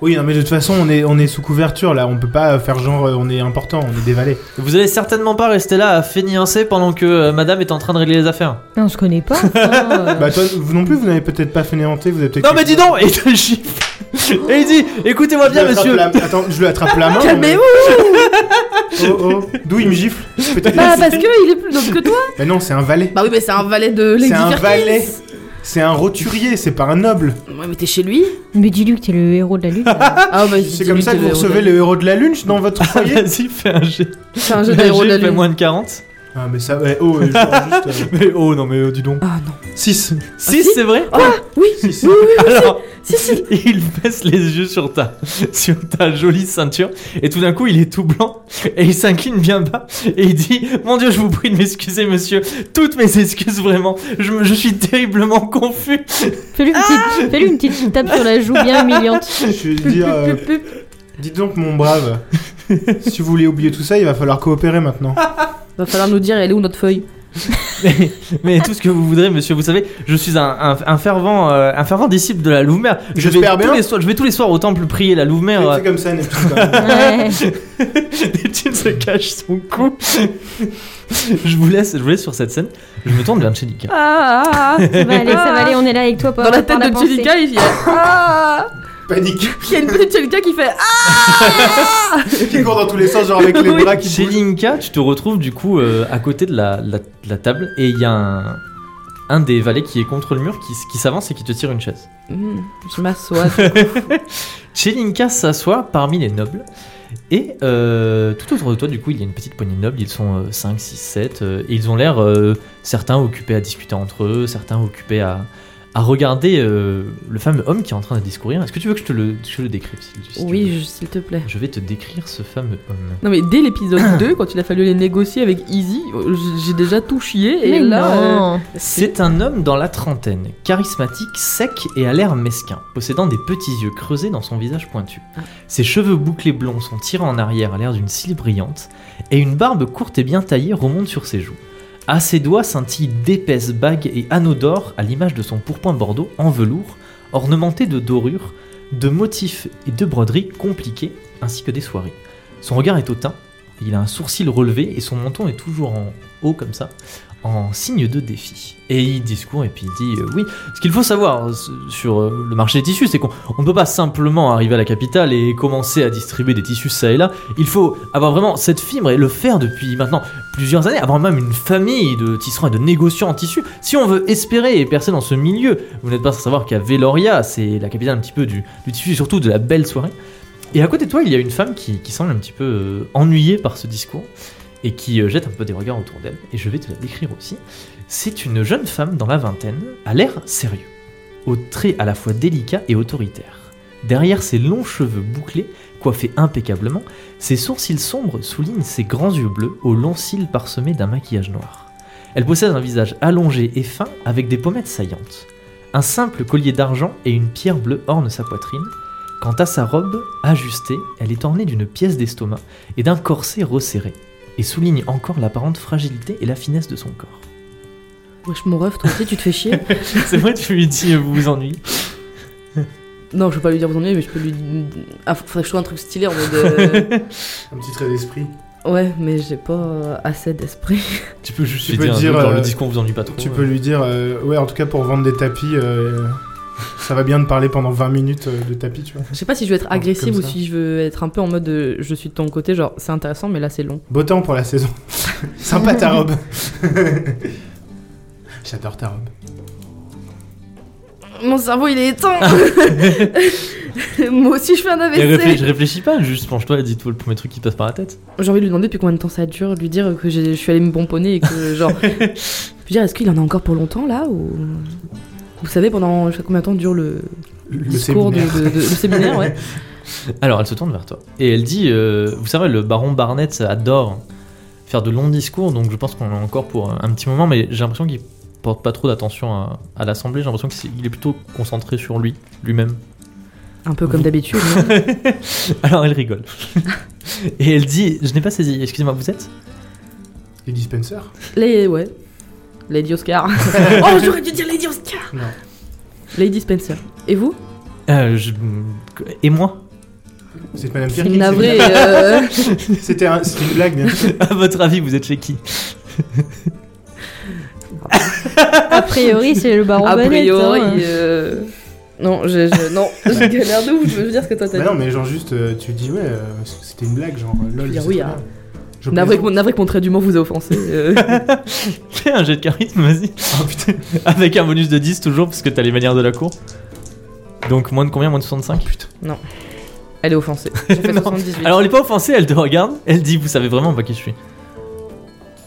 Speaker 4: Oui, non, mais de toute façon, on est, on est sous couverture là. On peut pas faire genre, euh, on est important, on est des valets.
Speaker 1: Vous allez certainement pas rester là à fainéancer pendant que euh, madame est en train de régler les affaires.
Speaker 3: on se connaît
Speaker 4: <laughs>
Speaker 3: pas.
Speaker 2: Ah.
Speaker 3: enfin, euh.
Speaker 4: Bah, toi, vous non plus, vous n'avez peut-être pas fainéanté, vous avez peut-être.
Speaker 1: Ah. Non, mais dis donc Et il te <laughs> gifle. Et il dit Écoutez-moi
Speaker 4: Je
Speaker 1: bien,
Speaker 4: lui attrape
Speaker 1: monsieur. <laughs>
Speaker 4: la- Attends, je lui attrape la main.
Speaker 2: Calmez-vous
Speaker 4: Oh, oh. D'où il me gifle Peut-être-
Speaker 2: Bah, parce que il est plus noble que toi
Speaker 4: Mais non, c'est un valet.
Speaker 2: Bah oui, mais c'est un valet de Lady
Speaker 4: C'est un
Speaker 2: Firkins.
Speaker 4: valet. C'est un roturier, c'est pas un noble.
Speaker 2: Ouais, mais t'es chez lui
Speaker 3: Mais dis-lui que t'es le héros de
Speaker 4: <laughs>
Speaker 3: la lutte.
Speaker 2: Ah, bah
Speaker 4: C'est comme ça que vous recevez le héros de la lune dans
Speaker 1: <laughs>
Speaker 4: votre foyer
Speaker 1: Vas-y, fais un jet.
Speaker 2: C'est un jeu
Speaker 1: Fais un
Speaker 2: d'héros de la
Speaker 1: jet, fais
Speaker 2: lune.
Speaker 1: moins de 40.
Speaker 4: Ah, mais ça. ouais, oh, euh, genre juste.
Speaker 1: Mais oh non, mais euh, dis donc.
Speaker 2: Ah non.
Speaker 1: 6. 6,
Speaker 2: si
Speaker 1: c'est vrai
Speaker 2: Oui,
Speaker 4: Si, si.
Speaker 2: oui, oui,
Speaker 1: Alors,
Speaker 2: si, si.
Speaker 1: il baisse les yeux sur ta, sur ta jolie ceinture et tout d'un coup il est tout blanc et il s'incline bien bas et il dit Mon Dieu, je vous prie de m'excuser, monsieur. Toutes mes excuses, vraiment. Je, me- je suis terriblement confus.
Speaker 3: Fais-lui une,
Speaker 4: Ah
Speaker 3: petite- fais-lui une petite tape sur la joue bien humiliante.
Speaker 4: Je veux dire. euh,
Speaker 3: Pup, pup, pup.
Speaker 4: Dites donc, mon brave. si vous voulez oublier tout ça, il va falloir coopérer maintenant.
Speaker 2: Ah, Va falloir nous dire, elle est où notre feuille
Speaker 1: Mais, mais tout ce que vous voudrez, monsieur, vous savez, je suis un, un- un fervent, euh, un fervent disciple de la Louvre-Mère. Je, vais
Speaker 4: J'espère
Speaker 1: tous
Speaker 4: bien.
Speaker 1: les soirs- je vais tous les soirs au temple prier la euh. Louvre-Mère.
Speaker 4: C'est comme ça, Neptune.
Speaker 2: <laughs>
Speaker 4: quand même.
Speaker 1: <laughs>
Speaker 4: <laughs>
Speaker 3: Ouais.
Speaker 1: Neptune se cache son cou. je vous laisse, je vous laisse sur cette scène. Je me tourne vers Chenika.
Speaker 2: Ah, ah, ah.
Speaker 3: Ça va aller, ça va aller, on est là avec toi. pour
Speaker 2: Dans la
Speaker 3: avoir
Speaker 2: tête de
Speaker 3: pensée.
Speaker 2: Jellica, il y a. Ah
Speaker 4: Panique.
Speaker 2: Il y a une petite Jellica qui fait. Ah
Speaker 4: Qui court dans tous les sens, genre avec
Speaker 2: <laughs>
Speaker 4: les
Speaker 2: Oui.
Speaker 4: bras qui
Speaker 1: Chez
Speaker 4: bougent.
Speaker 1: Linka, tu te retrouves du coup euh, à côté de la, la- de la table et il y a un, un des valets qui est contre le mur qui, s- qui s'avance et qui te tire une chaise.
Speaker 2: Hmm, <laughs> Je m'assois.
Speaker 1: Chez Linka s'assoit parmi les nobles et euh, tout autour de toi du coup il y a une petite poignée de nobles, ils sont euh, 5, 6, 7 et ils ont l'air euh, certains occupés à discuter entre eux, certains occupés à, à regarder euh, le fameux homme qui est en train de discourir. Est-ce que tu veux que je te le, je le décrive si- si tu
Speaker 2: Oui,
Speaker 1: veux
Speaker 2: je- s'il te plaît.
Speaker 1: Je vais te décrire ce fameux homme.
Speaker 2: Non mais dès l'épisode 2, quand il a fallu les négocier avec Easy, euh, j- j'ai déjà tout chié et
Speaker 3: Mais
Speaker 2: là... euh,
Speaker 3: non.
Speaker 1: C'est un homme dans la trentaine, charismatique, sec et à l'air mesquin, possédant des petits yeux creusés dans son visage pointu. Ses cheveux bouclés blonds sont tirés en arrière à l'air d'une scie brillante, et une barbe courte et bien taillée remonte sur ses joues. À ses doigts scintillent d'épaisses bagues et anneaux d'or à l'image de son pourpoint bordeaux en velours, ornementé de dorures, de motifs et de broderies compliquées, ainsi que des soirées. Son regard est hautain, il a un sourcil relevé et son menton est toujours en haut comme ça en signe de défi. Et il discourt et puis il dit euh, oui. Ce qu'il faut savoir euh, s- sur euh, le marché des tissus, c'est qu'on on ne peut pas simplement arriver à la capitale et commencer à distribuer des tissus ça et là. Il faut avoir vraiment cette fibre et le faire depuis maintenant plusieurs années, avoir même une famille de tisserands et de négociants en tissus. Si on veut espérer et percer dans ce milieu, vous n'êtes pas sans savoir qu'à Veloria, c'est la capitale un petit peu du, du tissu et surtout de la belle soirée. Et à côté de toi, il y a une femme qui, qui semble un petit peu euh, ennuyée par ce discours et qui euh, jette un peu des regards autour d'elle, et je vais te la décrire aussi. C'est une jeune femme dans la vingtaine, à l'air sérieux, aux traits à la fois délicats et autoritaires. Derrière ses longs cheveux bouclés, coiffés impeccablement, ses sourcils sombres soulignent ses grands yeux bleus aux longs cils parsemés d'un maquillage noir. Elle possède un visage allongé et fin avec des pommettes saillantes. Un simple collier d'argent et une pierre bleue ornent sa poitrine. Quant à sa robe, ajustée, elle est ornée d'une pièce d'estomac et d'un corset resserré et souligne encore l'apparente fragilité et la finesse de son corps. <laughs>
Speaker 2: Wesh mon ref, toi aussi tu te fais chier
Speaker 1: C'est vrai, tu lui dis euh, vous vous ennuyez.
Speaker 2: <laughs> Non, je peux pas lui dire vous ennuyez, mais je peux lui... Ah, faut- faudrait que je trouve un truc stylé en mode... <laughs> euh,
Speaker 4: Un petit trait d'esprit.
Speaker 2: Ouais, mais j'ai pas euh, assez d'esprit.
Speaker 1: Tu peux juste
Speaker 4: Tu peux dire,
Speaker 1: dans le
Speaker 4: euh,
Speaker 1: discours vous ennuie pas trop.
Speaker 4: Tu peux lui dire, euh, ouais, en tout cas pour vendre des tapis, euh, ça va bien de parler pendant 20 minutes euh, de tapis, tu vois.
Speaker 2: Je sais pas si je veux être
Speaker 4: Un truc
Speaker 2: agressive
Speaker 4: comme
Speaker 2: ou
Speaker 4: ça.
Speaker 2: si je veux être un peu en mode euh, je suis de ton côté, genre c'est intéressant mais là c'est long.
Speaker 4: Beau temps pour la saison. <laughs> Sympa
Speaker 2: <laughs>
Speaker 4: ta robe. J'adore ta robe.
Speaker 2: Mon cerveau il est <laughs> éteint Moi aussi je fais un
Speaker 1: Et réfléch- je
Speaker 2: AVC
Speaker 1: réfléchis pas, juste penche-toi et dis-toi le premier truc qui te passe par la tête.
Speaker 2: J'ai envie de lui demander depuis combien de temps ça dure, lui dire que j'ai- je suis allée me pomponner et que genre... je veux dire est-ce qu'il en a encore pour longtemps là ou... Vous savez pendant je sais combien de temps dure le,
Speaker 4: Le
Speaker 2: discours de-
Speaker 4: séminaire.
Speaker 2: de- de- le séminaire ouais.
Speaker 1: Alors elle se tourne vers toi et elle dit euh, Vous savez, le baron Barnett adore faire de longs discours, donc je pense qu'on en a encore pour euh, un petit moment, mais j'ai l'impression qu'il porte pas trop d'attention à, à l'assemblée, j'ai l'impression qu'il est plutôt concentré sur lui, lui-même. <laughs>
Speaker 2: Un peu comme d'habitude. hein. non
Speaker 4: <laughs>
Speaker 1: Alors elle rigole. et elle dit Je n'ai pas saisi, excusez-moi, vous êtes
Speaker 4: Les dispensers
Speaker 2: Les, ouais. Lady Oscar.
Speaker 4: <laughs>
Speaker 2: oh, j'aurais dû dire Lady Oscar.
Speaker 4: Non.
Speaker 2: Lady Spencer. Et vous
Speaker 1: Euh, je- Et moi
Speaker 4: C'est Madame
Speaker 2: C'est
Speaker 4: Pierre.
Speaker 2: navré.
Speaker 4: <laughs>
Speaker 2: euh,
Speaker 4: C'était un- c'était une blague, bien sûr.
Speaker 1: <laughs> À votre avis, vous êtes chez qui <laughs>
Speaker 3: A priori, c'est le baron
Speaker 2: A
Speaker 3: Bonnet.
Speaker 2: priori.
Speaker 3: hein.
Speaker 2: euh, Non, je, je- non, <laughs> je galère de ouf. Je veux dire ce que toi t'as
Speaker 4: Bah
Speaker 2: dit.
Speaker 4: non, mais genre juste, euh, tu dis, ouais, euh, c'était une blague, genre, euh, lol.
Speaker 2: Bien
Speaker 4: c'est
Speaker 2: oui,
Speaker 4: très
Speaker 2: hein.
Speaker 4: bien. Je
Speaker 2: Navré que,
Speaker 4: plaisante.
Speaker 2: mon, navré que mon trait d'humour vous a offensé.
Speaker 4: <laughs>
Speaker 2: euh.
Speaker 1: Fais un jet de charisme, vas-y.
Speaker 4: Ah,
Speaker 1: Avec un bonus de 10 toujours, parce que t'as les manières de la cour. Donc moins de combien Moins de 65
Speaker 2: Elle est offensée. J'ai fait
Speaker 1: Non.
Speaker 2: 78.
Speaker 1: Alors elle est pas offensée, elle te regarde, elle dit Vous savez vraiment pas qui je suis.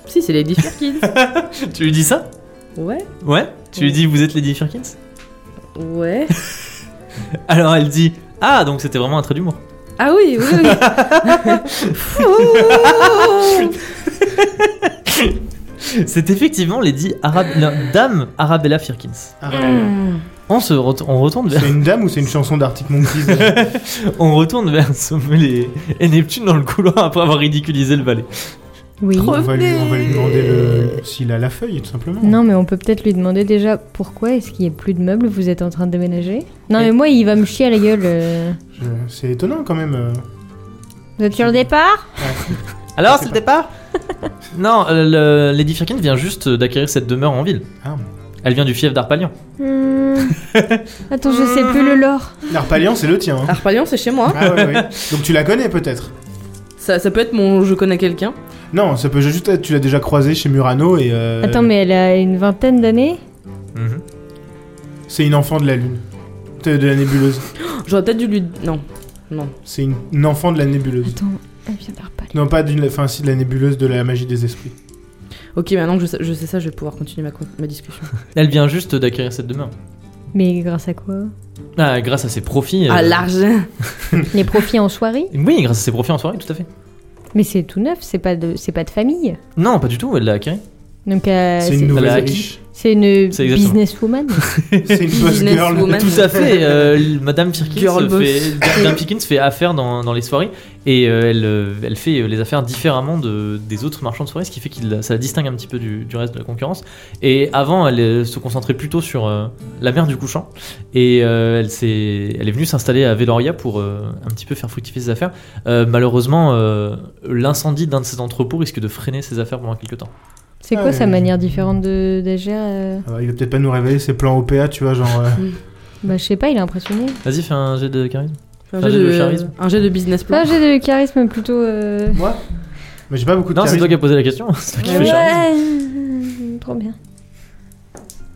Speaker 2: Si, c'est Lady Firkins.
Speaker 1: Tu lui dis ça
Speaker 2: ouais,
Speaker 1: Ouais Tu lui dis Vous êtes Lady Firkins
Speaker 2: ouais. <laughs>
Speaker 1: Alors elle dit Ah, donc c'était vraiment un trait d'humour.
Speaker 2: Ah oui, oui, oui.
Speaker 4: <laughs>
Speaker 2: Fou.
Speaker 1: C'est effectivement Lady Arab... non, Dame Arabella Firkins.
Speaker 4: Ah, ouais.
Speaker 3: Hmm.
Speaker 1: On, se ret- on retourne vers,
Speaker 4: <laughs> C'est une dame ou c'est une chanson d'Arctic Monkeys euh
Speaker 2: <laughs>
Speaker 1: on retourne vers Sommel et... et Neptune dans le couloir après avoir ridiculisé le valet.
Speaker 3: Oui.
Speaker 4: on, va lui, on va lui demander
Speaker 2: Revenez.
Speaker 4: le- s'il a la feuille, tout simplement.
Speaker 3: Non, mais on peut peut-être lui demander déjà pourquoi est-ce qu'il n'y a plus de meubles, vous êtes en train de déménager Non,
Speaker 1: Et-
Speaker 3: mais moi, il va me chier à la gueule. euh.
Speaker 4: Je- C'est étonnant quand même. euh.
Speaker 3: Vous êtes sur le départ
Speaker 1: Alors, c'est le départ Non, euh, le- Lady Firkin vient juste d'acquérir cette demeure en ville.
Speaker 4: Ah.
Speaker 1: Elle vient du fief d'Arpalion.
Speaker 3: Hmm. Attends, je sais plus le lore.
Speaker 4: L'Arpalion, c'est le tien. hein.
Speaker 2: Arpalion, c'est chez moi.
Speaker 4: Ah ouais, ouais. Donc tu la connais peut-être
Speaker 2: Ça, ça peut être mon je connais quelqu'un.
Speaker 4: Non, ça peut juste être tu l'as déjà croisée chez Murano et. euh,
Speaker 3: Attends, mais elle a une vingtaine d'années
Speaker 4: C'est une enfant de la lune. De, de la nébuleuse.
Speaker 2: J'aurais peut-être dû lui. Non. Non.
Speaker 4: C'est une, une enfant de la nébuleuse.
Speaker 3: Attends, elle vient d'Arpal.
Speaker 4: Non, pas d'une. Enfin, si, de la nébuleuse de la magie des esprits. Euh,
Speaker 2: Ok, maintenant que je sais, je sais ça, je vais pouvoir continuer ma, con- ma discussion.
Speaker 1: Elle vient juste d'acquérir cette demeure.
Speaker 3: Mais grâce à quoi
Speaker 1: Ah, grâce à ses profits. euh,
Speaker 2: À l'argent.
Speaker 3: Les profits en soirée
Speaker 1: Oui, grâce à ses profits en soirée, tout à fait.
Speaker 3: Mais c'est tout neuf, c'est pas de, c'est pas de famille.
Speaker 1: Non, pas du tout, elle l'a acquis.
Speaker 3: Donc euh,
Speaker 4: C'est une
Speaker 3: c'est-
Speaker 1: Voilà,
Speaker 4: nouvelle
Speaker 1: qui-
Speaker 4: riche.
Speaker 3: c'est une
Speaker 1: C'est exactement.
Speaker 3: businesswoman. <laughs>
Speaker 4: C'est une boss girl.
Speaker 2: Businesswoman.
Speaker 1: Tout à fait. euh, Madame Firkins
Speaker 2: Girl boss.
Speaker 1: fait, Madame Firkins fait affaire dans, dans les soirées et euh, elle, euh, elle fait euh, les affaires différemment de, des autres marchands de soirées, ce qui fait que ça la distingue un petit peu du, du reste de la concurrence. Et avant, elle euh, se concentrait plutôt sur euh, la mer du couchant et euh, elle, s'est- elle est venue s'installer à Veloria pour euh, un petit peu faire fructifier ses affaires. Euh, malheureusement, euh, l'incendie d'un de ses entrepôts risque de freiner ses affaires pendant quelques temps.
Speaker 3: C'est
Speaker 4: Ah
Speaker 3: quoi sa
Speaker 4: oui.
Speaker 3: manière différente de d'agir euh
Speaker 4: Ah, Il va peut-être pas nous révéler ses plans OPA, tu vois, genre. euh, <laughs>
Speaker 3: Bah je sais pas, il est impressionné.
Speaker 1: Vas-y, fais un jet de charisme.
Speaker 2: Un
Speaker 1: Faire
Speaker 2: jet
Speaker 1: des
Speaker 2: de,
Speaker 1: deux charismes.
Speaker 2: un jet de business plan.
Speaker 3: Là j'ai de charisme plutôt. euh,
Speaker 4: Moi Mais j'ai pas beaucoup de
Speaker 1: Non, c'est toi
Speaker 4: charisme.
Speaker 1: qui as posé la question. <laughs> C'est toi qui fais charisme.
Speaker 3: Ouais, trop bien.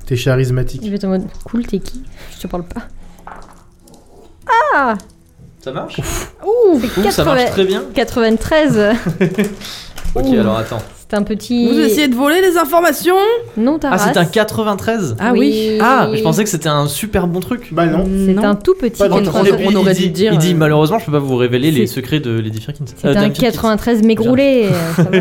Speaker 4: T'es
Speaker 3: Je
Speaker 4: charismatique.
Speaker 3: vais être en mode cool, t'es qui Je te parle pas.
Speaker 1: Ça marche
Speaker 3: Ouh,
Speaker 1: Ouh, ça marche très bien.
Speaker 3: 93
Speaker 1: Ok,
Speaker 3: Ouh.
Speaker 1: alors attends.
Speaker 3: C'est un petit.
Speaker 2: Vous essayez de voler les informations
Speaker 3: Non, ta
Speaker 1: Ah, c'est un
Speaker 3: race.
Speaker 1: 93
Speaker 2: Ah oui.
Speaker 1: Ah, je pensais que c'était un super bon truc.
Speaker 4: Bah non.
Speaker 3: C'est
Speaker 2: Non.
Speaker 3: un tout petit
Speaker 4: Pas dans le
Speaker 2: on,
Speaker 3: 93.
Speaker 4: transport.
Speaker 2: on aurait
Speaker 4: Il
Speaker 2: dû
Speaker 4: dit-
Speaker 2: dire.
Speaker 1: Il dit
Speaker 2: euh,
Speaker 1: malheureusement, je peux pas vous révéler les
Speaker 3: c'est-
Speaker 1: secrets de Lady Firkins.
Speaker 3: C'est
Speaker 1: Euh,
Speaker 3: un
Speaker 1: Dan Firkins.
Speaker 3: 93 mégrouillé. euh, ça va.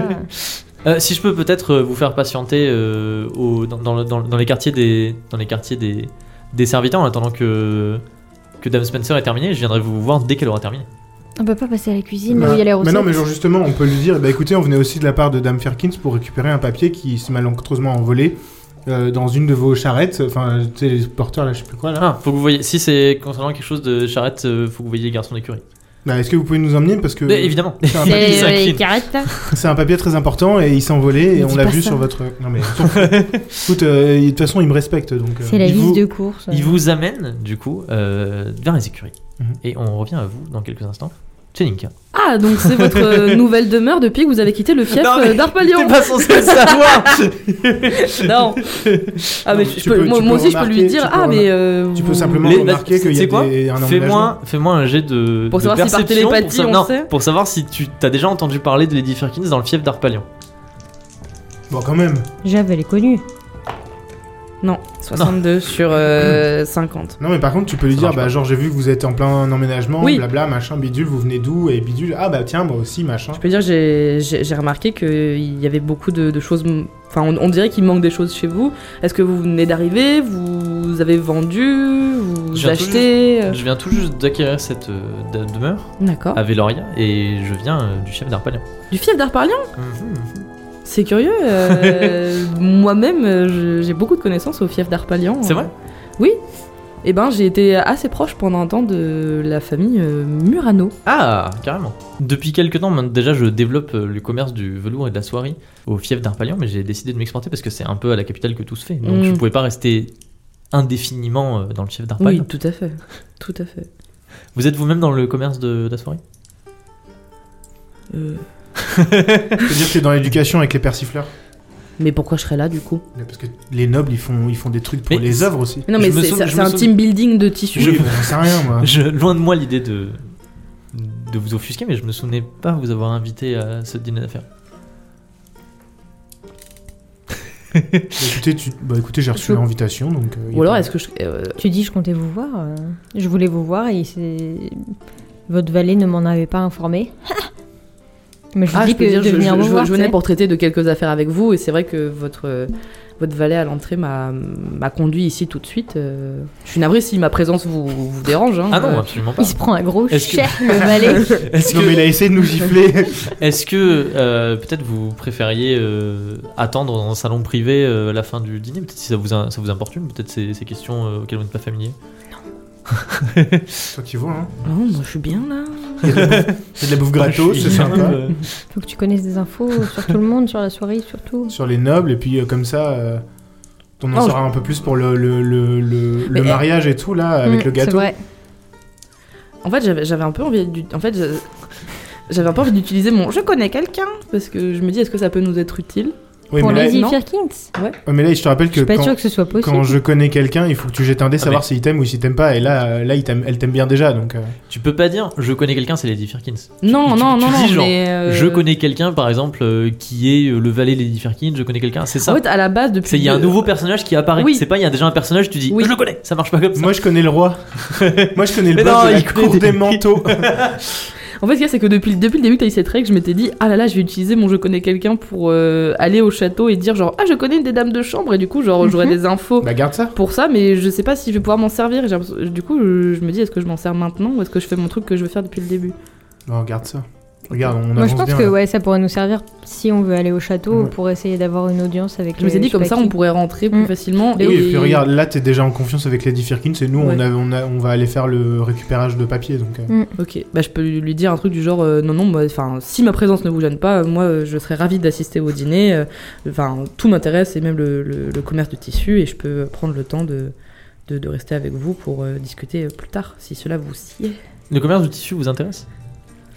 Speaker 1: Euh, si je peux peut-être euh, vous faire patienter euh, au- dans, dans le- dans le- dans les quartiers des dans les quartiers des, des serviteurs en attendant que que Dame Spencer ait terminé, je viendrai vous voir dès qu'elle aura terminé.
Speaker 3: On peut pas passer à la cuisine
Speaker 4: Bah,
Speaker 3: où il y a les recettes.
Speaker 4: mais non, mais genre justement, on peut lui dire, bah écoutez, on venait aussi de la part de Dame Firkins pour récupérer un papier qui s'est malencontreusement envolé euh, dans une de vos charrettes, enfin, tu sais, les porteurs là, je sais plus quoi là.
Speaker 1: Ah, faut que vous voyez. Si c'est concernant quelque chose de charrette, euh, faut que vous voyez les garçons d'écurie.
Speaker 4: Bah, est-ce que vous pouvez nous emmener parce que
Speaker 1: Mais Évidemment.
Speaker 4: c'est un,
Speaker 1: C'est-
Speaker 4: papier,
Speaker 1: il
Speaker 3: C'est euh, les
Speaker 1: s'incline.
Speaker 3: carottes là.
Speaker 4: c'est un papier très important et il s'est envolé et
Speaker 3: Ne
Speaker 4: on
Speaker 3: dis
Speaker 4: l'a
Speaker 3: pas
Speaker 4: vu
Speaker 3: ça.
Speaker 4: sur votre. Non mais on
Speaker 1: <laughs>
Speaker 4: s'en fout. écoute, euh, de toute façon, il me respecte donc. euh,
Speaker 3: C'est la
Speaker 1: il vous-
Speaker 3: liste de courses.
Speaker 1: Il vous amène du coup euh, vers les écuries.
Speaker 4: Mhm.
Speaker 1: Et on revient à vous dans quelques instants. C'est Ninka.
Speaker 2: Ah, donc c'est votre
Speaker 4: <laughs>
Speaker 2: euh, nouvelle demeure depuis que vous avez quitté le fief
Speaker 1: Non, mais
Speaker 2: euh,
Speaker 1: T'es
Speaker 2: d'Arpalion
Speaker 1: pas censé le savoir <laughs>
Speaker 2: Non Ah, mais
Speaker 4: Non,
Speaker 2: je- je
Speaker 4: tu
Speaker 2: peux-
Speaker 4: peux-
Speaker 2: moi,
Speaker 4: tu
Speaker 2: moi
Speaker 4: peux
Speaker 2: aussi je peux lui
Speaker 4: remarquer,
Speaker 2: dire
Speaker 4: tu peux
Speaker 2: Ah, mais. euh,
Speaker 4: Tu
Speaker 2: vous-
Speaker 4: peux simplement
Speaker 1: Les-
Speaker 4: remarquer qu'il y
Speaker 1: c'est
Speaker 4: a
Speaker 1: quoi
Speaker 4: des, un
Speaker 1: Fais-moi fais un jet de,
Speaker 2: Pour
Speaker 1: de
Speaker 2: savoir si par
Speaker 1: perception pour,
Speaker 2: télépathie,
Speaker 1: sa-
Speaker 2: on
Speaker 1: non,
Speaker 2: sait.
Speaker 1: pour savoir si tu t'as déjà entendu parler de Lady Firkins dans le fief d'Arpalion.
Speaker 4: Bon, quand même.
Speaker 3: J'avais elle est connue.
Speaker 2: Non, 62 sur euh, 50.
Speaker 4: Non, mais par contre, tu peux lui
Speaker 1: Ça
Speaker 4: dire,
Speaker 1: marche
Speaker 4: bah,
Speaker 1: pas.
Speaker 4: genre, j'ai vu que vous êtes en plein emménagement,
Speaker 2: Oui.
Speaker 4: blabla, machin, bidule, vous venez d'où Et bidule, ah bah tiens, moi aussi, machin.
Speaker 2: Je peux dire, j'ai- j'ai j'ai remarqué qu'il y avait beaucoup de, de choses. Enfin, on, on dirait qu'il manque des choses chez vous. Est-ce que vous venez d'arriver Vous avez vendu
Speaker 1: Je
Speaker 2: Vous
Speaker 1: viens tout
Speaker 2: achetez euh,
Speaker 1: Je viens tout juste d'acquérir cette euh, de- demeure
Speaker 2: D'accord.
Speaker 1: à Veloria et je viens euh, du fief d'Arpalion.
Speaker 2: Du fief d'Arpalion
Speaker 1: Mhm.
Speaker 2: C'est curieux.
Speaker 1: <laughs>
Speaker 2: euh, Moi-même, euh, je- j'ai beaucoup de connaissances au fief d'Arpalion. Euh,
Speaker 1: C'est vrai
Speaker 2: Eh ben, j'ai été assez proche pendant un temps de la famille euh, Murano.
Speaker 1: Ah, carrément. Depuis quelques temps, maintenant, déjà, je développe euh, le commerce du velours et de la soierie au fief d'Arpalion, mais j'ai décidé de m'exporter parce que c'est un peu à la capitale que tout se fait. Donc
Speaker 2: Mm.
Speaker 1: je pouvais pas rester indéfiniment euh, dans le fief d'Arpalion.
Speaker 2: Oui, tout à fait. Tout à fait.
Speaker 1: Vous êtes vous-même dans le commerce de, de la soierie
Speaker 2: Euh,
Speaker 4: Je veux dire, tu es dans l'éducation avec les persifleurs.
Speaker 2: Mais pourquoi je serais là du coup
Speaker 4: Mais Parce que les nobles, ils font, ils font des trucs pour
Speaker 1: Mais
Speaker 4: les
Speaker 1: c'est-
Speaker 4: œuvres aussi.
Speaker 2: Mais Non,
Speaker 1: Je
Speaker 2: mais
Speaker 1: me
Speaker 2: c'est
Speaker 1: sou-
Speaker 2: c'est-
Speaker 1: je
Speaker 2: c'est
Speaker 1: me
Speaker 2: un
Speaker 1: sou-
Speaker 2: team building de tissus.
Speaker 4: Oui, bah, j'en sais rien, moi.
Speaker 1: Je- loin de moi l'idée de de vous offusquer, mais je me souvenais pas vous avoir invité à ce dîner d'affaires.
Speaker 4: Bah, écoutez, tu- bah, écoutez, j'ai reçu
Speaker 2: Je-
Speaker 4: l'invitation, donc... euh, y a
Speaker 2: Ou alors
Speaker 4: pas-
Speaker 2: est-ce que je. euh,
Speaker 3: Tu dis, je comptais vous voir. euh, Je voulais vous voir et c'est. Votre valet ne m'en avait
Speaker 2: <laughs>
Speaker 3: pas informé. mais je lui
Speaker 2: ah, je
Speaker 3: dis que
Speaker 2: peux dire,
Speaker 3: de
Speaker 2: je, je-
Speaker 3: venir vous
Speaker 2: je-
Speaker 3: voir.
Speaker 2: je venais
Speaker 3: tu sais.
Speaker 2: pour traiter de quelques affaires avec vous, et c'est vrai que votre, euh, votre valet à l'entrée m'a m'a conduit ici tout de suite. euh. Je suis navrée si ma présence vous, vous dérange. hein.
Speaker 1: Ah non,
Speaker 2: Euh,
Speaker 1: absolument pas.
Speaker 3: Il se prend un gros
Speaker 1: Est-ce que-
Speaker 3: chèque, le valet.
Speaker 2: <laughs>
Speaker 1: Est-ce
Speaker 4: Non, mais il
Speaker 1: que,
Speaker 4: a essayé de nous gifler.
Speaker 1: est-ce que euh, peut-être vous préfériez euh, attendre dans un salon privé euh, la fin du dîner Peut-être si ça vous, in- ça vous importune, peut-être ces, ces questions euh, auxquelles vous n'êtes pas familier.
Speaker 4: C'est toi qui vois, hein.
Speaker 2: Euh, Non, moi je suis bien là.
Speaker 4: C'est de la bouffe
Speaker 1: Ah,
Speaker 4: gratos, c'est sympa.
Speaker 1: euh,
Speaker 3: Faut que tu connaisses des infos sur tout le monde, sur la soirée, surtout.
Speaker 4: Sur les nobles, et puis euh, comme ça... euh, On en
Speaker 2: Non,
Speaker 4: saura un peu plus pour le, le, le, le, le
Speaker 2: Mais-
Speaker 4: mariage et tout, là, avec le
Speaker 3: Mm, C'est
Speaker 4: gâteau.
Speaker 3: vrai.
Speaker 2: En fait, j'avais j'avais un peu envie d'ut- en fait, je- j'avais un peu envie d'utiliser mon je connais quelqu'un parce que je me dis est-ce que ça peut nous être utile
Speaker 4: Oui,
Speaker 3: pour
Speaker 4: mais là,
Speaker 3: Lady
Speaker 2: non.
Speaker 3: Firkins.
Speaker 4: mais là, je te rappelle
Speaker 3: Je
Speaker 4: que
Speaker 3: suis pas
Speaker 4: quand,
Speaker 3: sûre que ce soit possible.
Speaker 4: quand je connais quelqu'un, il faut que tu jettes un dé,
Speaker 1: Ah,
Speaker 4: savoir
Speaker 1: mais-
Speaker 4: s'il t'aime ou s'il t'aime pas. Et là, euh, là il t'aime- elle t'aime bien déjà. Donc, euh,
Speaker 1: Tu peux pas dire je connais quelqu'un, c'est Lady Firkins.
Speaker 2: Non,
Speaker 1: tu-
Speaker 2: non,
Speaker 1: tu
Speaker 2: non,
Speaker 1: dis
Speaker 2: non,
Speaker 1: genre,
Speaker 2: mais, euh,
Speaker 1: Je connais quelqu'un, par exemple, euh, qui est euh, le valet Lady Firkins, je connais quelqu'un, c'est ça.
Speaker 2: En fait, à la base, depuis.
Speaker 1: C'est il y a un nouveau personnage qui apparaît.
Speaker 2: Oui.
Speaker 1: C'est pas il y a déjà un personnage, tu dis
Speaker 2: Oui.
Speaker 1: je le connais. Ça marche pas comme ça.
Speaker 4: moi, je connais
Speaker 1: <laughs>
Speaker 4: le roi. moi, je connais le
Speaker 1: Mais
Speaker 4: boss
Speaker 1: non,
Speaker 4: de la
Speaker 1: il connaît
Speaker 4: cour
Speaker 1: des-
Speaker 4: des manteaux.
Speaker 2: En fait, ce qu'il y a, c'est que depuis, depuis le début, t'as eu cette règle, je m'étais dit, ah là là, je vais utiliser mon je connais quelqu'un pour euh, aller au château et dire, genre, ah, je connais une des dames de chambre, et du coup, genre, j'aurais
Speaker 3: Mhm.
Speaker 2: des infos
Speaker 4: <laughs> bah, garde ça.
Speaker 2: pour ça, mais je sais pas si je vais pouvoir m'en servir. Et j'ai l'impression- Du coup, je, je me dis, est-ce que je m'en sers maintenant ou est-ce que je fais mon truc que je veux faire depuis le début
Speaker 4: Non, garde ça. Regarde, on
Speaker 3: Moi,
Speaker 4: avance
Speaker 3: je pense
Speaker 4: bien,
Speaker 3: que
Speaker 4: là.
Speaker 3: ouais, ça pourrait nous servir si on veut aller au château
Speaker 4: Ouais.
Speaker 3: pour essayer d'avoir une audience avec.
Speaker 2: Je me suis
Speaker 3: euh,
Speaker 2: dit,
Speaker 3: sais
Speaker 2: comme
Speaker 3: pas
Speaker 2: ça,
Speaker 3: qui.
Speaker 2: on pourrait rentrer plus
Speaker 3: Mm.
Speaker 2: facilement.
Speaker 4: Oui, et puis regarde, là, t'es déjà en confiance avec Lady Firkins et nous, on,
Speaker 2: Ouais.
Speaker 4: a- on, a- on va aller faire le récupérage de papier. Donc, euh,
Speaker 2: Ok, bah je peux lui lui dire un truc du genre euh, non non, moi, enfin si ma présence ne vous gêne pas, euh, moi euh, je serais ravie d'assister au dîner. euh, Enfin tout m'intéresse et même le, le- le commerce de tissus et je peux prendre le temps de de, de rester avec vous pour euh, discuter euh, plus tard si cela vous sied.
Speaker 1: Le commerce de tissu vous intéresse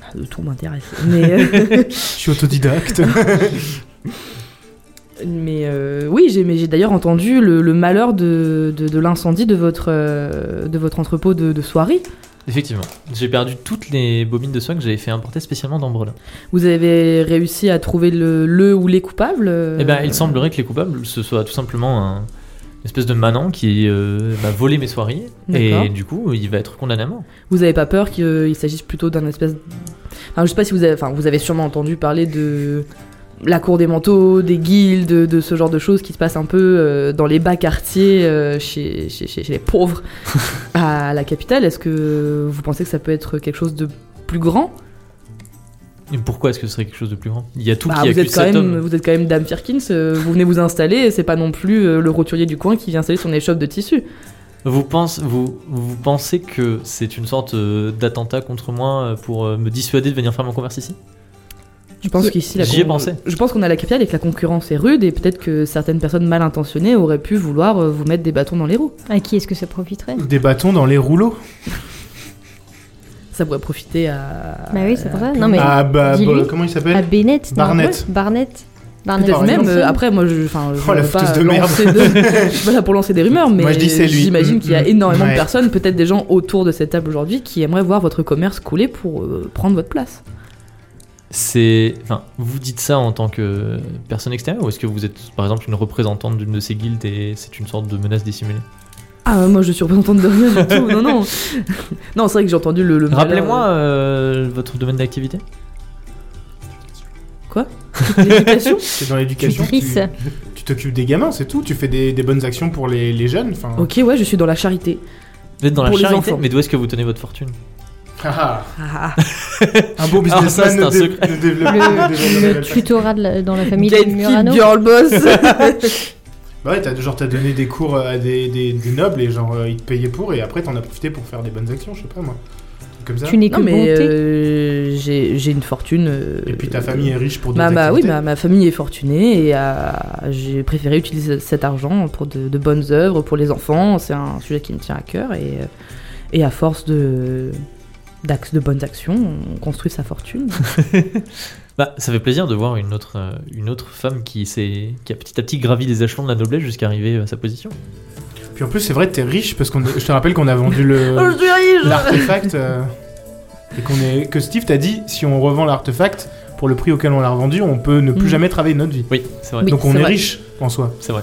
Speaker 2: Ah, euh, tout m'intéresse. Mais euh, <laughs>
Speaker 4: je suis autodidacte. <laughs>
Speaker 2: mais euh, oui j'ai mais j'ai d'ailleurs entendu le, le malheur de, de, de l'incendie de votre euh, de votre entrepôt de, de soirée.
Speaker 1: Effectivement. J'ai perdu toutes les bobines de soie que j'avais fait importer spécialement d'Ambrelin.
Speaker 2: Vous avez réussi à trouver le, le ou les coupables euh
Speaker 1: Eh ben, il semblerait que les coupables, ce soit tout simplement un une espèce de manant qui euh, m'a volé mes soirées
Speaker 2: D'accord.
Speaker 1: et du coup il va être condamné à mort.
Speaker 2: Vous avez pas peur qu'il euh, il s'agisse plutôt d'un espèce. Enfin, je sais pas si vous avez. Enfin, vous avez sûrement entendu parler de la cour des manteaux, des guildes, de, de ce genre de choses qui se passent un peu euh, dans les bas quartiers euh, chez, chez- chez- chez
Speaker 1: <laughs>
Speaker 2: les pauvres à la capitale. Est-ce que vous pensez que ça peut être quelque chose de plus grand
Speaker 1: Et pourquoi est-ce que ce serait quelque chose de plus grand Il y a tout
Speaker 2: Bah,
Speaker 1: qui accuse
Speaker 2: vous, êtes quand
Speaker 1: cet
Speaker 2: même,
Speaker 1: homme.
Speaker 2: vous êtes quand même Dame Firkins, euh, vous venez vous installer et c'est pas non plus euh, le roturier du coin qui vient installer son échoppe de tissu.
Speaker 1: Vous, pense- vous, vous pensez que c'est une sorte euh, d'attentat contre moi euh, pour euh, me dissuader de venir faire mon commerce ici
Speaker 2: Je
Speaker 3: Euh,
Speaker 2: pense qu'ici, la
Speaker 1: J'y ai
Speaker 2: con-
Speaker 1: pensé.
Speaker 2: Je pense qu'on a la capitale et que la concurrence est rude et peut-être que certaines personnes mal intentionnées auraient pu vouloir euh, vous mettre des bâtons dans les roues.
Speaker 3: À qui est-ce que ça profiterait
Speaker 4: des bâtons dans les rouleaux.
Speaker 2: Ça pourrait profiter à.
Speaker 3: Bah oui, c'est pour ça.
Speaker 2: à-
Speaker 3: Non, mais-
Speaker 4: ah, bah,
Speaker 3: dis-lui.
Speaker 4: bah, comment il
Speaker 3: À
Speaker 4: s'appelle
Speaker 3: Bennett. non
Speaker 4: Barnett.
Speaker 3: Barnett. Barnett.
Speaker 2: Peut-être
Speaker 4: Par
Speaker 2: même
Speaker 4: exemple.
Speaker 2: euh, après, moi je. Enfin, je
Speaker 4: Oh, la
Speaker 2: veux pas
Speaker 4: fouteuse de merde.
Speaker 2: lancer de-
Speaker 4: <laughs>
Speaker 3: Ah.
Speaker 2: je suis pas là pour lancer des rumeurs, mais
Speaker 4: Moi, je dis c'est lui.
Speaker 2: j'imagine
Speaker 4: Mm,
Speaker 2: qu'il y a
Speaker 4: mm,
Speaker 2: énormément de
Speaker 4: ouais.
Speaker 2: personnes, peut-être des gens autour de cette table aujourd'hui, qui aimeraient voir votre commerce couler pour euh, prendre votre place.
Speaker 1: C'est. Enfin, vous dites ça en tant que personne extérieure ou est-ce que vous êtes par exemple une représentante d'une de ces guildes et c'est une sorte de menace dissimulée
Speaker 2: Ah, moi je suis représentante de rien du tout, non, non. <laughs> non, c'est vrai que j'ai entendu le. le malheur-
Speaker 1: Rappelez-moi euh, votre domaine d'activité.
Speaker 2: L'éducation
Speaker 4: C'est dans l'éducation. Tu
Speaker 3: Tutrice.
Speaker 4: tu t'occupes des gamins, c'est tout. Tu fais des, des bonnes actions pour les, les jeunes. Enfin.
Speaker 2: Ok, ouais, je suis dans la charité.
Speaker 1: Vous êtes dans la
Speaker 2: Pour les
Speaker 1: charité,
Speaker 2: enfants.
Speaker 1: mais d'où est-ce que vous tenez votre fortune
Speaker 4: Ah,
Speaker 2: Ah,
Speaker 4: un beau
Speaker 1: Alors ça,
Speaker 4: businessman
Speaker 1: c'est un
Speaker 4: ne, dé-
Speaker 1: secret.
Speaker 4: ne
Speaker 3: Ah,
Speaker 4: développe ne développe
Speaker 3: Le, le
Speaker 4: pas.
Speaker 3: tutorat de la- dans la famille de
Speaker 2: Gatekeep,
Speaker 3: Murano.
Speaker 2: girl boss <laughs>
Speaker 4: Bah ouais, t'as, genre t'as donné des cours à des, des- des nobles et genre euh, ils te payaient pour et après t'en as profité pour faire des bonnes actions, je sais pas moi. Comme ça.
Speaker 3: Tu n'es que
Speaker 2: Non mais
Speaker 3: bonté.
Speaker 2: euh, j'ai j'ai une fortune. euh,
Speaker 4: Et puis ta famille est riche pour
Speaker 2: Ma,
Speaker 3: Bah,
Speaker 4: d'autres
Speaker 2: ma- oui,
Speaker 4: activités.
Speaker 2: ma, ma famille est fortunée et euh, j'ai préféré utiliser cet argent pour de, de bonnes œuvres pour les enfants. C'est un sujet qui me tient à cœur et, euh, et à force de d'ax- de bonnes actions, on construit sa fortune.
Speaker 1: Bah, ça fait plaisir de voir une autre, euh, une autre femme qui, s'est- qui a petit à petit gravi les échelons de la noblesse jusqu'à arriver à sa position.
Speaker 3: bah.
Speaker 4: Puis en plus c'est vrai t'es riche parce qu'on je te rappelle qu'on a vendu
Speaker 3: <laughs>
Speaker 2: Oh,
Speaker 4: le
Speaker 2: je suis riche
Speaker 4: l'artefact euh, et qu'on est que Steve t'a dit si on revend l'artefact pour le prix auquel on l'a revendu on peut ne plus
Speaker 2: Mm.
Speaker 4: jamais travailler notre vie.
Speaker 1: Oui, c'est
Speaker 3: Ah
Speaker 1: vrai.
Speaker 2: Oui,
Speaker 4: Donc on
Speaker 2: c'est
Speaker 4: est
Speaker 2: vrai.
Speaker 4: riche en soi.
Speaker 1: C'est vrai.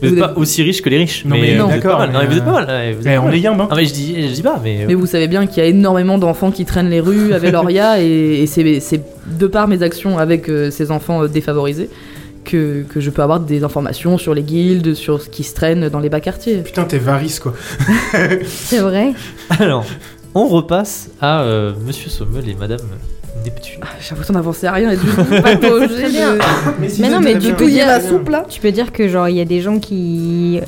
Speaker 2: Vous
Speaker 1: Vous n'êtes
Speaker 2: êtes-
Speaker 1: pas aussi riche que les riches.
Speaker 4: Non, mais
Speaker 1: euh,
Speaker 4: non,
Speaker 1: vous êtes pas
Speaker 4: d'accord,
Speaker 1: mal. Non, mais vous êtes
Speaker 4: euh,
Speaker 1: pas mal. ouais, vous êtes
Speaker 4: Eh,
Speaker 1: pas
Speaker 4: on
Speaker 1: mal.
Speaker 4: est yimbe hein.
Speaker 1: Non, mais je dis, je dis pas, mais. euh,
Speaker 2: Mais vous savez bien qu'il y a énormément d'enfants qui traînent les rues
Speaker 1: <laughs>
Speaker 2: avec Loria et, et c'est c'est de par mes actions avec euh, ces enfants euh, défavorisés que, que je peux avoir des informations sur les guildes, sur ce qui se traîne dans les bas quartiers.
Speaker 4: Putain t'es varice quoi.
Speaker 3: C'est vrai.
Speaker 1: <laughs> Alors, on repasse à euh, Monsieur Sommel et Madame Neptune.
Speaker 2: Ah, J'ai l'impression d'avancer à rien et du <laughs> coup, pas de-
Speaker 3: Très bien.
Speaker 1: Ah,
Speaker 4: si,
Speaker 3: Mais
Speaker 4: c'est
Speaker 3: non, mais
Speaker 4: très
Speaker 3: du
Speaker 4: bien.
Speaker 3: coup, il y a
Speaker 4: Très
Speaker 2: la
Speaker 4: bien.
Speaker 2: soupe là.
Speaker 3: Tu peux dire que genre il y a des gens qui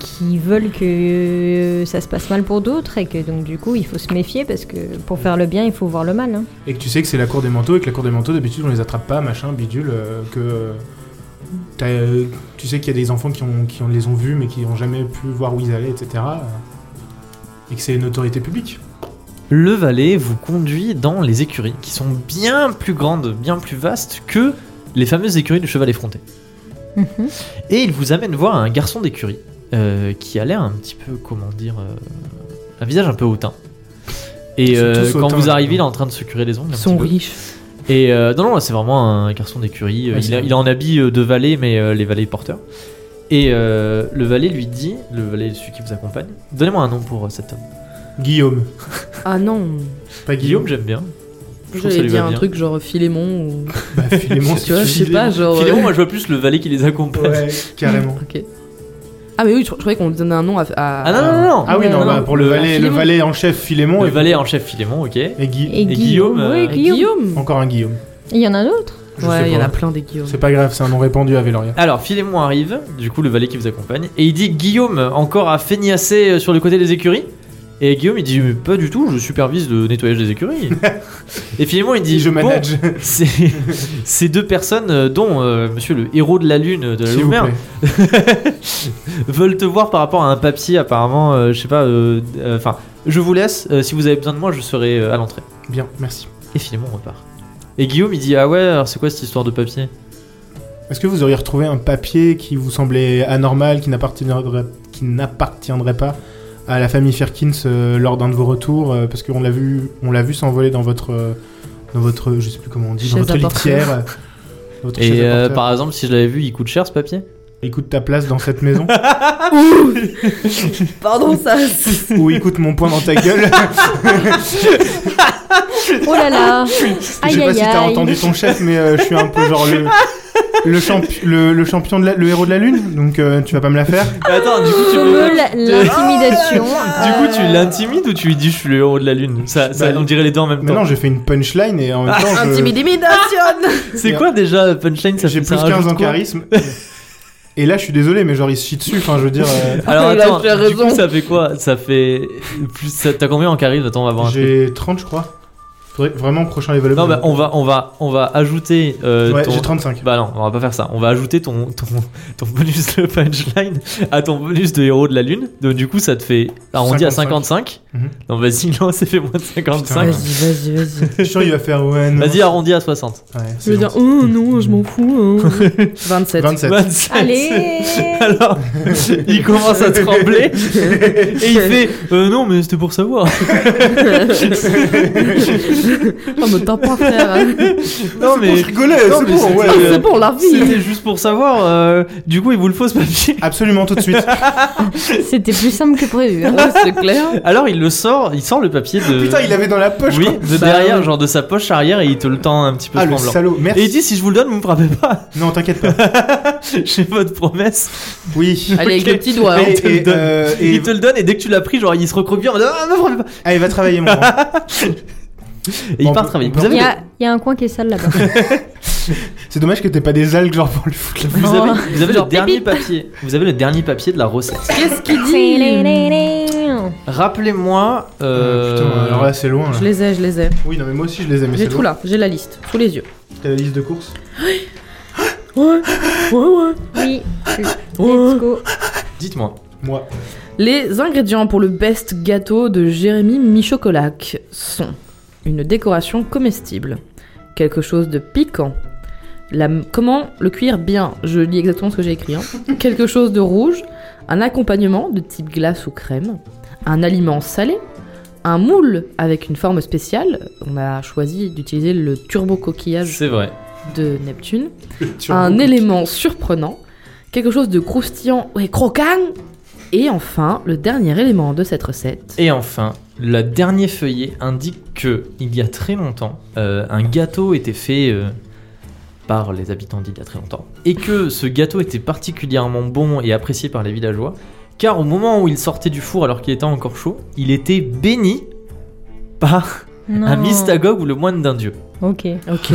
Speaker 3: qui veulent que ça se passe mal pour d'autres et que donc du coup il faut se méfier parce que pour faire le bien il faut voir le mal. hein.
Speaker 4: Et que tu sais que c'est la cour des manteaux et que la cour des manteaux d'habitude on les attrape pas, machin, bidule, euh, que euh, t'as, euh, tu sais qu'il y a des enfants qui, ont, qui ont- les ont vus mais qui ont jamais pu voir où ils allaient, etc. euh, Et que c'est une autorité publique.
Speaker 1: Le valet vous conduit dans les écuries, qui sont bien plus grandes, bien plus vastes que les fameuses écuries du cheval effronté.
Speaker 3: Mhm.
Speaker 1: Et il vous amène voir un garçon d'écurie euh, qui a l'air un petit peu, comment dire, euh, un visage un peu hautain. Et
Speaker 4: Ils sont
Speaker 1: euh,
Speaker 4: tous
Speaker 1: quand
Speaker 4: hautains,
Speaker 1: vous arrivez, il est
Speaker 4: maintenant.
Speaker 1: en train de se curer les ongles. un
Speaker 2: Ils sont
Speaker 1: petit peu.
Speaker 2: riches.
Speaker 1: Et euh, non, non, c'est vraiment un garçon d'écurie. euh,
Speaker 4: Ouais,
Speaker 1: il,
Speaker 4: c'est
Speaker 1: a-
Speaker 4: vrai.
Speaker 1: il est en habit euh, de valet, mais euh, les valets porteurs. Et euh, le valet lui dit, le valet, celui qui vous accompagne, donnez-moi un nom pour euh, cet homme.
Speaker 4: Guillaume.
Speaker 2: Ah non,
Speaker 4: Pas
Speaker 1: Guillaume,
Speaker 4: Guillaume
Speaker 1: j'aime bien. Je trouve que ça
Speaker 2: j'allais
Speaker 1: lui
Speaker 2: dire
Speaker 1: va
Speaker 2: un
Speaker 1: bien.
Speaker 2: truc genre Philémon ou.
Speaker 4: Bah, Philémon,
Speaker 2: <laughs>
Speaker 4: si
Speaker 2: Tu vois, je sais pas, genre.
Speaker 1: Finalement,
Speaker 2: euh,
Speaker 1: moi je vois plus le valet qui les accompagne.
Speaker 4: Ouais,
Speaker 2: <laughs>
Speaker 4: carrément.
Speaker 2: Ok. Ah, mais oui, je, je croyais qu'on donnait un nom à. à-
Speaker 1: Ah non, non, non, non.
Speaker 4: Ah oui, non,
Speaker 2: Non,
Speaker 4: bah,
Speaker 2: non,
Speaker 4: pour le
Speaker 1: le-
Speaker 4: valet, le
Speaker 2: Philémon.
Speaker 4: valet en chef Philémon
Speaker 1: Le
Speaker 4: et,
Speaker 1: valet en chef Philémon, ok. Et
Speaker 4: et Guy.
Speaker 3: Et,
Speaker 1: Guillaume,
Speaker 3: Guillaume.
Speaker 1: euh,
Speaker 3: ouais,
Speaker 2: Et
Speaker 3: Guillaume.
Speaker 2: Guillaume
Speaker 4: Encore un Guillaume.
Speaker 3: Il y en a un autre
Speaker 4: Je sais
Speaker 2: Ouais, il y en
Speaker 4: pas.
Speaker 2: a plein des Guillaume.
Speaker 4: C'est pas grave, c'est un nom répandu à Véloria.
Speaker 1: Alors, Philémon arrive, du coup, le valet qui vous accompagne, et il dit Guillaume, encore à feignasser euh, sur le côté des écuries Et Guillaume, il dit Mais Pas du tout, je supervise le nettoyage des
Speaker 4: <laughs>
Speaker 1: écuries. et Philémon, il dit
Speaker 4: Et je
Speaker 1: Bon, <laughs>
Speaker 4: manage,
Speaker 1: ces, ces deux personnes, euh, dont euh, monsieur le héros de la lune euh, de la
Speaker 4: s'il vous
Speaker 1: Louvre,
Speaker 4: plaît.
Speaker 1: veulent te voir par rapport à un papier, apparemment, euh, je sais pas, euh, euh, enfin, je vous laisse, euh, si vous avez besoin de moi, je serai euh, à l'entrée.
Speaker 4: Bien, merci.
Speaker 1: Et Philémon repart. Et Guillaume, il dit Ah ouais, alors c'est quoi cette histoire de papier
Speaker 4: Est-ce que vous auriez retrouvé un papier qui vous semblait anormal, qui n'appartiendrait, qui n'appartiendrait pas à la famille Firkins euh, lors d'un de vos retours euh, Parce qu'on l'a vu, on l'a vu s'envoler dans votre, euh, dans votre, je sais plus comment on dit, dans
Speaker 2: Chaise
Speaker 4: votre
Speaker 2: à porteur.
Speaker 4: litière. euh,
Speaker 3: <laughs>
Speaker 4: votre chaise
Speaker 1: Et
Speaker 4: à
Speaker 1: euh,
Speaker 4: porteur.
Speaker 1: par exemple, si je l'avais vu, il coûte cher ce papier
Speaker 4: Écoute ta place dans cette
Speaker 3: <laughs>
Speaker 4: maison
Speaker 2: Pardon,
Speaker 4: <laughs>
Speaker 2: ça.
Speaker 4: ou écoute mon poing dans ta
Speaker 3: <laughs>
Speaker 4: gueule.
Speaker 3: Oh là là
Speaker 4: je sais
Speaker 3: Aïe
Speaker 4: pas
Speaker 3: aïe
Speaker 4: si t'as
Speaker 3: aïe
Speaker 4: entendu ton chef, mais euh, je suis un peu genre le le, champi- le, le champion de la- le héros de la lune. Donc euh, tu vas pas me la faire.
Speaker 1: Attends, du coup, tu
Speaker 3: Comme la- l'intimidation.
Speaker 1: Du coup, tu l'intimides ou tu lui dis je suis le héros de la lune ça, ça,
Speaker 4: Bah,
Speaker 1: On dirait les deux en même
Speaker 4: Mais
Speaker 1: temps.
Speaker 4: non, j'ai fait une punchline et en même
Speaker 3: Ah,
Speaker 4: temps je-
Speaker 2: Intimidation
Speaker 1: C'est quoi déjà punchline ça
Speaker 4: j'ai
Speaker 1: fait- ça
Speaker 4: plus
Speaker 1: rajoute
Speaker 4: 15 en
Speaker 1: quoi <laughs>
Speaker 4: charisme. Et là, je suis désolé, mais genre il se chie dessus. Enfin, je veux
Speaker 1: <laughs>
Speaker 4: dire, euh,
Speaker 1: Alors
Speaker 2: Il a
Speaker 1: attends,
Speaker 2: fait
Speaker 1: du coup,
Speaker 2: raison.
Speaker 1: ça fait quoi Ça fait plus. ça- T'as combien en charisme Attends, on va voir. un truc.
Speaker 4: j'ai 30, je crois. Faudrait vraiment prochain level up.
Speaker 1: Non, bah on va, on va, on va ajouter. euh,
Speaker 4: ouais,
Speaker 1: ton-
Speaker 4: j'ai 35.
Speaker 1: Bah non, on va pas faire ça. On va ajouter ton, ton, ton bonus de punchline à ton bonus de héros de la lune. Donc du coup, ça te fait arrondi à 55.
Speaker 4: Mhm.
Speaker 1: Non, vas-y, <laughs> non, c'est fait moins de 55.
Speaker 4: Putain.
Speaker 2: Vas-y, vas-y, vas-y.
Speaker 4: Je suis sûr, il va faire ouais. non.
Speaker 1: Vas-y, arrondi à 60.
Speaker 4: Ouais,
Speaker 2: Je
Speaker 4: c'est
Speaker 2: veux
Speaker 4: bon.
Speaker 2: dire, oh non, je m'en <laughs> fous. hein. 27.
Speaker 4: 27.
Speaker 1: 27.
Speaker 3: Allez
Speaker 1: Alors, il commence à trembler et il fait euh, Non, mais c'était pour savoir.
Speaker 2: oh, mais t'as pas, frère. <laughs>
Speaker 1: Non, mais.
Speaker 4: Oh, je rigolais,
Speaker 1: Non,
Speaker 4: c'est
Speaker 1: mais
Speaker 4: bon.
Speaker 1: c'était-
Speaker 4: ouais.
Speaker 2: Ah, c'est bon, la vie.
Speaker 1: C'était juste pour savoir. euh, du coup, il vous le faut ce papier.
Speaker 4: Absolument tout
Speaker 1: <laughs>
Speaker 4: de suite.
Speaker 3: C'était plus simple que prévu. hein.
Speaker 2: Ouais, c'est clair.
Speaker 1: Alors, il le sort, il sort le papier de.
Speaker 4: Putain, il l'avait dans la poche.
Speaker 1: Euh, Oui,
Speaker 4: quoi.
Speaker 1: de derrière, genre de sa poche arrière et il te le tend un petit peu
Speaker 4: Ah le
Speaker 1: tremblant.
Speaker 4: salaud. Merci.
Speaker 1: Et il dit si je vous le donne, vous me frappez pas.
Speaker 4: Non, t'inquiète pas.
Speaker 1: J'ai votre promesse.
Speaker 4: Oui.
Speaker 2: Allez,
Speaker 1: Ok.
Speaker 2: avec le petit
Speaker 1: <laughs>
Speaker 2: doigt.
Speaker 1: Allez.
Speaker 2: hein.
Speaker 1: on te
Speaker 4: Et-
Speaker 1: le
Speaker 4: et,
Speaker 1: donne.
Speaker 4: euh, et-
Speaker 1: Il te le donne et dès que tu l'as pris, genre il se recroqueville en mode ah, me frappez pas.
Speaker 4: Allez, va travailler,
Speaker 1: <laughs>
Speaker 4: mon grand.
Speaker 1: Et il
Speaker 4: Bon,
Speaker 1: part
Speaker 4: on
Speaker 1: travailler.
Speaker 4: peut-
Speaker 1: Vous
Speaker 3: Il
Speaker 1: avez,
Speaker 3: y a, il y a un coin qui est sale là-bas.
Speaker 4: C'est dommage que t'aies pas des algues, genre, pour le foutre.
Speaker 1: vous
Speaker 3: Non.
Speaker 1: avez- vous avez le
Speaker 3: Genre,
Speaker 1: dernier
Speaker 3: pip,
Speaker 1: papier. Vous avez le dernier papier de la recette.
Speaker 2: Qu'est-ce qu'il dit
Speaker 1: Rappelez-moi. euh,
Speaker 4: Ah, Putain, alors là, c'est loin. là.
Speaker 2: Je les ai, je les ai.
Speaker 4: Oui, non, mais moi aussi, je les ai, mais
Speaker 2: J'ai
Speaker 4: c'est
Speaker 2: tout
Speaker 4: loin.
Speaker 2: là, j'ai la liste, sous les yeux.
Speaker 4: T'as la liste de courses
Speaker 2: Ouais, ouais, ouais.
Speaker 4: <laughs>
Speaker 3: Oui, let's go.
Speaker 1: Dites-moi.
Speaker 4: Moi.
Speaker 2: Les ingrédients pour le best gâteau de Jérémy Michocolac sont une décoration comestible, quelque chose de piquant, la- comment le cuire bien, je lis exactement ce que j'ai écrit, hein. quelque chose de rouge, un accompagnement de type glace ou crème, un aliment salé, un moule avec une forme spéciale, on a choisi d'utiliser le turbo coquillage
Speaker 1: C'est vrai.
Speaker 2: de Neptune,
Speaker 4: Sur-
Speaker 2: un élément surprenant, quelque chose de croustillant et croquant. Et enfin, le dernier élément de cette recette.
Speaker 1: Et enfin, le dernier feuillet indique que il y a très longtemps, euh, un gâteau était fait euh, par les habitants d'il y a très longtemps, et que ce gâteau était particulièrement bon et apprécié par les villageois, car au moment où il sortait du four alors qu'il était encore chaud, il était béni par un
Speaker 3: Non.
Speaker 1: mystagogue ou le moine d'un dieu. <laughs>
Speaker 3: Ok.
Speaker 2: Ok.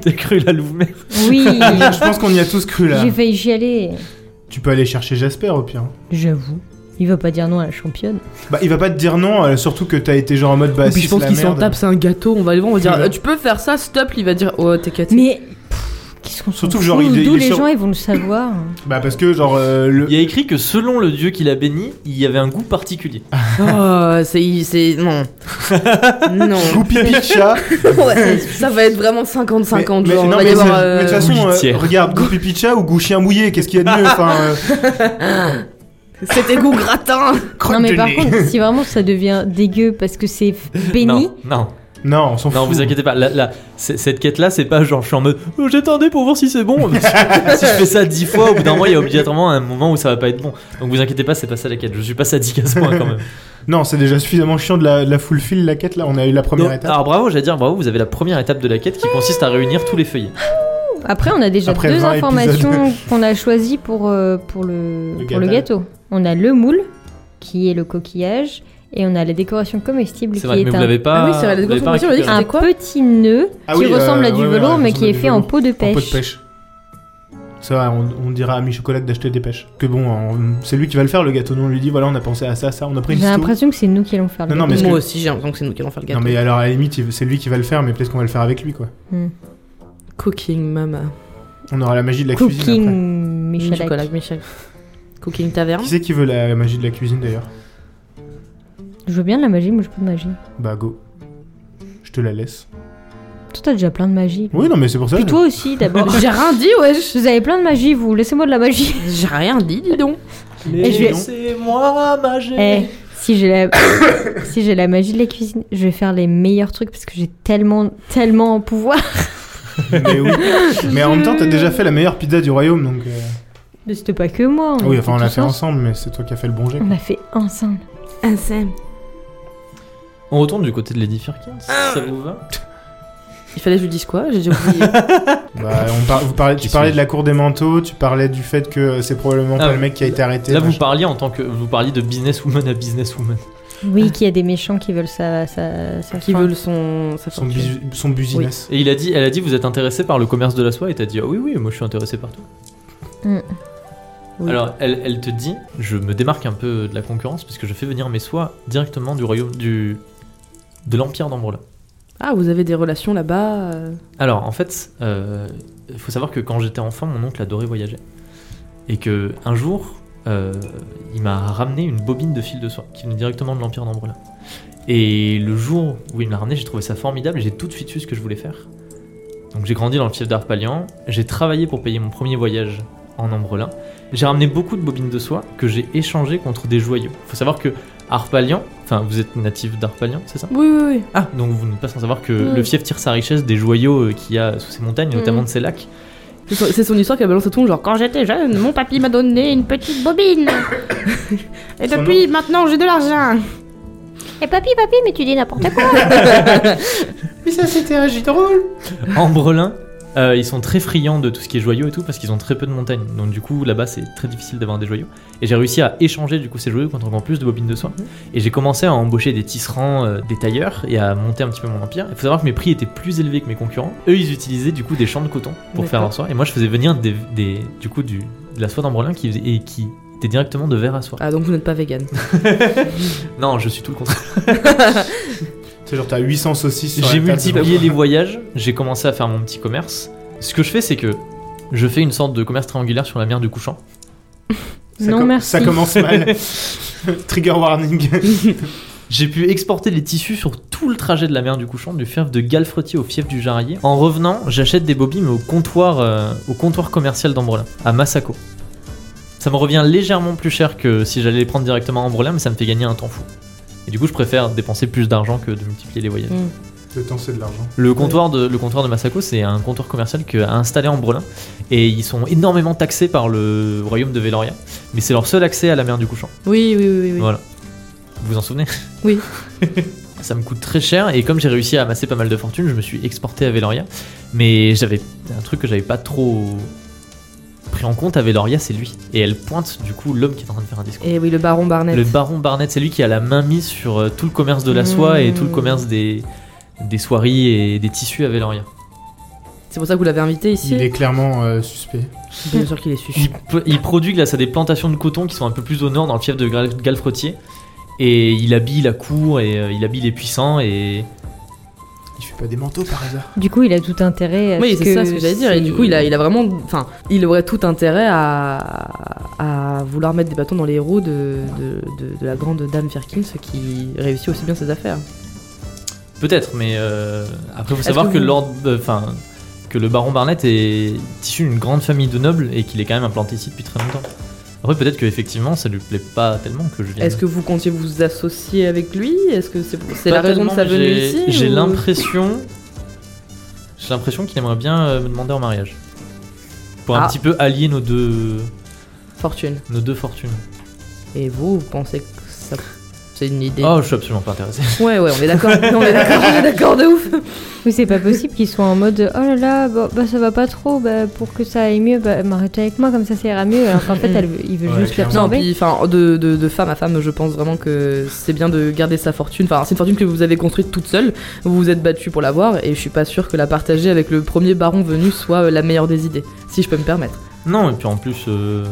Speaker 1: T'as cru la Louve-Mère
Speaker 3: <laughs> Oui, <laughs>
Speaker 4: Je pense qu'on y a tous cru, là.
Speaker 3: j'ai failli y aller.
Speaker 4: Tu peux aller chercher Jasper, au pire.
Speaker 3: J'avoue. Il va pas dire non à la championne.
Speaker 4: Bah, il va pas te dire non, euh, surtout que t'as été genre en mode, bah,
Speaker 2: Et puis
Speaker 4: si,
Speaker 2: je pense
Speaker 4: c'est la
Speaker 2: qu'il s'en
Speaker 4: merde.
Speaker 2: tape, c'est un gâteau. On va aller voir, on va dire
Speaker 4: Ouais.
Speaker 2: euh, Tu peux faire ça, stop Il va dire Oh, t'inquiète.
Speaker 3: Mais pff, Qu'est-ce qu'on s'en
Speaker 4: Surtout que
Speaker 3: fout
Speaker 4: genre, il est-
Speaker 3: D'où
Speaker 4: il est
Speaker 3: les
Speaker 4: sur-
Speaker 3: gens ils vont
Speaker 4: <laughs>
Speaker 3: le savoir
Speaker 4: Bah parce que genre euh, <laughs> le.
Speaker 1: Il y a écrit que selon le dieu qui l'a béni, il y avait un goût particulier.
Speaker 2: Oh, c'est. c'est-
Speaker 4: <laughs>
Speaker 2: Non. non.
Speaker 4: Goût pipi de chat.
Speaker 2: <laughs> Ouais, ça va être vraiment 50-50. Genre,
Speaker 4: Mais- mais-
Speaker 2: on
Speaker 4: non,
Speaker 2: va y
Speaker 4: mais
Speaker 2: avoir,
Speaker 4: c'est-
Speaker 2: euh,
Speaker 4: mais de toute façon,
Speaker 1: oui,
Speaker 4: euh,
Speaker 1: tiers.
Speaker 4: regarde, goût pipi de chat ou goût chien mouillé, qu'est-ce qu'il y a de mieux Enfin,
Speaker 2: <laughs>
Speaker 4: euh,
Speaker 2: Cet égout gratin
Speaker 4: crotte
Speaker 3: Non mais
Speaker 4: de
Speaker 3: par
Speaker 4: nez.
Speaker 3: contre, si vraiment ça devient dégueu parce que c'est
Speaker 4: <laughs>
Speaker 3: f- béni,
Speaker 1: Non, non,
Speaker 4: Non, on s'en fout.
Speaker 1: non, vous inquiétez pas. la- la- c- cette quête-là, c'est pas genre je suis en mode Oh, j'attendais pour voir si c'est
Speaker 4: <laughs>
Speaker 1: bon. si je fais ça dix fois, au bout d'un mois, il y a obligatoirement un moment où ça va pas être bon. Donc vous inquiétez pas, c'est pas ça la quête. Je suis passé à 10 cases point quand même.
Speaker 4: Non, c'est déjà suffisamment chiant de la, de la full fill la quête là. On a eu la première
Speaker 1: Donc,
Speaker 4: étape.
Speaker 1: alors bravo, j'allais dire bravo, vous avez la première étape de la quête qui consiste à réunir tous les feuillets.
Speaker 3: Ah, après on a déjà
Speaker 4: Après
Speaker 3: deux
Speaker 4: 20 <laughs>
Speaker 3: informations qu'on a choisies pour, euh, pour, le,
Speaker 4: Le
Speaker 3: pour le gâteau. On a le moule, qui est le coquillage, et on a la décoration comestible
Speaker 1: C'est
Speaker 3: qui
Speaker 1: vrai, mais
Speaker 3: est
Speaker 1: vous
Speaker 3: un,
Speaker 1: l'avez pas.
Speaker 2: Ah oui, c'est vrai, la
Speaker 1: vous l'avez pas
Speaker 2: décoration, on l'a dit,
Speaker 1: récupéré.
Speaker 3: un
Speaker 2: C'était quoi
Speaker 3: petit nœud
Speaker 4: Ah
Speaker 3: qui
Speaker 4: oui,
Speaker 3: ressemble à
Speaker 4: euh,
Speaker 3: du
Speaker 4: ouais, ouais,
Speaker 3: velours
Speaker 4: ouais,
Speaker 3: mais
Speaker 4: ça ressemble
Speaker 3: qui est
Speaker 4: à du
Speaker 3: fait en
Speaker 4: velours.
Speaker 3: peau de
Speaker 4: En
Speaker 3: pêche.
Speaker 4: pot de pêche. C'est vrai, on, on dira à Chocolat d'acheter des pêches. Que bon, on- c'est lui qui va le faire le gâteau. Nous on lui dit voilà, on a pensé à ça, ça, on a pris une
Speaker 3: J'ai
Speaker 4: histo.
Speaker 3: l'impression que c'est nous qui allons faire le
Speaker 4: Non, non, mais
Speaker 3: gâteau.
Speaker 4: est-ce
Speaker 2: Moi
Speaker 4: que-
Speaker 2: aussi, j'ai l'impression que c'est nous qui allons faire le
Speaker 4: Non
Speaker 2: gâteau.
Speaker 4: mais alors à la limite, il- c'est lui qui va le faire, mais peut-être qu'on va le faire avec lui quoi.
Speaker 2: Mmh. Cooking, maman.
Speaker 4: On aura la magie de la cuisine. après.
Speaker 3: Cooking, Hein Michalak.
Speaker 2: Mmh, Chocolat, Michel. Cooking taverne.
Speaker 4: Qui c'est qui veut la magie de la cuisine d'ailleurs
Speaker 3: Je veux bien de la magie, moi je peux de magie.
Speaker 4: Bah go. Je te la laisse.
Speaker 3: Toi t'as déjà plein de magie.
Speaker 4: Oui, non mais c'est pour ça.
Speaker 3: Puis toi
Speaker 4: <laughs>
Speaker 3: aussi d'abord.
Speaker 2: J'ai rien dit, wesh
Speaker 3: Vous avez plein de magie, vous. Laissez-moi de la magie.
Speaker 2: J'ai rien dit, dis donc
Speaker 4: Ah,
Speaker 3: Et je vais-
Speaker 1: Laissez-moi manger.
Speaker 3: Eh, si j'ai la, <coughs> si j'ai la magie de la cuisine, je vais faire les meilleurs trucs parce que j'ai tellement, tellement en pouvoir. <laughs>
Speaker 4: Mais oui. Mais en même temps, t'as déjà fait la meilleure pizza du royaume, donc. euh,
Speaker 3: Mais c'était pas que moi.
Speaker 4: Oui, enfin, on
Speaker 3: était
Speaker 4: l'a
Speaker 3: tous
Speaker 4: fait
Speaker 3: ensemble.
Speaker 4: ensemble, mais c'est toi qui as fait le bon jet.
Speaker 3: On a fait ensemble.
Speaker 2: Un sem.
Speaker 1: On retourne du côté de Lady Firkins. Ça vous
Speaker 4: Ah.
Speaker 1: va
Speaker 2: Il fallait que je lui dise quoi J'ai déjà oublié.
Speaker 4: Bah, on par- vous parlez- tu
Speaker 1: Qu'est-ce
Speaker 4: parlais
Speaker 1: que-
Speaker 4: de la cour des manteaux, tu parlais du fait que euh, c'est probablement
Speaker 1: Ah,
Speaker 4: pas le mec qui a été arrêté.
Speaker 1: Là, vous
Speaker 4: machin.
Speaker 1: parliez en tant que vous parliez de businesswoman à businesswoman.
Speaker 4: Ah.
Speaker 3: Oui, qu'il y a des méchants qui veulent sa, sa, sa
Speaker 2: qui
Speaker 3: fin.
Speaker 2: veulent son, sa
Speaker 4: son,
Speaker 2: fortune.
Speaker 4: busi- son business.
Speaker 1: Et il a dit, elle a dit, vous êtes intéressé par le commerce de la soie. Et t'as dit, ah oui, oui, moi je suis intéressé par tout.
Speaker 3: Mm.
Speaker 2: Oui.
Speaker 1: Alors, elle, elle te dit, je me démarque un peu de la concurrence parce que je fais venir mes soies directement du royaume du de l'empire d'Ambrola.
Speaker 2: Ah, vous avez des relations là-bas euh,
Speaker 1: Alors, en fait, il faut savoir que quand j'étais enfant, mon oncle adorait voyager. Et que un jour, euh, il m'a ramené une bobine de fil de soie qui venait directement de l'Empire d'Ambrela. Et le jour où il me l'a ramené, j'ai trouvé ça formidable et j'ai tout de suite su ce que je voulais faire. Donc j'ai grandi dans le fief d'Arpalian, j'ai travaillé pour payer mon premier voyage en Ambrelin. J'ai ramené beaucoup de bobines de soie que j'ai échangées contre des joyaux. Faut savoir que Arpalian, enfin vous êtes natif d'Arpalian, c'est ça
Speaker 2: Oui, oui, oui.
Speaker 1: ah, donc vous n'êtes pas sans savoir que
Speaker 2: Mm.
Speaker 1: le fief tire sa richesse des joyaux euh, qu'il y a sous ses montagnes, et notamment de ses lacs.
Speaker 2: C'est son, c'est son histoire qu'elle balance à tout, le monde, genre quand j'étais jeune, mon papy m'a donné une petite bobine. <coughs> Et
Speaker 4: Son
Speaker 2: depuis, maintenant, j'ai de l'argent.
Speaker 3: Et Eh, papy, papy, mais tu dis n'importe quoi.
Speaker 4: Mais ça, c'était un jeu drôle
Speaker 1: <laughs> En Brelin, euh, ils sont très friands de tout ce qui est joyaux et tout parce qu'ils ont très peu de montagnes. Donc du coup, là-bas, c'est très difficile d'avoir des joyaux. Et j'ai réussi à échanger du coup ces joyaux contre encore plus de bobines de soie. Et j'ai commencé à embaucher des tisserands, euh, des tailleurs et à monter un petit peu mon empire. Il faut savoir que mes prix étaient plus élevés que mes concurrents. Eux, ils utilisaient du coup des champs de coton pour faire
Speaker 2: D'accord.
Speaker 1: leur soie. Et moi, je faisais venir des, des- du coup du, de la soie d'Ambrelin qui, faisait- et qui était directement de verre à soie.
Speaker 2: Ah, donc vous n'êtes pas vegan.
Speaker 1: Non, je suis tout le contraire.
Speaker 4: C'est genre, t'as 800 saucisses sur la
Speaker 1: J'ai
Speaker 4: table.
Speaker 1: multiplié les voyages, j'ai commencé à faire mon petit commerce. Ce que je fais, c'est que je fais une sorte de commerce triangulaire sur la mer du couchant.
Speaker 4: Ça
Speaker 3: Non,
Speaker 4: com-
Speaker 3: merci.
Speaker 4: Ça commence
Speaker 3: <laughs>
Speaker 4: mal. Trigger warning.
Speaker 1: J'ai pu exporter les tissus sur tout le trajet de la mer du couchant, du fief de Galfretier au fief du Jarrier. En revenant, j'achète des bobines au comptoir, euh, au comptoir commercial d'Ambrelin, à Massaco. Ça me revient légèrement plus cher que si j'allais les prendre directement à Ambrelin, mais ça me fait gagner un temps fou. Et du coup, je préfère dépenser plus d'argent que de multiplier les voyages.
Speaker 4: Le temps, c'est de l'argent.
Speaker 1: Le comptoir, de, le comptoir de Masako, c'est un comptoir commercial qu'a installé en Brelin. Et ils sont énormément taxés par le royaume de Veloria. Mais c'est leur seul accès à la mer du couchant.
Speaker 2: Oui, oui, oui, oui. oui.
Speaker 1: Voilà. Vous vous en souvenez
Speaker 2: Oui.
Speaker 1: <laughs> Ça me coûte très cher. Et comme j'ai réussi à amasser pas mal de fortune, je me suis exporté à Veloria. Mais j'avais un truc que j'avais pas trop pris en compte à Veloria, c'est lui. Et elle pointe du coup l'homme qui est en train de faire un discours.
Speaker 2: Et oui, le baron Barnett.
Speaker 1: Le baron Barnett, c'est lui qui a la main mise sur euh, tout le commerce de la soie et
Speaker 3: Mmh.
Speaker 1: tout le commerce des, des soieries et des tissus à Veloria.
Speaker 2: C'est pour ça que vous l'avez invité ici
Speaker 4: Il est clairement euh, suspect.
Speaker 2: Bien sûr qu'il est sujet.
Speaker 1: Il, peut- il produit grâce à des plantations de coton qui sont un peu plus au nord dans le fief de Gal- Galfretier. Et il habille la cour et euh, il habille les puissants et
Speaker 4: Il fait pas des manteaux par hasard.
Speaker 3: Du coup, il a tout intérêt à
Speaker 2: Oui,
Speaker 3: ce
Speaker 2: c'est ça ce que j'allais dire. Et du coup, il a, il a vraiment. Enfin, il aurait tout intérêt à, à vouloir mettre des bâtons dans les roues de, de, de- de la grande dame Firkins qui réussit aussi bien ses affaires.
Speaker 1: Peut-être, mais euh, après, faut savoir
Speaker 2: que
Speaker 1: que,
Speaker 2: vous-
Speaker 1: Lord, euh, enfin, que le baron Barnett est issu d'une grande famille de nobles et qu'il est quand même implanté ici depuis très longtemps. Après, peut-être que effectivement, ça lui plaît pas tellement que je vienne.
Speaker 2: Est-ce que vous comptiez vous associer avec lui Est-ce que c'est c'est
Speaker 1: Pas
Speaker 2: la raison de
Speaker 1: tellement,
Speaker 2: sa
Speaker 1: mais
Speaker 2: venue
Speaker 1: j'ai-
Speaker 2: ici
Speaker 1: J'ai
Speaker 2: ou-
Speaker 1: l'impression, j'ai l'impression qu'il aimerait bien euh, me demander en mariage pour un
Speaker 2: Ah.
Speaker 1: petit peu allier nos deux,
Speaker 2: Fortune.
Speaker 1: nos deux fortunes.
Speaker 2: Et vous, vous pensez que ça. C'est une idée.
Speaker 1: Oh, je suis absolument pas intéressé.
Speaker 2: Ouais, ouais, on est d'accord. on est d'accord, on est d'accord de ouf.
Speaker 3: Oui, c'est pas possible qu'ils soient en mode oh là là, bah, bah, ça va pas trop, bah, pour que ça aille mieux, bah, m'arrête avec moi, comme ça ça ira mieux. Alors qu'en
Speaker 2: <laughs>
Speaker 3: fait, elle veut- il veut
Speaker 4: Ouais,
Speaker 3: juste
Speaker 4: clairement.
Speaker 2: Non,
Speaker 3: l'absorber.
Speaker 2: puis enfin, de, de, de femme à femme, je pense vraiment que c'est bien de garder sa fortune. Enfin, c'est une fortune que vous avez construite toute seule. Vous vous êtes battu pour l'avoir et je suis pas sûr que la partager avec le premier baron venu soit euh, la meilleure des idées, si je peux me permettre.
Speaker 1: <laughs> Non, et puis en plus, euh,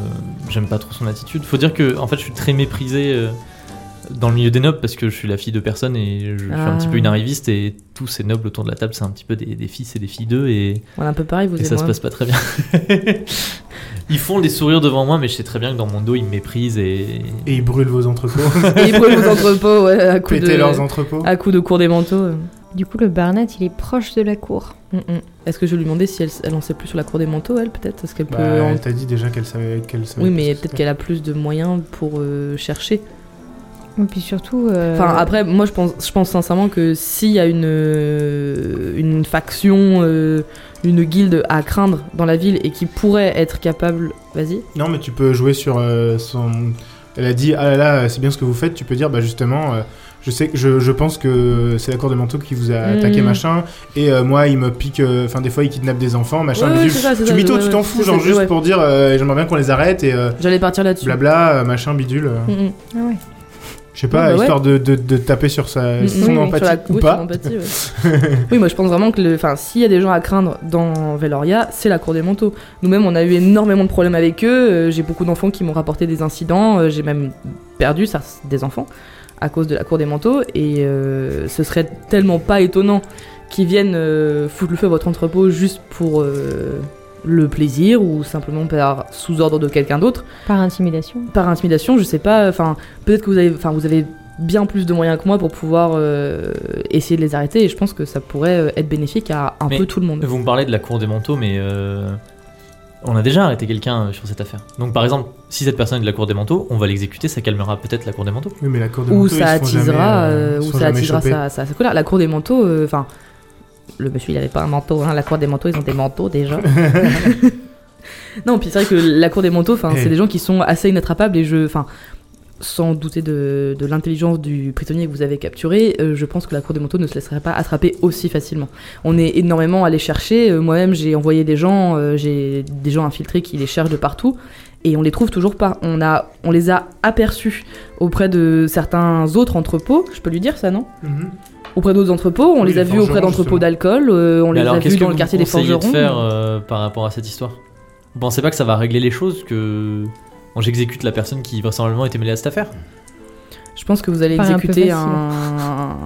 Speaker 1: j'aime pas trop son attitude. Faut dire que, en fait, je suis très méprisé euh, dans le milieu des nobles parce que je suis la fille de personne et je suis
Speaker 2: Ah.
Speaker 1: un petit peu une arriviste et tous ces nobles autour de la table, c'est un petit peu des, des fils et des filles d'eux et,
Speaker 2: On est un peu pareil, vous
Speaker 1: et
Speaker 2: et
Speaker 1: ça se
Speaker 2: moi.
Speaker 1: passe pas très bien. <laughs> ils font des sourires devant moi, mais je sais très bien que dans mon dos, ils me méprisent et.
Speaker 4: Et ils brûlent vos entrepôts. <laughs>
Speaker 2: Et ils brûlent vos entrepôts ouais, à coup
Speaker 4: Pétez
Speaker 2: de Ah,
Speaker 4: leurs entrepôts.
Speaker 2: à coup de cours des manteaux. euh.
Speaker 3: Du coup, le Barnett, il est proche de la cour.
Speaker 2: Mm, mm. Est-ce que je vais lui demander si elle, elle en sait plus sur la cour des manteaux, elle peut-être Est-ce qu'elle
Speaker 4: Bah,
Speaker 2: peut en-
Speaker 4: elle t'a dit déjà qu'elle savait. qu'elle savait
Speaker 2: Oui,
Speaker 4: pas
Speaker 2: mais
Speaker 4: ce que
Speaker 2: peut-être
Speaker 4: c'était.
Speaker 2: qu'elle a plus de moyens pour euh, chercher.
Speaker 3: Et puis surtout. euh,
Speaker 2: Enfin, après, moi, je pense, je pense sincèrement que s'il y a une, euh, une faction, euh, une guilde à craindre dans la ville et qui pourrait être capable. Vas-y.
Speaker 4: Non, mais tu peux jouer sur euh, son. Elle a dit ah là là, c'est bien ce que vous faites. Tu peux dire bah justement, euh, je sais, que- je, je pense que c'est la cour de manteau qui vous a
Speaker 2: Mhm.
Speaker 4: attaqué machin. Et euh, moi, il me pique. euh, Enfin, des fois, il kidnappe des enfants machin.
Speaker 2: Ouais,
Speaker 4: Mais
Speaker 2: ouais,
Speaker 4: tu
Speaker 2: c'est ça, c'est
Speaker 4: tu
Speaker 2: ça,
Speaker 4: mytho,
Speaker 2: ouais,
Speaker 4: tu t'en
Speaker 2: ouais.
Speaker 4: fous,
Speaker 2: C'est-
Speaker 4: genre
Speaker 2: c'est-
Speaker 4: juste
Speaker 2: ouais.
Speaker 4: pour dire euh, j'aimerais bien qu'on les arrête et euh,
Speaker 2: J'allais partir là-dessus.
Speaker 4: blabla euh, machin bidule. euh.
Speaker 2: Mm, mm.
Speaker 3: ah ouais.
Speaker 4: Je sais pas,
Speaker 2: Ouais, bah ouais.
Speaker 4: histoire de, de, de taper sur sa,
Speaker 2: Mm, mm.
Speaker 4: son
Speaker 2: Oui,
Speaker 4: empathie
Speaker 2: sur la-
Speaker 4: ou
Speaker 2: oui, sur
Speaker 4: pas.
Speaker 2: l'empathie,
Speaker 4: <laughs>
Speaker 2: ouais. oui, moi je pense vraiment que le- enfin, s'il y a des gens à craindre dans Veloria, c'est la cour des manteaux. Nous-mêmes, on a eu énormément de problèmes avec eux. euh, J'ai beaucoup d'enfants qui m'ont rapporté des incidents. euh, J'ai même perdu ça, des enfants à cause de la cour des manteaux. Et euh, ce serait tellement pas étonnant qu'ils viennent euh, foutre le feu à votre entrepôt juste pour euh, le plaisir ou simplement par sous-ordre de quelqu'un d'autre
Speaker 3: Par intimidation.
Speaker 2: par intimidation, je sais pas, enfin, peut-être que vous avez, enfin, vous avez bien plus de moyens que moi pour pouvoir euh, essayer de les arrêter et je pense que ça pourrait euh, être bénéfique à un
Speaker 1: Mais-
Speaker 2: peu tout le monde.
Speaker 1: Vous me parlez de la cour des manteaux, mais euh, on a déjà arrêté quelqu'un euh, sur cette affaire. Donc, par exemple, si cette personne est de la cour des manteaux, on va l'exécuter, ça calmera peut-être la cour des manteaux.
Speaker 4: Oui, mais la cour de
Speaker 2: Ou
Speaker 4: manteau, ils
Speaker 2: ça
Speaker 4: se font jamais,
Speaker 2: attisera,
Speaker 4: euh,
Speaker 2: euh,
Speaker 4: ils se
Speaker 2: ou
Speaker 4: font
Speaker 2: ça
Speaker 4: jamais
Speaker 2: attisera
Speaker 4: choper.
Speaker 2: sa, sa- sa colère. La cour des manteaux, euh, enfin, le monsieur il avait pas un manteau, hein, la cour des manteaux ils ont des manteaux déjà. <laughs> non, puis c'est vrai que la cour des manteaux, enfin,
Speaker 4: Eh.
Speaker 2: c'est des gens qui sont assez inattrapables et je, enfin. Sans douter de, de l'intelligence du prisonnier que vous avez capturé, euh, je pense que la cour des manteaux ne se laisserait pas attraper aussi facilement. on est énormément allé chercher. Euh, Moi-même, j'ai envoyé des gens, euh, j'ai des gens infiltrés qui les cherchent de partout. Et on les trouve toujours pas. On, a, on les a aperçus auprès de certains autres entrepôts. Je peux lui dire ça, non
Speaker 4: Mhm.
Speaker 2: Auprès d'autres entrepôts. On
Speaker 4: Oui,
Speaker 2: les a
Speaker 4: les
Speaker 2: vus auprès
Speaker 4: forgerons,
Speaker 2: d'entrepôts
Speaker 4: justement.
Speaker 2: d'alcool. euh, on
Speaker 1: Mais
Speaker 2: les
Speaker 1: alors,
Speaker 2: a
Speaker 1: qu'est-ce
Speaker 2: vus
Speaker 1: que
Speaker 2: dans
Speaker 1: vous
Speaker 2: le quartier des
Speaker 1: conseillez
Speaker 2: forgerons.
Speaker 1: de faire euh, par rapport à cette histoire Vous pensez pas que ça va régler les choses que bon, j'exécute la personne qui vraisemblablement était mêlée à cette affaire
Speaker 2: Je pense que vous allez
Speaker 3: Pas un peu
Speaker 2: exécuter
Speaker 3: facile.
Speaker 2: un,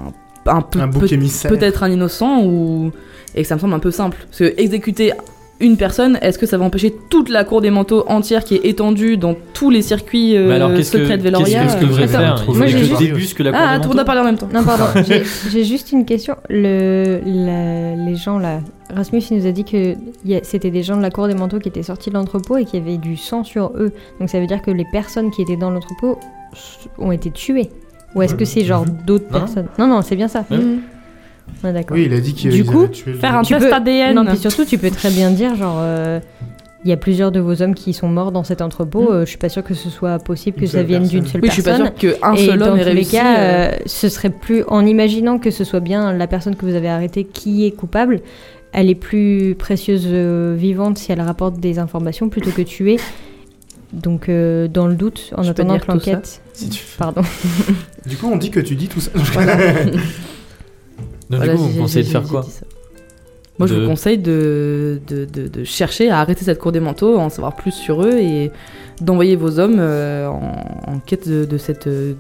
Speaker 2: un peu-
Speaker 4: Un
Speaker 2: peut-
Speaker 4: bouc émissaire.
Speaker 2: peut-être un innocent ou et que ça me semble un peu simple parce que exécuter une personne, est-ce que ça va empêcher toute la cour des manteaux entière qui est étendue dans tous les circuits euh,
Speaker 1: Mais alors, qu'est-ce que
Speaker 2: secrets de
Speaker 1: qu'est-ce
Speaker 2: Veloria
Speaker 1: que je devrais
Speaker 2: euh,
Speaker 1: faire
Speaker 4: attends,
Speaker 1: Il
Speaker 3: moi,
Speaker 1: faudrait que
Speaker 3: j'ai
Speaker 1: je
Speaker 3: juste-
Speaker 1: débusque la cour
Speaker 2: Ah,
Speaker 1: des
Speaker 2: tout le monde a
Speaker 1: manteaux
Speaker 2: parlé en même temps.
Speaker 3: Non, pardon, j'ai- j'ai juste une question. Le, la- les gens là, Rasmus, il nous a dit que il y a- c'était des gens de la cour des manteaux qui étaient sortis de l'entrepôt et qu'il y avait du sang sur eux. Donc ça veut dire que les personnes qui étaient dans l'entrepôt s- ont été tuées. Ou est-ce que c'est genre d'autres
Speaker 1: Non.
Speaker 3: personnes Non, non, c'est bien ça.
Speaker 1: Ouais.
Speaker 2: Mmh.
Speaker 3: On est d'accord.
Speaker 4: Oui, il a dit qu'il
Speaker 3: Du
Speaker 4: ils
Speaker 3: coup,
Speaker 4: avaient tué le-
Speaker 2: faire un
Speaker 3: Tu
Speaker 2: test
Speaker 3: peux-
Speaker 2: ADN.
Speaker 3: Non, puis surtout, tu peux très bien dire genre. euh, il y a plusieurs de vos hommes qui sont morts dans cet entrepôt.
Speaker 2: Mm.
Speaker 3: euh, je suis pas sûre que ce soit possible que
Speaker 4: Une
Speaker 3: ça
Speaker 4: seule
Speaker 3: vienne d'une
Speaker 4: personne.
Speaker 3: seule
Speaker 2: oui, je suis
Speaker 3: personne.
Speaker 2: pas sûr qu'un
Speaker 3: Et
Speaker 2: seul
Speaker 3: dans
Speaker 2: homme ait
Speaker 3: tous les
Speaker 2: réussi.
Speaker 3: cas,
Speaker 2: euh,
Speaker 3: euh, ce serait plus en imaginant que ce soit bien la personne que vous avez arrêtée qui est coupable. Elle est plus précieuse euh, vivante si elle rapporte des informations plutôt que tuée. Donc euh, dans le doute, en
Speaker 2: Je peux
Speaker 3: attendant
Speaker 2: dire
Speaker 3: que
Speaker 2: tout ça
Speaker 3: l'enquête.
Speaker 4: Si tu fais-
Speaker 3: Pardon.
Speaker 4: Du coup, on dit que tu dis tout ça.
Speaker 1: Donc,
Speaker 2: voilà,
Speaker 1: du coup, vous
Speaker 2: j'ai-
Speaker 1: me conseillez de
Speaker 2: j'ai-
Speaker 1: faire
Speaker 2: j'ai
Speaker 1: quoi
Speaker 2: dit ça. Moi, je
Speaker 1: De-
Speaker 2: vous conseille de, de, de- de chercher à arrêter cette cour des manteaux, à en savoir plus sur eux et d'envoyer vos hommes
Speaker 1: <laughs>
Speaker 2: euh, en, en quête de, de cette euh,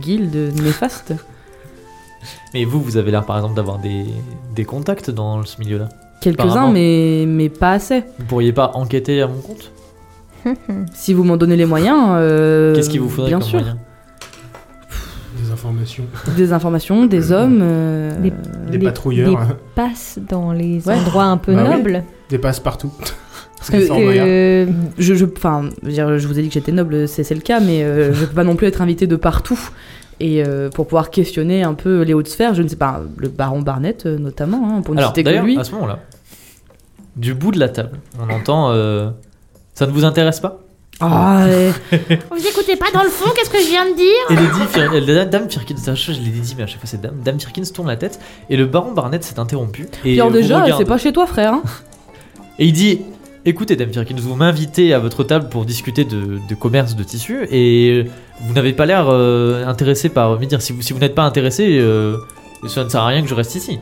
Speaker 2: guilde néfaste.
Speaker 1: Mais vous, vous avez l'air par exemple d'avoir des, des contacts dans ce milieu-là.
Speaker 2: Quelques-uns,
Speaker 1: Apparemment.
Speaker 2: mais, mais pas assez.
Speaker 1: Vous pourriez pas enquêter à mon compte
Speaker 2: Euh, Si vous m'en donnez les moyens. euh,
Speaker 1: Qu'est-ce qu'il vous faudrait
Speaker 2: Bien
Speaker 1: comme
Speaker 2: sûr.
Speaker 1: moyen
Speaker 4: <laughs> Des informations,
Speaker 2: Des informations, des hommes. euh,
Speaker 3: Des-
Speaker 4: des
Speaker 3: Des-
Speaker 4: patrouilleurs, hein,
Speaker 3: Passe dans les
Speaker 2: Ouais.
Speaker 3: endroits un peu
Speaker 4: Bah oui.
Speaker 3: nobles.
Speaker 4: des passe-partout. <laughs> Parce
Speaker 2: que-
Speaker 4: que ça, on regarde.
Speaker 3: que-
Speaker 2: Euh, Je, je, enfin, je, veux dire, je vous ai dit que j'étais noble, c'est c'est le cas, mais euh, je peux pas non plus être invité de partout. Et euh, pour pouvoir questionner un peu les hautes sphères, je ne sais pas, le baron Barnett euh, notamment, hein, pour ne
Speaker 1: Alors,
Speaker 2: citer que
Speaker 1: d'ailleurs, ah,
Speaker 2: lui.
Speaker 1: à ce moment-là, du bout de la table, on entend. euh, ça ne vous intéresse pas
Speaker 2: Ah, ouais.
Speaker 5: Vous écoutez pas dans le fond qu'est-ce que je viens de dire
Speaker 1: Et Lady Fir- euh, la Dame Firkins, c'est un chose, je l'ai dit, mais à chaque fois c'est Dame. Dame Firkins tourne la tête et le baron Barnett s'est interrompu. Et
Speaker 2: Pierre,
Speaker 1: vous
Speaker 2: déjà,
Speaker 1: regarde.
Speaker 2: c'est pas chez toi, frère. hein.
Speaker 1: Et il dit Écoutez, Dame Firkins, vous m'invitez à votre table pour discuter de, de commerce de tissus et vous n'avez pas l'air euh, intéressé par. Je veux dire, si vous, si vous n'êtes pas intéressé, euh, ça ne sert à rien que je reste ici.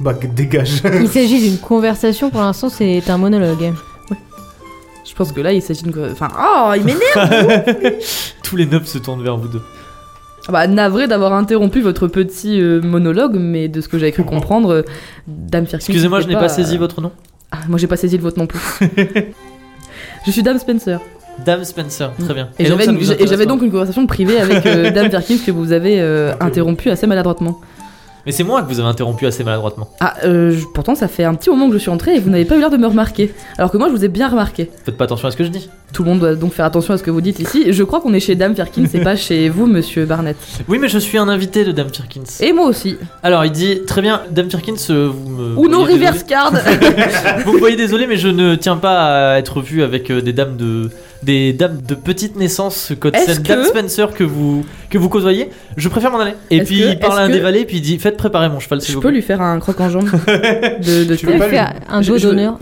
Speaker 4: Bah,
Speaker 2: <laughs>
Speaker 4: que- dégage.
Speaker 3: Il s'agit d'une conversation, pour l'instant, c'est un monologue.
Speaker 2: Je pense que là, il s'agit d'une. Enfin, oh, il m'énerve
Speaker 1: Tous les nobles se tournent vers vous deux.
Speaker 2: Ah Bah, navré d'avoir interrompu votre petit euh, monologue, mais de ce que j'avais cru comprendre, euh, Dame Firkin.
Speaker 1: Excusez-moi, je
Speaker 2: c'était
Speaker 1: n'ai pas, saisi votre nom.
Speaker 2: Ah, moi, j'ai pas saisi le vôtre non plus.
Speaker 1: <laughs>
Speaker 2: je suis Dame Spencer.
Speaker 1: Dame Spencer, très bien.
Speaker 2: Mm. Et,
Speaker 1: donc,
Speaker 2: j'avais
Speaker 1: ça
Speaker 2: une-
Speaker 1: ne vous
Speaker 2: et
Speaker 1: intéresse
Speaker 2: j'avais
Speaker 1: pas. Ah
Speaker 2: donc une conversation privée avec
Speaker 1: <laughs>
Speaker 2: euh, Dame Firkin que vous avez euh, interrompue assez maladroitement.
Speaker 1: Mais c'est moi que vous avez interrompu assez maladroitement.
Speaker 2: Ah, euh, je- pourtant, ça fait un petit moment que je suis entrée et vous n'avez pas eu l'air de me remarquer. Alors que moi, je vous ai bien remarqué.
Speaker 1: Faites pas attention à ce que je dis.
Speaker 2: Tout le monde doit donc faire attention à ce que vous dites ici. Je crois qu'on est chez Dame Firkin, c'est pas
Speaker 1: <laughs>
Speaker 2: chez vous, monsieur Barnett.
Speaker 1: Oui, mais je suis un invité de Dame Firkins.
Speaker 2: Et moi aussi.
Speaker 1: Alors, il dit Très bien, Dame Firkins, euh, vous me.
Speaker 2: Ou non,
Speaker 1: voyez désolé-
Speaker 2: reverse card
Speaker 1: Vous me voyez désolé, mais je ne tiens pas à être vu avec euh, des dames de des dames de petite naissance côte
Speaker 2: Est-ce
Speaker 1: cette Dame
Speaker 2: que-
Speaker 1: Spencer que vous que vous côtoyez. Je préfère m'en aller. Et
Speaker 2: Est-ce
Speaker 1: puis
Speaker 2: que-
Speaker 1: il parle à un
Speaker 2: est-ce
Speaker 1: des
Speaker 2: que-
Speaker 1: valets, puis il dit faites préparer mon cheval. <laughs> s'il
Speaker 2: Je
Speaker 1: vous
Speaker 2: peux
Speaker 1: plaît.
Speaker 2: lui faire un croc en jambe
Speaker 1: <laughs>
Speaker 2: de, de
Speaker 4: Tu
Speaker 3: Je
Speaker 4: veux
Speaker 3: vais
Speaker 4: pas lui-
Speaker 3: faire un
Speaker 2: je-
Speaker 3: doigt
Speaker 2: je-
Speaker 3: d'honneur.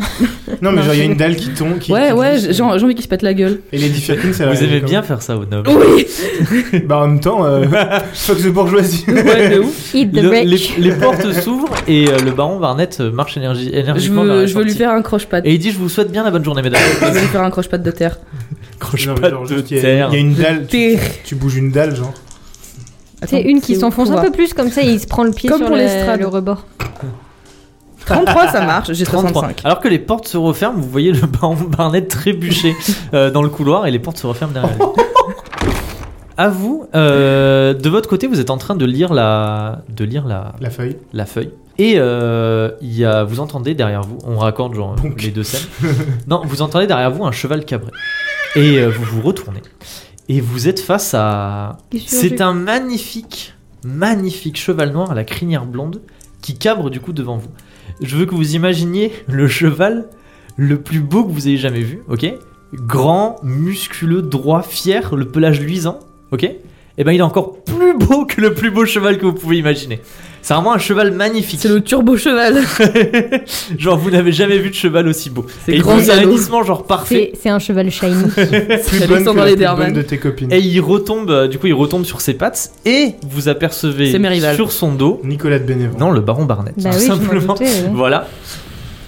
Speaker 4: Non, mais
Speaker 3: Non.
Speaker 4: genre, il y a une dalle qui tombe. Qui,
Speaker 2: Ouais,
Speaker 4: qui
Speaker 2: ouais,
Speaker 4: glisse.
Speaker 2: j'ai j'ai envie qu'il se pète
Speaker 1: <laughs>
Speaker 2: la gueule.
Speaker 4: Et Lady Firkin, ça
Speaker 1: Vous
Speaker 4: réagit
Speaker 1: aimez
Speaker 4: comme-
Speaker 1: bien faire ça aux nobles.
Speaker 2: Oui
Speaker 4: Bah, en même
Speaker 2: <laughs>
Speaker 4: temps, euh, fuck the
Speaker 1: <laughs>
Speaker 4: bourgeoisie.
Speaker 2: Ouais, de ouf.
Speaker 3: Eat the
Speaker 1: Le- les,
Speaker 3: wretch.
Speaker 1: les portes s'ouvrent et euh, le baron Barnett euh, marche énergi-
Speaker 2: Je
Speaker 1: énergiquement vers la
Speaker 2: veux, je veux lui
Speaker 1: sortie.
Speaker 2: faire un croche-patte.
Speaker 1: Et il dit je vous souhaite bien la bonne journée mesdames.
Speaker 2: Je veux lui faire un croche-patte de terre.
Speaker 1: Croche
Speaker 4: Non, mais
Speaker 1: pas
Speaker 4: genre,
Speaker 1: de
Speaker 4: juste, il y a-
Speaker 1: terre.
Speaker 4: Il y a une dalle. Tu,
Speaker 2: Terre
Speaker 4: tu bouges une dalle, genre.
Speaker 3: C'est une qui s'enfonce un peu plus, comme ça, il se prend le pied
Speaker 2: Comme
Speaker 3: sur
Speaker 2: pour
Speaker 3: le,
Speaker 2: l'estrade.
Speaker 3: le rebord.
Speaker 2: 33, ça marche, j'ai
Speaker 1: 33.
Speaker 2: 65.
Speaker 1: Alors que les portes se referment, vous voyez le <laughs> baron Barnett trébucher euh, dans le couloir et les portes se referment derrière lui. À vous, euh, de votre côté, vous êtes en train de lire la, de lire la,
Speaker 2: <laughs>
Speaker 4: La feuille.
Speaker 1: la feuille. Et euh, il y a, vous entendez derrière vous, on raccorde genre
Speaker 4: Bonk.
Speaker 1: les deux scènes. non, vous entendez derrière vous un cheval cabré. Et euh, vous vous retournez. Et vous êtes face à, c'est un magnifique, magnifique cheval noir à la crinière blonde qui cabre du coup devant vous. Je veux que vous imaginiez le cheval le plus beau que vous ayez jamais vu, ok Grand, musculeux, droit, fier, le pelage luisant, ok Et ben il est encore plus beau que le plus beau cheval que vous pouvez imaginer. C'est vraiment un cheval magnifique. <laughs>
Speaker 2: C'est le turbo cheval.
Speaker 1: genre vous n'avez jamais vu de cheval aussi beau.
Speaker 2: <laughs> C'est
Speaker 1: Et il
Speaker 2: grand
Speaker 1: pose un
Speaker 2: salaud.
Speaker 1: hennissement genre parfait.
Speaker 3: C'est c'est un cheval
Speaker 1: <laughs>
Speaker 3: shiny.
Speaker 4: Plus
Speaker 2: Alexandre
Speaker 4: bonne que la plus
Speaker 2: Lederman.
Speaker 4: bonne de tes copines.
Speaker 1: Et il retombe, euh, du coup il retombe sur ses pattes et vous apercevez
Speaker 2: C'est mes rivales.
Speaker 1: sur son dos
Speaker 4: Nicolas de Bénévent.
Speaker 1: Non, le baron Barnett,
Speaker 3: bah
Speaker 1: tout
Speaker 3: oui, je m'en
Speaker 1: simplement.
Speaker 3: doutais, ouais.
Speaker 1: <laughs> Voilà.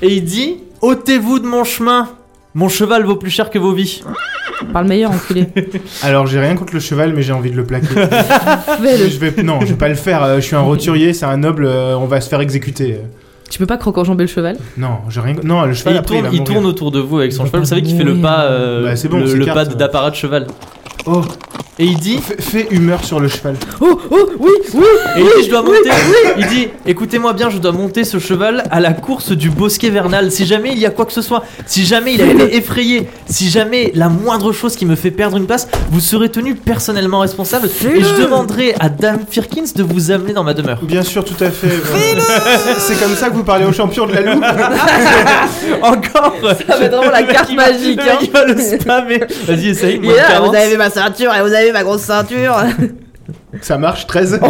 Speaker 1: Et il dit ôtez-vous de mon chemin. Mon cheval vaut plus cher que vos vies.
Speaker 2: Par le meilleur, enculé.
Speaker 4: Alors, j'ai rien contre le cheval, mais j'ai envie de le
Speaker 1: <laughs>
Speaker 4: plaquer.
Speaker 2: Fais-le.
Speaker 4: je vais... Non, je vais pas le faire. euh, Je suis un roturier, c'est un noble, euh, on va se faire exécuter.
Speaker 2: <laughs>
Speaker 4: Euh,
Speaker 2: Tu peux pas croque-enjamber le cheval
Speaker 4: Non, j'ai rien. Non, le
Speaker 1: Et
Speaker 4: cheval
Speaker 1: il
Speaker 4: après,
Speaker 1: tourne,
Speaker 4: il
Speaker 1: il
Speaker 4: va
Speaker 1: tourne
Speaker 4: mourir.
Speaker 1: autour de vous avec son
Speaker 2: Il
Speaker 1: cheval.
Speaker 2: va
Speaker 1: Vous savez qu'il fait le
Speaker 2: mourir.
Speaker 1: pas, euh,
Speaker 4: Bah, c'est bon,
Speaker 1: le,
Speaker 4: on
Speaker 1: le
Speaker 4: s'écarte,
Speaker 1: pas
Speaker 4: ouais.
Speaker 1: d'apparat de cheval.
Speaker 4: Oh,
Speaker 1: Et il dit,
Speaker 4: fais- fais humeur sur le cheval.
Speaker 2: Oh, oh, oui, oui
Speaker 1: et il dit, je dois monter. Il dit, écoutez-moi bien, je dois monter ce cheval à la course du bosquet vernal. Si jamais il y a quoi que ce soit, si jamais il a été effrayé, si jamais la moindre chose qui me fait perdre une place, vous serez tenu personnellement responsable. Et je demanderai à Dame Firkins de vous amener dans ma demeure.
Speaker 4: Bien sûr, tout à fait. voilà. C'est comme ça que vous parlez aux champions de la loupe.
Speaker 1: Encore
Speaker 2: Ça va être vraiment la
Speaker 1: Le mec,
Speaker 2: carte
Speaker 1: il va-
Speaker 2: magique,
Speaker 1: le mec,
Speaker 2: hein.
Speaker 1: il va le spammer Vas-y, essaye,
Speaker 2: Il
Speaker 1: moins
Speaker 2: est
Speaker 1: de
Speaker 2: là,
Speaker 1: 40.
Speaker 2: vous avez vu ma ceinture et vous avez vu ma grosse ceinture <laughs>
Speaker 4: Ça marche, 13.
Speaker 1: Oh.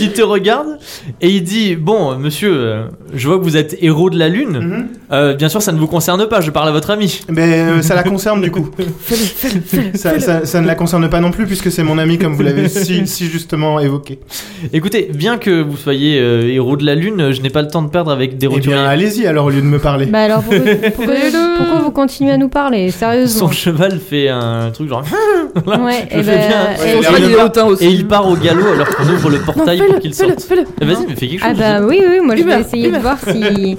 Speaker 1: Il te regarde et il dit Bon, monsieur, euh, je vois que vous êtes héros de la lune.
Speaker 4: Mhm.
Speaker 1: Euh, bien sûr, ça ne vous concerne pas, je parle à votre ami.
Speaker 4: Mais euh, ça la concerne du coup. ça, ça- ça ne la concerne pas non plus puisque c'est mon ami comme vous l'avez si, si justement évoqué. Eh
Speaker 1: Écoutez, bien que vous soyez euh, héros de la lune, je n'ai pas le temps de perdre avec des
Speaker 4: Eh
Speaker 1: roturiers.
Speaker 4: bien, allez-y alors au lieu de me parler.
Speaker 3: Bah alors, pourquoi,
Speaker 4: <laughs>
Speaker 3: pourquoi-
Speaker 2: Fais-le.
Speaker 3: pourquoi vous continuez à nous parler
Speaker 1: Son
Speaker 3: Sérieusement
Speaker 2: Ah,
Speaker 1: cheval fait un truc genre.
Speaker 3: Ouais,
Speaker 1: je
Speaker 3: et
Speaker 1: fais bien.
Speaker 3: ben,
Speaker 4: Ouais,
Speaker 3: et-
Speaker 4: il a rien
Speaker 2: le hautain aussi.
Speaker 1: Et il part au galop alors qu'on ouvre le
Speaker 2: Non,
Speaker 1: portail
Speaker 2: fais-le,
Speaker 1: pour qu'il
Speaker 2: fais-le,
Speaker 1: sorte.
Speaker 2: fais-le.
Speaker 1: Eh, Vas-y, mais fais quelque chose.
Speaker 3: Ah bah oui, oui, moi je
Speaker 2: Humeur,
Speaker 3: vais essayer de
Speaker 2: humeur.
Speaker 3: voir si,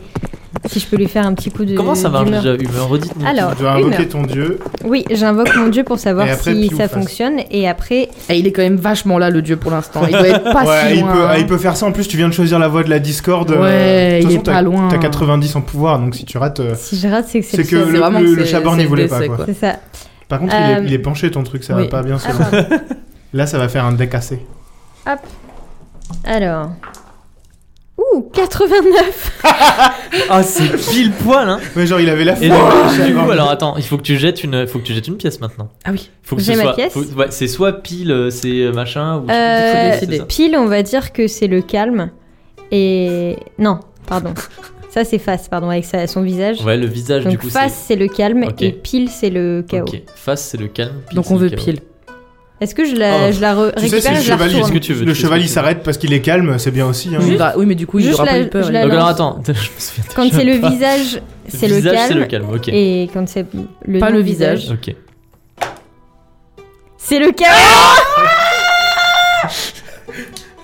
Speaker 3: si je peux lui faire un petit coup de.
Speaker 1: Comment ça marche
Speaker 3: d'humeur.
Speaker 1: déjà Humeur, redites-nous.
Speaker 3: Alors,
Speaker 4: Tu dois invoquer
Speaker 3: humeur.
Speaker 4: ton dieu.
Speaker 3: Oui, j'invoque mon dieu pour savoir
Speaker 4: Et après,
Speaker 3: si
Speaker 4: pile ou
Speaker 3: ça
Speaker 4: face.
Speaker 3: fonctionne. Et après,
Speaker 2: Et Eh, il est quand même vachement là, le dieu, pour l'instant. Il doit être pas
Speaker 4: ouais,
Speaker 2: si
Speaker 4: il
Speaker 2: loin. hein.
Speaker 4: peut, ah, il peut faire ça. En plus, tu viens de choisir la voie de la discorde.
Speaker 2: Ouais,
Speaker 4: de toute
Speaker 2: il
Speaker 4: façon,
Speaker 2: est
Speaker 4: t'as-
Speaker 2: pas loin.
Speaker 4: T'as 90 en pouvoir, donc si tu rates, euh,
Speaker 3: si je rate, c'est que
Speaker 4: c'est
Speaker 3: c'est le
Speaker 4: que
Speaker 3: seul.
Speaker 2: c'est
Speaker 4: le,
Speaker 2: vraiment
Speaker 4: le-
Speaker 2: que
Speaker 4: le
Speaker 2: c'est-
Speaker 4: Chaborn n'y
Speaker 2: c'est
Speaker 4: voulait
Speaker 2: le
Speaker 4: pas.
Speaker 2: décès,
Speaker 4: Quoi.
Speaker 2: quoi.
Speaker 3: C'est
Speaker 1: <laughs>
Speaker 3: ça.
Speaker 4: Par contre, il est-
Speaker 3: Euh,
Speaker 4: il, est, penché ton truc, ça
Speaker 2: oui.
Speaker 4: va pas bien.
Speaker 3: Ah,
Speaker 4: selon-
Speaker 3: pardon.
Speaker 4: Là, ça va faire un deck cassé.
Speaker 3: Alors. Ouh, 89
Speaker 1: Ah, c'est pile poil, hein.
Speaker 4: Mais genre, il avait la
Speaker 1: Et
Speaker 4: foi.
Speaker 1: donc, du coup, alors attends, il faut que tu jettes une, faut que tu jettes une pièce maintenant.
Speaker 2: Ah oui.
Speaker 1: Faut que
Speaker 3: J'ai
Speaker 1: ce
Speaker 3: ma
Speaker 1: soit,
Speaker 3: pièce
Speaker 1: faut- ouais, c'est soit pile, euh, c'est euh, machin, ou
Speaker 3: Euh,
Speaker 1: c'est ça.
Speaker 3: Pile, on va dire que c'est le calme. Et. Non,
Speaker 1: <laughs>
Speaker 3: pardon. ça, c'est face, pardon, avec sa- son visage.
Speaker 1: Ouais, le visage du
Speaker 3: Donc,
Speaker 1: coup,
Speaker 3: face,
Speaker 1: c'est.
Speaker 3: c'est le calme.
Speaker 1: Ok.
Speaker 3: Et pile, c'est le chaos.
Speaker 1: Ok, face, c'est le calme. pile,
Speaker 2: Donc
Speaker 1: c'est
Speaker 2: on
Speaker 1: le
Speaker 2: veut
Speaker 1: chaos.
Speaker 2: pile.
Speaker 3: Est-ce que je la,
Speaker 1: Oh.
Speaker 3: je la re-
Speaker 4: Tu sais, c'est
Speaker 3: récupère
Speaker 4: le
Speaker 3: et je la
Speaker 4: chevalier.
Speaker 1: Qu'est-ce
Speaker 3: retourne
Speaker 1: que tu veux
Speaker 4: Le
Speaker 1: tu sais
Speaker 4: cheval,
Speaker 1: ce que tu
Speaker 4: il
Speaker 1: veux. Bah.
Speaker 4: s'arrête parce qu'il est calme, c'est bien aussi. hein.
Speaker 2: Il aura- Bah Oui, mais du coup, il
Speaker 3: Juste
Speaker 2: aura
Speaker 3: la-
Speaker 2: pas eu peur.
Speaker 3: je
Speaker 2: il
Speaker 3: la
Speaker 2: aura-
Speaker 1: Donc alors
Speaker 3: lance.
Speaker 1: attends, <laughs> je me souviens
Speaker 3: Quand
Speaker 1: déjà
Speaker 3: c'est
Speaker 1: <laughs>
Speaker 3: le
Speaker 1: pas.
Speaker 3: visage, c'est le
Speaker 1: visage, c'est
Speaker 3: calme.
Speaker 1: le calme. Ok.
Speaker 3: Et quand c'est le
Speaker 2: Pas le
Speaker 3: non-visage,
Speaker 2: visage.
Speaker 1: Ok.
Speaker 3: c'est le chaos.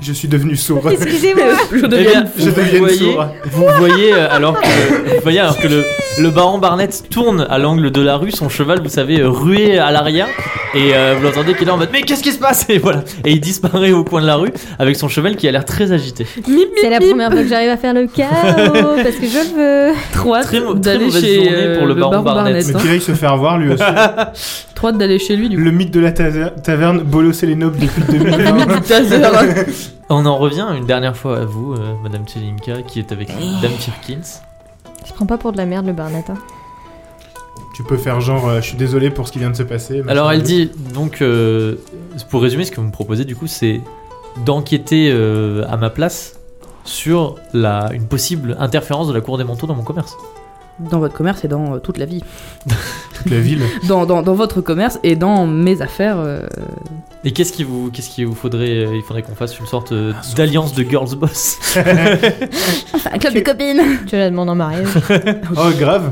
Speaker 4: Je suis
Speaker 2: <laughs>
Speaker 4: devenu
Speaker 1: <laughs>
Speaker 4: sourd.
Speaker 3: Excusez-moi.
Speaker 2: Je
Speaker 1: Eh bien,
Speaker 2: deviens.
Speaker 4: <laughs> Je
Speaker 1: vous
Speaker 4: deviens
Speaker 1: voyez,
Speaker 4: sourd.
Speaker 1: vous voyez euh, alors que, vous voyez alors que le, le baron Barnett tourne à l'angle de la rue, son cheval, vous savez, euh, rué à l'arrière, et euh, vous l'entendez qu'il est en mode mais qu'est-ce qui se passe et voilà, et il disparaît au coin de la rue avec son cheval qui a l'air très agité.
Speaker 3: C'est la première fois que j'arrive à faire
Speaker 1: <laughs>
Speaker 3: le chaos parce que je veux.
Speaker 2: Trois
Speaker 1: Très mau- très
Speaker 2: d'aller
Speaker 1: mauvaise
Speaker 2: chez
Speaker 1: journée
Speaker 2: euh,
Speaker 1: pour le baron Barnett,
Speaker 4: Mais
Speaker 2: hein.
Speaker 4: qui se faire voir
Speaker 2: <laughs>
Speaker 4: lui aussi.
Speaker 2: Trois d'aller chez lui, du coup. <laughs>
Speaker 4: Le mythe de la ta- taverne, Bolos et les nobles depuis 2001.
Speaker 2: Du taser.
Speaker 1: On en revient une dernière fois à vous, euh, Madame Tchelinka, qui est avec Dame Firkins.
Speaker 3: Je prends pas pour de la merde le Barnett. hein.
Speaker 4: tu peux faire genre, euh, je suis désolé pour ce qui vient de se passer. machin.
Speaker 1: Alors elle dit donc euh, pour résumer ce que vous me proposez du coup c'est d'enquêter euh, à ma place sur la une possible interférence de la cour des manteaux dans mon commerce.
Speaker 2: Dans votre commerce et dans euh, toute la vie.
Speaker 4: toute
Speaker 2: <laughs>
Speaker 4: la ville.
Speaker 2: Dans, dans, dans votre commerce et dans mes affaires. euh,
Speaker 1: Et qu'est-ce qu'il vous qu'est-ce qu'il vous faudrait euh, il faudrait qu'on fasse une sorte euh,
Speaker 4: Ah,
Speaker 1: d'alliance de girls boss. <laughs>
Speaker 2: Un club de copines
Speaker 3: Je la demande en mariage.
Speaker 4: Oh grave,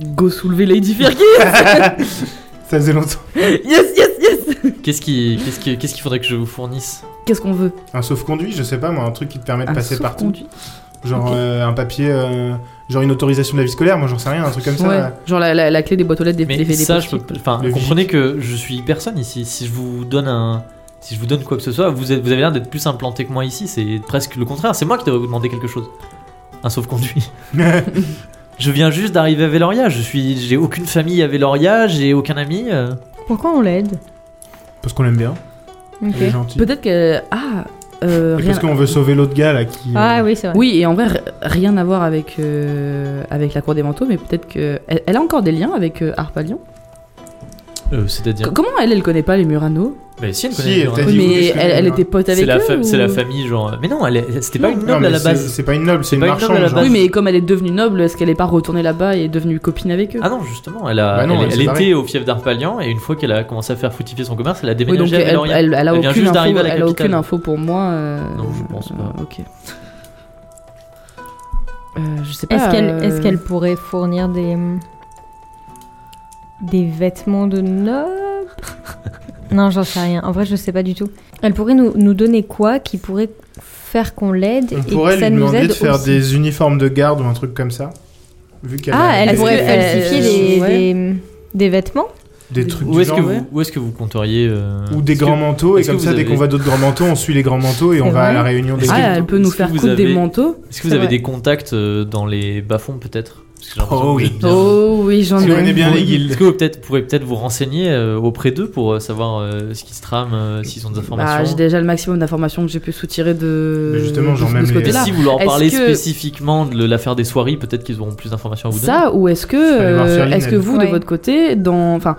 Speaker 2: Go soulever Lady Firkin
Speaker 4: ça faisait longtemps.
Speaker 2: Yes, yes, yes
Speaker 1: qu'est-ce qui qu'est-ce qui- qu'est-ce qu'il faudrait que je vous fournisse
Speaker 2: Qu'est-ce qu'on veut
Speaker 4: Un sauf-conduit, je sais pas moi, un truc qui te permet de passer partout.
Speaker 2: sauf-conduit
Speaker 4: Genre
Speaker 2: Ok.
Speaker 4: euh, un papier, euh, genre une autorisation de la vie scolaire, moi j'en sais rien, un truc comme ça.
Speaker 2: Ouais,
Speaker 4: là.
Speaker 2: genre la, la, la clé des boîtes aux lettres des,
Speaker 1: Mais
Speaker 2: des, des
Speaker 1: ça je
Speaker 2: post-it.
Speaker 1: peux enfin
Speaker 4: Le
Speaker 1: comprenez que je suis personne ici si je vous donne un si je vous donne quoi que ce soit, vous, êtes- vous avez l'air d'être plus implanté que moi ici, c'est presque le contraire, c'est moi qui devrais vous demander quelque chose. Un sauf-conduit. <laughs> Je viens juste d'arriver à Véloria, je suis j'ai aucune famille à Véloria, j'ai aucun ami. euh.
Speaker 3: Pourquoi on l'aide
Speaker 4: <laughs> parce qu'on l'aime bien,
Speaker 3: Ok.
Speaker 4: il est gentil.
Speaker 2: Peut-être que. Ah euh,
Speaker 4: Et
Speaker 2: rien
Speaker 4: parce qu'on veut sauver l'autre gars là qui.
Speaker 3: Ah
Speaker 4: euh,
Speaker 3: oui, c'est vrai.
Speaker 2: Oui, et en vrai, r- rien à voir avec, euh, avec la cour des manteaux, mais peut-être que. Elle, elle a encore des liens avec euh, Harpalion
Speaker 1: Euh, C'est-à-dire.
Speaker 2: C- Comment elle, elle connaît pas les Murano
Speaker 1: Bah, si elle
Speaker 4: Si,
Speaker 1: connaît
Speaker 4: elle
Speaker 1: Véloria.
Speaker 4: t'a dit-
Speaker 2: Oui,
Speaker 4: vous
Speaker 2: mais
Speaker 4: juste
Speaker 2: elle, elle
Speaker 4: les
Speaker 2: était pote
Speaker 1: C'est
Speaker 2: avec
Speaker 1: la,
Speaker 2: eux
Speaker 1: fa- c'est la
Speaker 2: ou-
Speaker 1: famille, genre. euh, Mais non, elle est- c'était pas une
Speaker 4: non,
Speaker 1: noble
Speaker 4: mais
Speaker 1: à la
Speaker 4: c'est-
Speaker 1: base.
Speaker 4: C'est pas une noble, c'est une
Speaker 1: pas une noble
Speaker 4: marchande.
Speaker 1: à la
Speaker 4: genre.
Speaker 1: base.
Speaker 2: Oui, mais comme elle est devenue noble, est-ce qu'elle est pas retournée là-bas et est devenue copine avec eux
Speaker 1: Ah non, justement, elle, a,
Speaker 4: Bah non,
Speaker 1: elle,
Speaker 4: elle s'est
Speaker 1: elle
Speaker 4: barrée.
Speaker 1: était au fief d'Arpalian et une fois qu'elle a commencé à faire fructifier son commerce, elle a
Speaker 2: Oui,
Speaker 1: déménagé
Speaker 2: donc
Speaker 1: à
Speaker 2: elle,
Speaker 1: Véloria.
Speaker 2: elle, elle a
Speaker 1: Elle vient
Speaker 2: aucune
Speaker 1: juste
Speaker 2: info,
Speaker 1: d'arriver à la
Speaker 2: elle a aucune
Speaker 1: capitale.
Speaker 2: info pour moi. euh,
Speaker 1: Non, je pense pas.
Speaker 2: euh, ok. Euh, je sais pas.
Speaker 3: Est-ce
Speaker 2: euh,
Speaker 3: qu'elle, est-ce qu'elle pourrait fournir des des vêtements de <laughs> noble Non, j'en sais rien. En vrai, je sais pas du tout. Elle pourrait nous, nous donner quoi qui pourrait faire qu'on l'aide
Speaker 4: On
Speaker 3: et
Speaker 4: pourrait
Speaker 3: que ça
Speaker 4: lui
Speaker 3: nous
Speaker 4: demander
Speaker 3: aide
Speaker 4: de faire
Speaker 3: aussi.
Speaker 4: des uniformes de garde ou un truc comme ça. Vu qu'elle
Speaker 3: Ah,
Speaker 4: a-
Speaker 3: elle
Speaker 2: Est-ce
Speaker 3: pourrait
Speaker 2: que-
Speaker 3: falsifier
Speaker 2: euh,
Speaker 3: des,
Speaker 2: ouais.
Speaker 3: des, des vêtements
Speaker 4: des trucs
Speaker 1: Où
Speaker 4: du
Speaker 1: est-ce que,
Speaker 4: genre,
Speaker 1: vous- où est-ce que vous compteriez. euh,
Speaker 4: ou des
Speaker 1: est-ce que-
Speaker 4: grands manteaux et
Speaker 1: est-ce que
Speaker 4: comme
Speaker 1: vous
Speaker 4: ça dès
Speaker 1: avez-
Speaker 4: qu'on voit d'autres grands manteaux on suit les grands manteaux et on
Speaker 3: C'est
Speaker 4: va à
Speaker 3: vrai.
Speaker 4: la réunion des
Speaker 1: Est-ce
Speaker 2: Ah,
Speaker 1: que-
Speaker 2: elle peut nous
Speaker 1: est-ce que
Speaker 2: faire
Speaker 1: vous
Speaker 2: coudre
Speaker 1: avez-
Speaker 2: des manteaux
Speaker 1: Est-ce que vous
Speaker 3: C'est
Speaker 1: avez
Speaker 3: vrai.
Speaker 1: des contacts euh, dans les bas-fonds peut-être Parce que j'ai l'impression
Speaker 4: Oh
Speaker 1: que vous
Speaker 4: oui.
Speaker 1: êtes bien-
Speaker 2: Oh oui, j'en
Speaker 4: Si on est
Speaker 2: ai.
Speaker 4: bien
Speaker 1: Vous-
Speaker 4: les guildes.
Speaker 1: Est-ce que vous peut-être, pourrez peut-être vous renseigner euh, auprès d'eux pour euh, savoir euh, ce qui se trame, euh, s'ils ont des
Speaker 2: Bah, j'ai
Speaker 1: informations
Speaker 2: déjà le maximum d'informations que j'ai pu soutirer de,
Speaker 4: Mais justement,
Speaker 2: de-
Speaker 4: genre
Speaker 2: de
Speaker 4: même
Speaker 2: ce
Speaker 4: les-
Speaker 1: Et
Speaker 2: côté-là.
Speaker 1: si vous leur
Speaker 2: Est-ce
Speaker 1: parlez
Speaker 2: que-
Speaker 1: spécifiquement de l'affaire des soirées, peut-être qu'ils auront plus d'informations à vous donner.
Speaker 2: Ça, ou est-ce que,
Speaker 4: Faut aller voir
Speaker 2: euh,
Speaker 4: Firlin,
Speaker 2: est-ce que
Speaker 4: elle.
Speaker 2: vous, de
Speaker 3: Ouais.
Speaker 2: votre côté, dans. Enfin,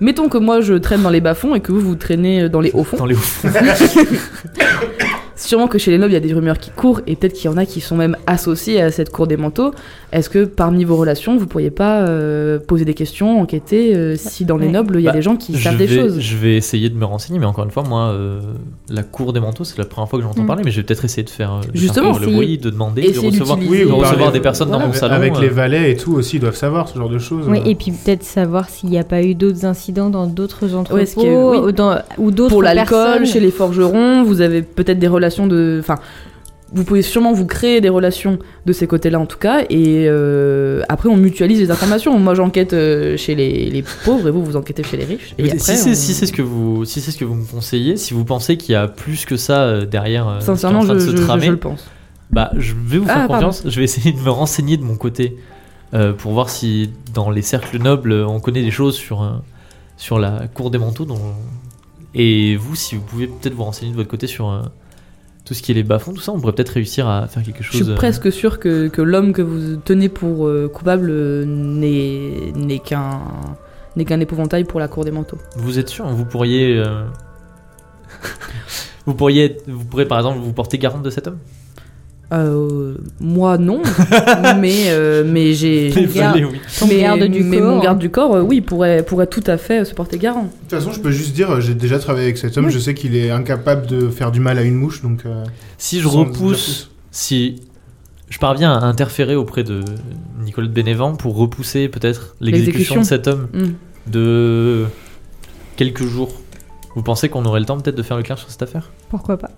Speaker 2: mettons euh, que moi je traîne dans les bas-fonds et que vous, vous traînez dans les hauts-fonds.
Speaker 1: Dans les hauts-fonds.
Speaker 2: Sûrement que chez les nobles, il y a des rumeurs qui courent et peut-être qu'il y en a qui sont même associés à cette cour des manteaux. Est-ce que parmi vos relations, vous pourriez pas euh, poser des questions, enquêter euh, si dans les
Speaker 3: Ouais.
Speaker 2: nobles, il y a
Speaker 1: Bah,
Speaker 2: des gens qui
Speaker 1: je
Speaker 2: savent
Speaker 1: vais,
Speaker 2: des choses
Speaker 1: je vais essayer de me renseigner, mais encore une fois, moi, euh, la cour des manteaux, c'est la première fois que j'entends
Speaker 3: Mm.
Speaker 1: parler, mais je vais peut-être essayer de faire, euh, de faire
Speaker 2: Justement,
Speaker 1: courir le
Speaker 2: essayez-
Speaker 1: bruit, de demander, de
Speaker 2: essayez
Speaker 1: recevoir,
Speaker 2: d'utiliser-
Speaker 1: de
Speaker 2: Oui, ou
Speaker 1: recevoir
Speaker 4: parler-
Speaker 1: des personnes dans mon
Speaker 4: Avec-
Speaker 1: salon.
Speaker 4: Avec
Speaker 1: euh,
Speaker 4: les valets et tout aussi, ils doivent savoir ce genre de choses.
Speaker 3: Oui,
Speaker 4: euh.
Speaker 3: et puis peut-être savoir s'il n'y a pas eu d'autres incidents dans d'autres entrepôts
Speaker 2: est-ce que- oui.
Speaker 3: ou dans- ou d'autres
Speaker 2: Pour l'alcool,
Speaker 3: personnes.
Speaker 2: chez les forgerons, vous avez peut-être des relations de. Enfin, vous pouvez sûrement vous créer des relations de ces côtés-là en tout cas, et euh, après on mutualise les informations. Moi j'enquête euh, chez les, les pauvres et vous vous enquêtez chez les riches. Et
Speaker 1: écoutez,
Speaker 2: après,
Speaker 1: si c'est
Speaker 2: on-
Speaker 1: si c'est ce que vous si c'est ce que vous me conseillez, si vous pensez qu'il y a plus que ça euh, derrière, euh,
Speaker 2: Sincèrement,
Speaker 1: qui est en
Speaker 2: je,
Speaker 1: train de se
Speaker 2: je- je-
Speaker 1: tramer,
Speaker 2: je le pense.
Speaker 1: bah je vais vous faire
Speaker 2: Ah, pardon.
Speaker 1: confiance. Je vais essayer de me renseigner de mon côté euh, pour voir si dans les cercles nobles on connaît des choses sur euh, sur la cour des manteaux. dont- Et vous, si vous pouvez peut-être vous renseigner de votre côté sur euh, tout ce qui est les bas-fonds, tout ça, on pourrait peut-être réussir à faire quelque
Speaker 2: Je
Speaker 1: chose.
Speaker 2: suis
Speaker 1: euh,
Speaker 2: presque sûr que, que l'homme que vous tenez pour euh, coupable euh, n'est n'est qu'un n'est qu'un épouvantail pour la cour des manteaux.
Speaker 1: Vous êtes sûr Vous pourriez.
Speaker 2: <laughs>
Speaker 1: euh, vous pourriez, être- vous pourrez par exemple vous porter garante de cet homme.
Speaker 2: Euh,
Speaker 1: <laughs>
Speaker 2: moi non, mais euh, mais j'ai
Speaker 1: Les
Speaker 2: j'ai-
Speaker 1: valets, oui.
Speaker 3: Ton
Speaker 2: mais,
Speaker 3: garde du
Speaker 2: mais
Speaker 3: corps.
Speaker 2: mon garde du corps, euh, oui, pourrait pourrait tout à fait se porter garant.
Speaker 4: De toute façon, je peux juste dire, euh, j'ai déjà travaillé avec cet homme, je sais qu'il est incapable de faire du mal à une mouche, donc. euh,
Speaker 1: Si je
Speaker 4: sans en dire
Speaker 1: repousse, si je parviens à interférer auprès de Nicolas de Bénévent pour repousser peut-être l'exécution
Speaker 2: L'exécution.
Speaker 1: de cet homme
Speaker 3: Mm.
Speaker 2: Hmm.
Speaker 1: de quelques jours, vous pensez qu'on aurait le temps peut-être de faire le clair sur cette affaire
Speaker 3: Pourquoi pas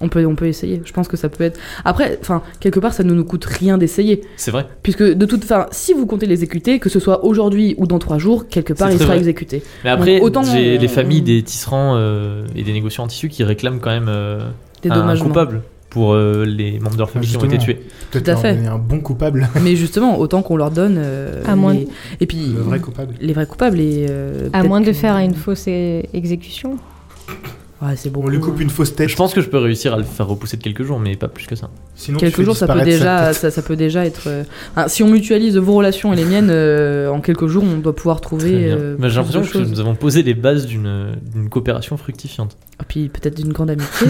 Speaker 2: On peut on peut essayer. Je pense que ça peut être. Après, enfin quelque part, ça ne nous coûte rien d'essayer,
Speaker 1: C'est vrai.
Speaker 2: puisque de toute fin, si vous comptez l'exécuter, que ce soit aujourd'hui ou dans trois jours, quelque part,
Speaker 1: C'est
Speaker 2: il
Speaker 1: très
Speaker 2: sera
Speaker 1: vrai.
Speaker 2: exécuté.
Speaker 1: Mais après,
Speaker 2: autant euh,
Speaker 1: j'ai
Speaker 2: on-
Speaker 1: les familles
Speaker 2: on-
Speaker 1: des tisserands euh, et des négociants en tissu qui réclament quand même euh,
Speaker 2: Des
Speaker 1: un
Speaker 2: dommages.
Speaker 1: coupable pour euh, les membres de leur famille qui ont été
Speaker 4: Justement.
Speaker 1: tués.
Speaker 4: Peut-être
Speaker 2: Tout à
Speaker 4: leur
Speaker 2: fait.
Speaker 4: donner un bon coupable, <laughs>
Speaker 2: Mais justement, autant qu'on leur donne. euh,
Speaker 3: À moins-
Speaker 2: les- Et puis.
Speaker 4: le vrai coupable.
Speaker 2: Les vrais coupables et. euh,
Speaker 3: À
Speaker 2: peut-être
Speaker 3: moins de
Speaker 2: que-
Speaker 3: faire une fausse euh, exécution.
Speaker 2: Ouais, c'est
Speaker 4: On
Speaker 2: beaucoup.
Speaker 4: lui coupe une fausse tête.
Speaker 1: Je pense que je peux réussir à le faire repousser de quelques jours, mais pas plus que ça.
Speaker 4: Sinon, tu
Speaker 2: Quelques
Speaker 4: fais
Speaker 2: jours, ça peut
Speaker 4: disparaître sa
Speaker 2: déjà,
Speaker 4: tête.
Speaker 2: ça, ça peut déjà être. euh, hein, si on mutualise vos relations et les miennes, euh, en quelques jours, on doit pouvoir
Speaker 1: Très
Speaker 2: trouver.
Speaker 1: bien.
Speaker 2: euh,
Speaker 1: Mais J'ai
Speaker 2: plus de
Speaker 1: l'impression que
Speaker 2: choses.
Speaker 1: nous avons posé les bases d'une d'une coopération fructifiante.
Speaker 2: Et Ah, puis peut-être d'une grande amitié.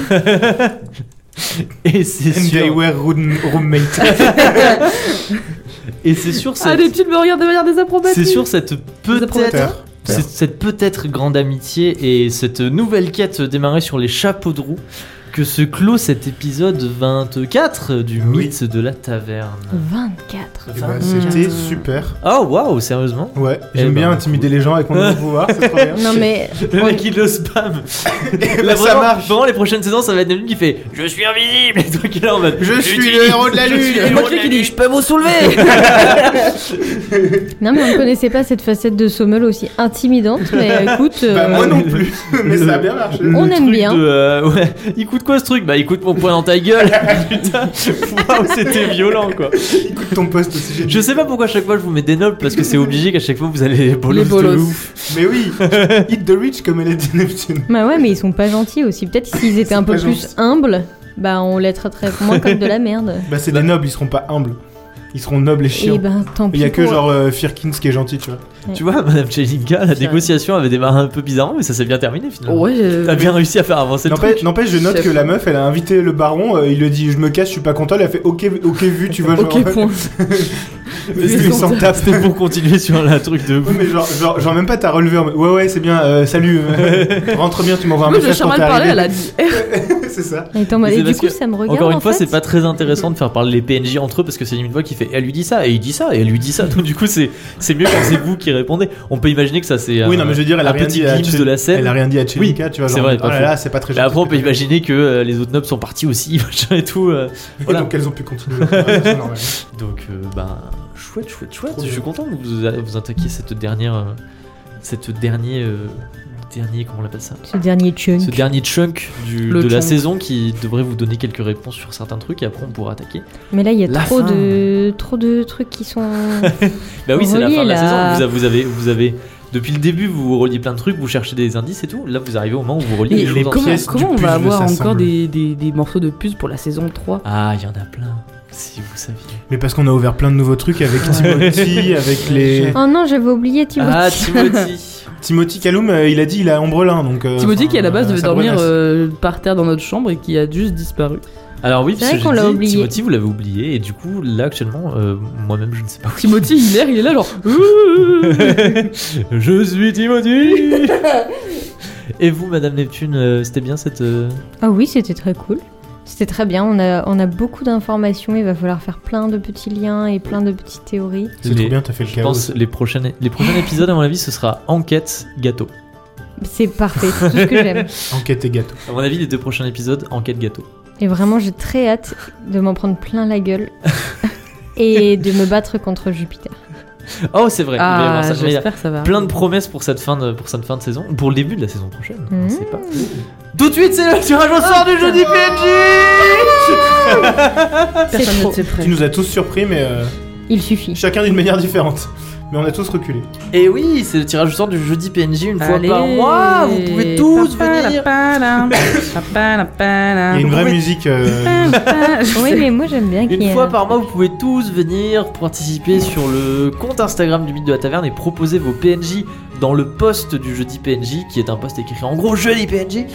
Speaker 1: Et c'est
Speaker 4: And they
Speaker 1: sûr,
Speaker 4: were E room- roommate.
Speaker 1: et c'est
Speaker 2: <laughs>
Speaker 1: sûr,
Speaker 2: ah,
Speaker 1: cette-
Speaker 2: les petites me regardent de manière désapprobative.
Speaker 1: c'est sûr cette peut-être,
Speaker 4: Peut-être.
Speaker 1: cette, cette peut-être grande amitié et cette nouvelle quête démarrée sur les chapeaux de roue que se clôt cet épisode 24 du
Speaker 4: Ah Oui.
Speaker 1: mythe de la taverne.
Speaker 3: 24.
Speaker 4: Eh ben, C'était
Speaker 2: Mmh.
Speaker 4: super.
Speaker 1: Oh waouh, sérieusement
Speaker 4: <laughs> Ouais,
Speaker 1: Eh
Speaker 4: j'aime
Speaker 1: ben,
Speaker 4: bien intimider les gens avec
Speaker 1: <laughs>
Speaker 4: mon nouveau pouvoir, c'est trop bien. Eh ben,
Speaker 3: Non mais
Speaker 1: Le mec il le spam.
Speaker 4: <laughs>
Speaker 1: Là,
Speaker 4: Bah, ça
Speaker 1: vraiment,
Speaker 4: marche.
Speaker 1: Pendant les prochaines saisons, ça va être lui qui fait <laughs> Je suis invisible Et toi qui est là en mode
Speaker 4: Je suis le héros de la
Speaker 1: Je suis
Speaker 4: lune.
Speaker 1: le
Speaker 2: Et
Speaker 1: héros
Speaker 2: moi
Speaker 1: de la
Speaker 2: qui
Speaker 1: lune.
Speaker 2: dis, je peux
Speaker 1: <laughs>
Speaker 2: vous soulever.
Speaker 3: non mais on ne connaissait pas cette facette de Sommel aussi intimidante.
Speaker 4: <laughs>
Speaker 3: Mais écoute,
Speaker 4: Bah,
Speaker 3: euh,
Speaker 1: <laughs>
Speaker 4: moi non plus, mais ça a bien marché.
Speaker 1: Le
Speaker 3: On aime
Speaker 1: truc
Speaker 3: bien.
Speaker 1: de, euh, ouais, il coûte quoi ce truc Bah, il coûte mon poing dans ta
Speaker 4: <laughs>
Speaker 1: gueule. Putain, waouh, c'était violent quoi.
Speaker 4: Écoute ton poste aussi. j'ai dit.
Speaker 1: Je sais pas pourquoi à chaque fois je vous mets des nobles parce que c'est obligé qu'à chaque fois vous allez les bolos.
Speaker 2: Les
Speaker 1: Oh, de
Speaker 2: bolos.
Speaker 1: ouf. <laughs>
Speaker 4: Mais oui, hit the rich comme elle a dit Neptune.
Speaker 3: bah ouais, mais ils sont pas gentils aussi. Peut-être s'ils étaient un
Speaker 4: sont
Speaker 3: peu
Speaker 4: pas
Speaker 3: plus
Speaker 4: gentils.
Speaker 3: humbles, bah on les traiterait moins comme de
Speaker 4: <laughs>
Speaker 3: la merde.
Speaker 4: Bah c'est des nobles, ils seront pas humbles. Ils seront
Speaker 2: Eh
Speaker 4: nobles et chiants.
Speaker 3: Et ben tant pis.
Speaker 4: Il y a que
Speaker 3: pour eux.
Speaker 4: genre euh, Firkins qui est gentil, tu vois.
Speaker 3: Mm.
Speaker 1: Tu vois, Madame Chelinka, la
Speaker 3: C'est vrai.
Speaker 1: négociation avait démarré un peu bizarrement, mais ça s'est bien terminé finalement.
Speaker 2: ouais. euh,
Speaker 1: T'as bien réussi à faire avancer le
Speaker 4: N'empêche,
Speaker 1: truc.
Speaker 4: n'empêche, je note
Speaker 2: Chef.
Speaker 4: que la meuf, elle a invité le baron, euh, il lui dit je me casse, je suis pas content, elle a fait ok, ok vu, tu vois.
Speaker 2: Ok,
Speaker 4: genre, <laughs>
Speaker 2: point.
Speaker 4: Parce qu'il s'en tape.
Speaker 1: <laughs> C'était pour continuer sur un truc de
Speaker 4: Ouais,
Speaker 1: ouf.
Speaker 4: mais genre, genre, genre même pas t'as relevé en mode, ouais ouais c'est bien, euh,
Speaker 1: <laughs>
Speaker 4: salut, euh, rentre bien, tu m'envoies un
Speaker 2: Moi, je
Speaker 4: message
Speaker 2: suis
Speaker 4: quand
Speaker 2: mal
Speaker 4: t'es
Speaker 2: parler, elle
Speaker 4: arrivé.
Speaker 2: a dit.
Speaker 4: <laughs> c'est ça.
Speaker 3: Et, t'es en mode,
Speaker 1: Mais
Speaker 3: et
Speaker 1: c'est
Speaker 3: bah, du
Speaker 1: parce
Speaker 3: coup
Speaker 1: que,
Speaker 3: ça me regarde.
Speaker 1: Encore une
Speaker 3: en
Speaker 1: fois,
Speaker 3: fait.
Speaker 1: c'est pas très intéressant de faire parler les PNJ entre eux parce que c'est limite moi qui fait. Elle lui dit ça, et il dit ça, et elle lui dit ça. Donc du coup, c'est c'est mieux quand c'est vous qui répondez. On peut imaginer que ça c'est.
Speaker 4: oui
Speaker 1: euh,
Speaker 4: non mais je veux dire, elle a
Speaker 1: un
Speaker 4: rien
Speaker 1: petit
Speaker 4: dit à
Speaker 1: glimpse
Speaker 4: Chel-
Speaker 1: de la scène.
Speaker 4: Elle a rien dit à Chelika, tu vois.
Speaker 1: c'est
Speaker 4: genre,
Speaker 1: vrai, pas
Speaker 4: oh là
Speaker 1: faux.
Speaker 4: là, c'est pas très
Speaker 1: Mais
Speaker 4: gentil.
Speaker 1: après, on peut
Speaker 4: ce que t'as fait.
Speaker 1: imaginer que euh, les autres nobles sont partis aussi, <laughs> machin et tout. euh.
Speaker 4: Et
Speaker 1: Voilà.
Speaker 4: donc elles ont pu continuer. <laughs> Ouais,
Speaker 1: <laughs>
Speaker 4: c'est normal.
Speaker 1: Donc, euh, bah, chouette, chouette, chouette.
Speaker 4: Trop
Speaker 1: Je
Speaker 4: bien.
Speaker 1: suis content que vous, a- vous attaquiez cette dernière. euh, cette dernier. euh, dernier, comment on appelle ça
Speaker 3: Ce dernier chunk.
Speaker 1: Ce dernier chunk du- de
Speaker 2: Le
Speaker 1: la
Speaker 2: chunk.
Speaker 1: saison qui devrait vous donner quelques réponses sur certains trucs et après on pourra attaquer.
Speaker 3: Mais là, il y a
Speaker 1: La
Speaker 3: trop
Speaker 1: fin.
Speaker 3: de trop de trucs qui sont.
Speaker 1: <laughs> Bah oui,
Speaker 3: On
Speaker 1: c'est la
Speaker 3: relie
Speaker 1: fin de la
Speaker 3: la-
Speaker 1: saison. Vous, a- vous avez. Vous avez depuis le début, vous reliez plein de trucs, vous cherchez des indices et tout. Là, vous arrivez au moment où vous reliez les
Speaker 2: Et
Speaker 1: choses
Speaker 4: les
Speaker 1: ensemble.
Speaker 2: comment,
Speaker 4: pièces du
Speaker 2: comment on va
Speaker 4: puzzle
Speaker 2: avoir encore
Speaker 4: s'assemblent.
Speaker 2: des, des, des morceaux de puce pour la saison 3
Speaker 1: Ah, il y en a plein. Si vous saviez.
Speaker 4: Mais parce qu'on a
Speaker 1: <laughs>
Speaker 4: ouvert plein de nouveaux trucs avec Timothy, avec les.
Speaker 3: Oh non, j'avais oublié Timothy.
Speaker 1: Ah, Timothy.
Speaker 4: Timothy Callum, euh, il a dit il a Ombrelin. Donc, euh,
Speaker 6: Timothy qui à la
Speaker 4: enfin,
Speaker 6: base
Speaker 4: euh,
Speaker 6: devait
Speaker 4: ça
Speaker 6: dormir
Speaker 4: renaisse.
Speaker 6: euh, par terre dans notre chambre et qui a juste disparu.
Speaker 1: Alors oui,
Speaker 3: C'est
Speaker 1: parce que
Speaker 3: vrai
Speaker 1: j'ai
Speaker 3: qu'on l'a
Speaker 1: dit,
Speaker 3: oublié.
Speaker 1: Timothy, vous l'avez oublié, et du coup, là actuellement, euh, moi-même, je ne sais
Speaker 3: <laughs>
Speaker 1: pas.
Speaker 6: Timothy, il erre, il est là
Speaker 1: <laughs>
Speaker 6: genre.
Speaker 1: je suis Timothy. et vous, Madame Neptune, euh, c'était bien cette. euh,
Speaker 3: Ah oui, c'était très cool. C'était très bien. On a, on a beaucoup d'informations. Il va falloir faire plein de petits liens et plein de petites théories.
Speaker 4: C'est
Speaker 1: les-
Speaker 4: trop bien, t'as fait le
Speaker 1: Je
Speaker 4: chaos.
Speaker 1: pense les prochains les prochains épisodes à mon avis ce sera enquête gâteau.
Speaker 3: C'est parfait. C'est tout ce que j'aime.
Speaker 4: Enquête et gâteau.
Speaker 1: À mon avis les deux prochains épisodes enquête gâteau.
Speaker 3: Et vraiment, j'ai très hâte de m'en prendre plein la gueule et de me battre contre Jupiter.
Speaker 1: Oh c'est vrai. il va y
Speaker 6: Ah,
Speaker 1: avoir ça. Mais il y a
Speaker 6: j'espère que ça va.
Speaker 1: plein de promesses pour cette fin de pour cette fin de saison pour le début de la saison prochaine. On
Speaker 3: Mmh.
Speaker 1: sait pas. Tout de suite c'est le tirage au sort du jeudi PNJ.
Speaker 2: Ah,
Speaker 3: C'est
Speaker 6: personne ne
Speaker 3: trop.
Speaker 6: s'est prêt.
Speaker 4: Tu nous as tous surpris, mais euh, <laughs>
Speaker 3: Il suffit.
Speaker 4: chacun d'une manière différente. Mais on a tous reculé.
Speaker 1: Et Eh oui c'est le tirage au sort du jeudi PNJ une fois
Speaker 6: Allez.
Speaker 1: par mois. Vous pouvez tous venir.
Speaker 4: Il y a une
Speaker 1: Vous
Speaker 4: vraie
Speaker 1: pouvez-
Speaker 4: musique. euh,
Speaker 1: <laughs>
Speaker 3: Oui, mais moi j'aime bien qu'il y
Speaker 1: Une
Speaker 3: ait
Speaker 1: fois
Speaker 3: un-
Speaker 1: par mois, vous pouvez tous venir participer sur le compte Instagram du mythe de la taverne et proposer vos PNJ dans le post du jeudi PNJ, qui est un post écrit en gros jeudi PNJ.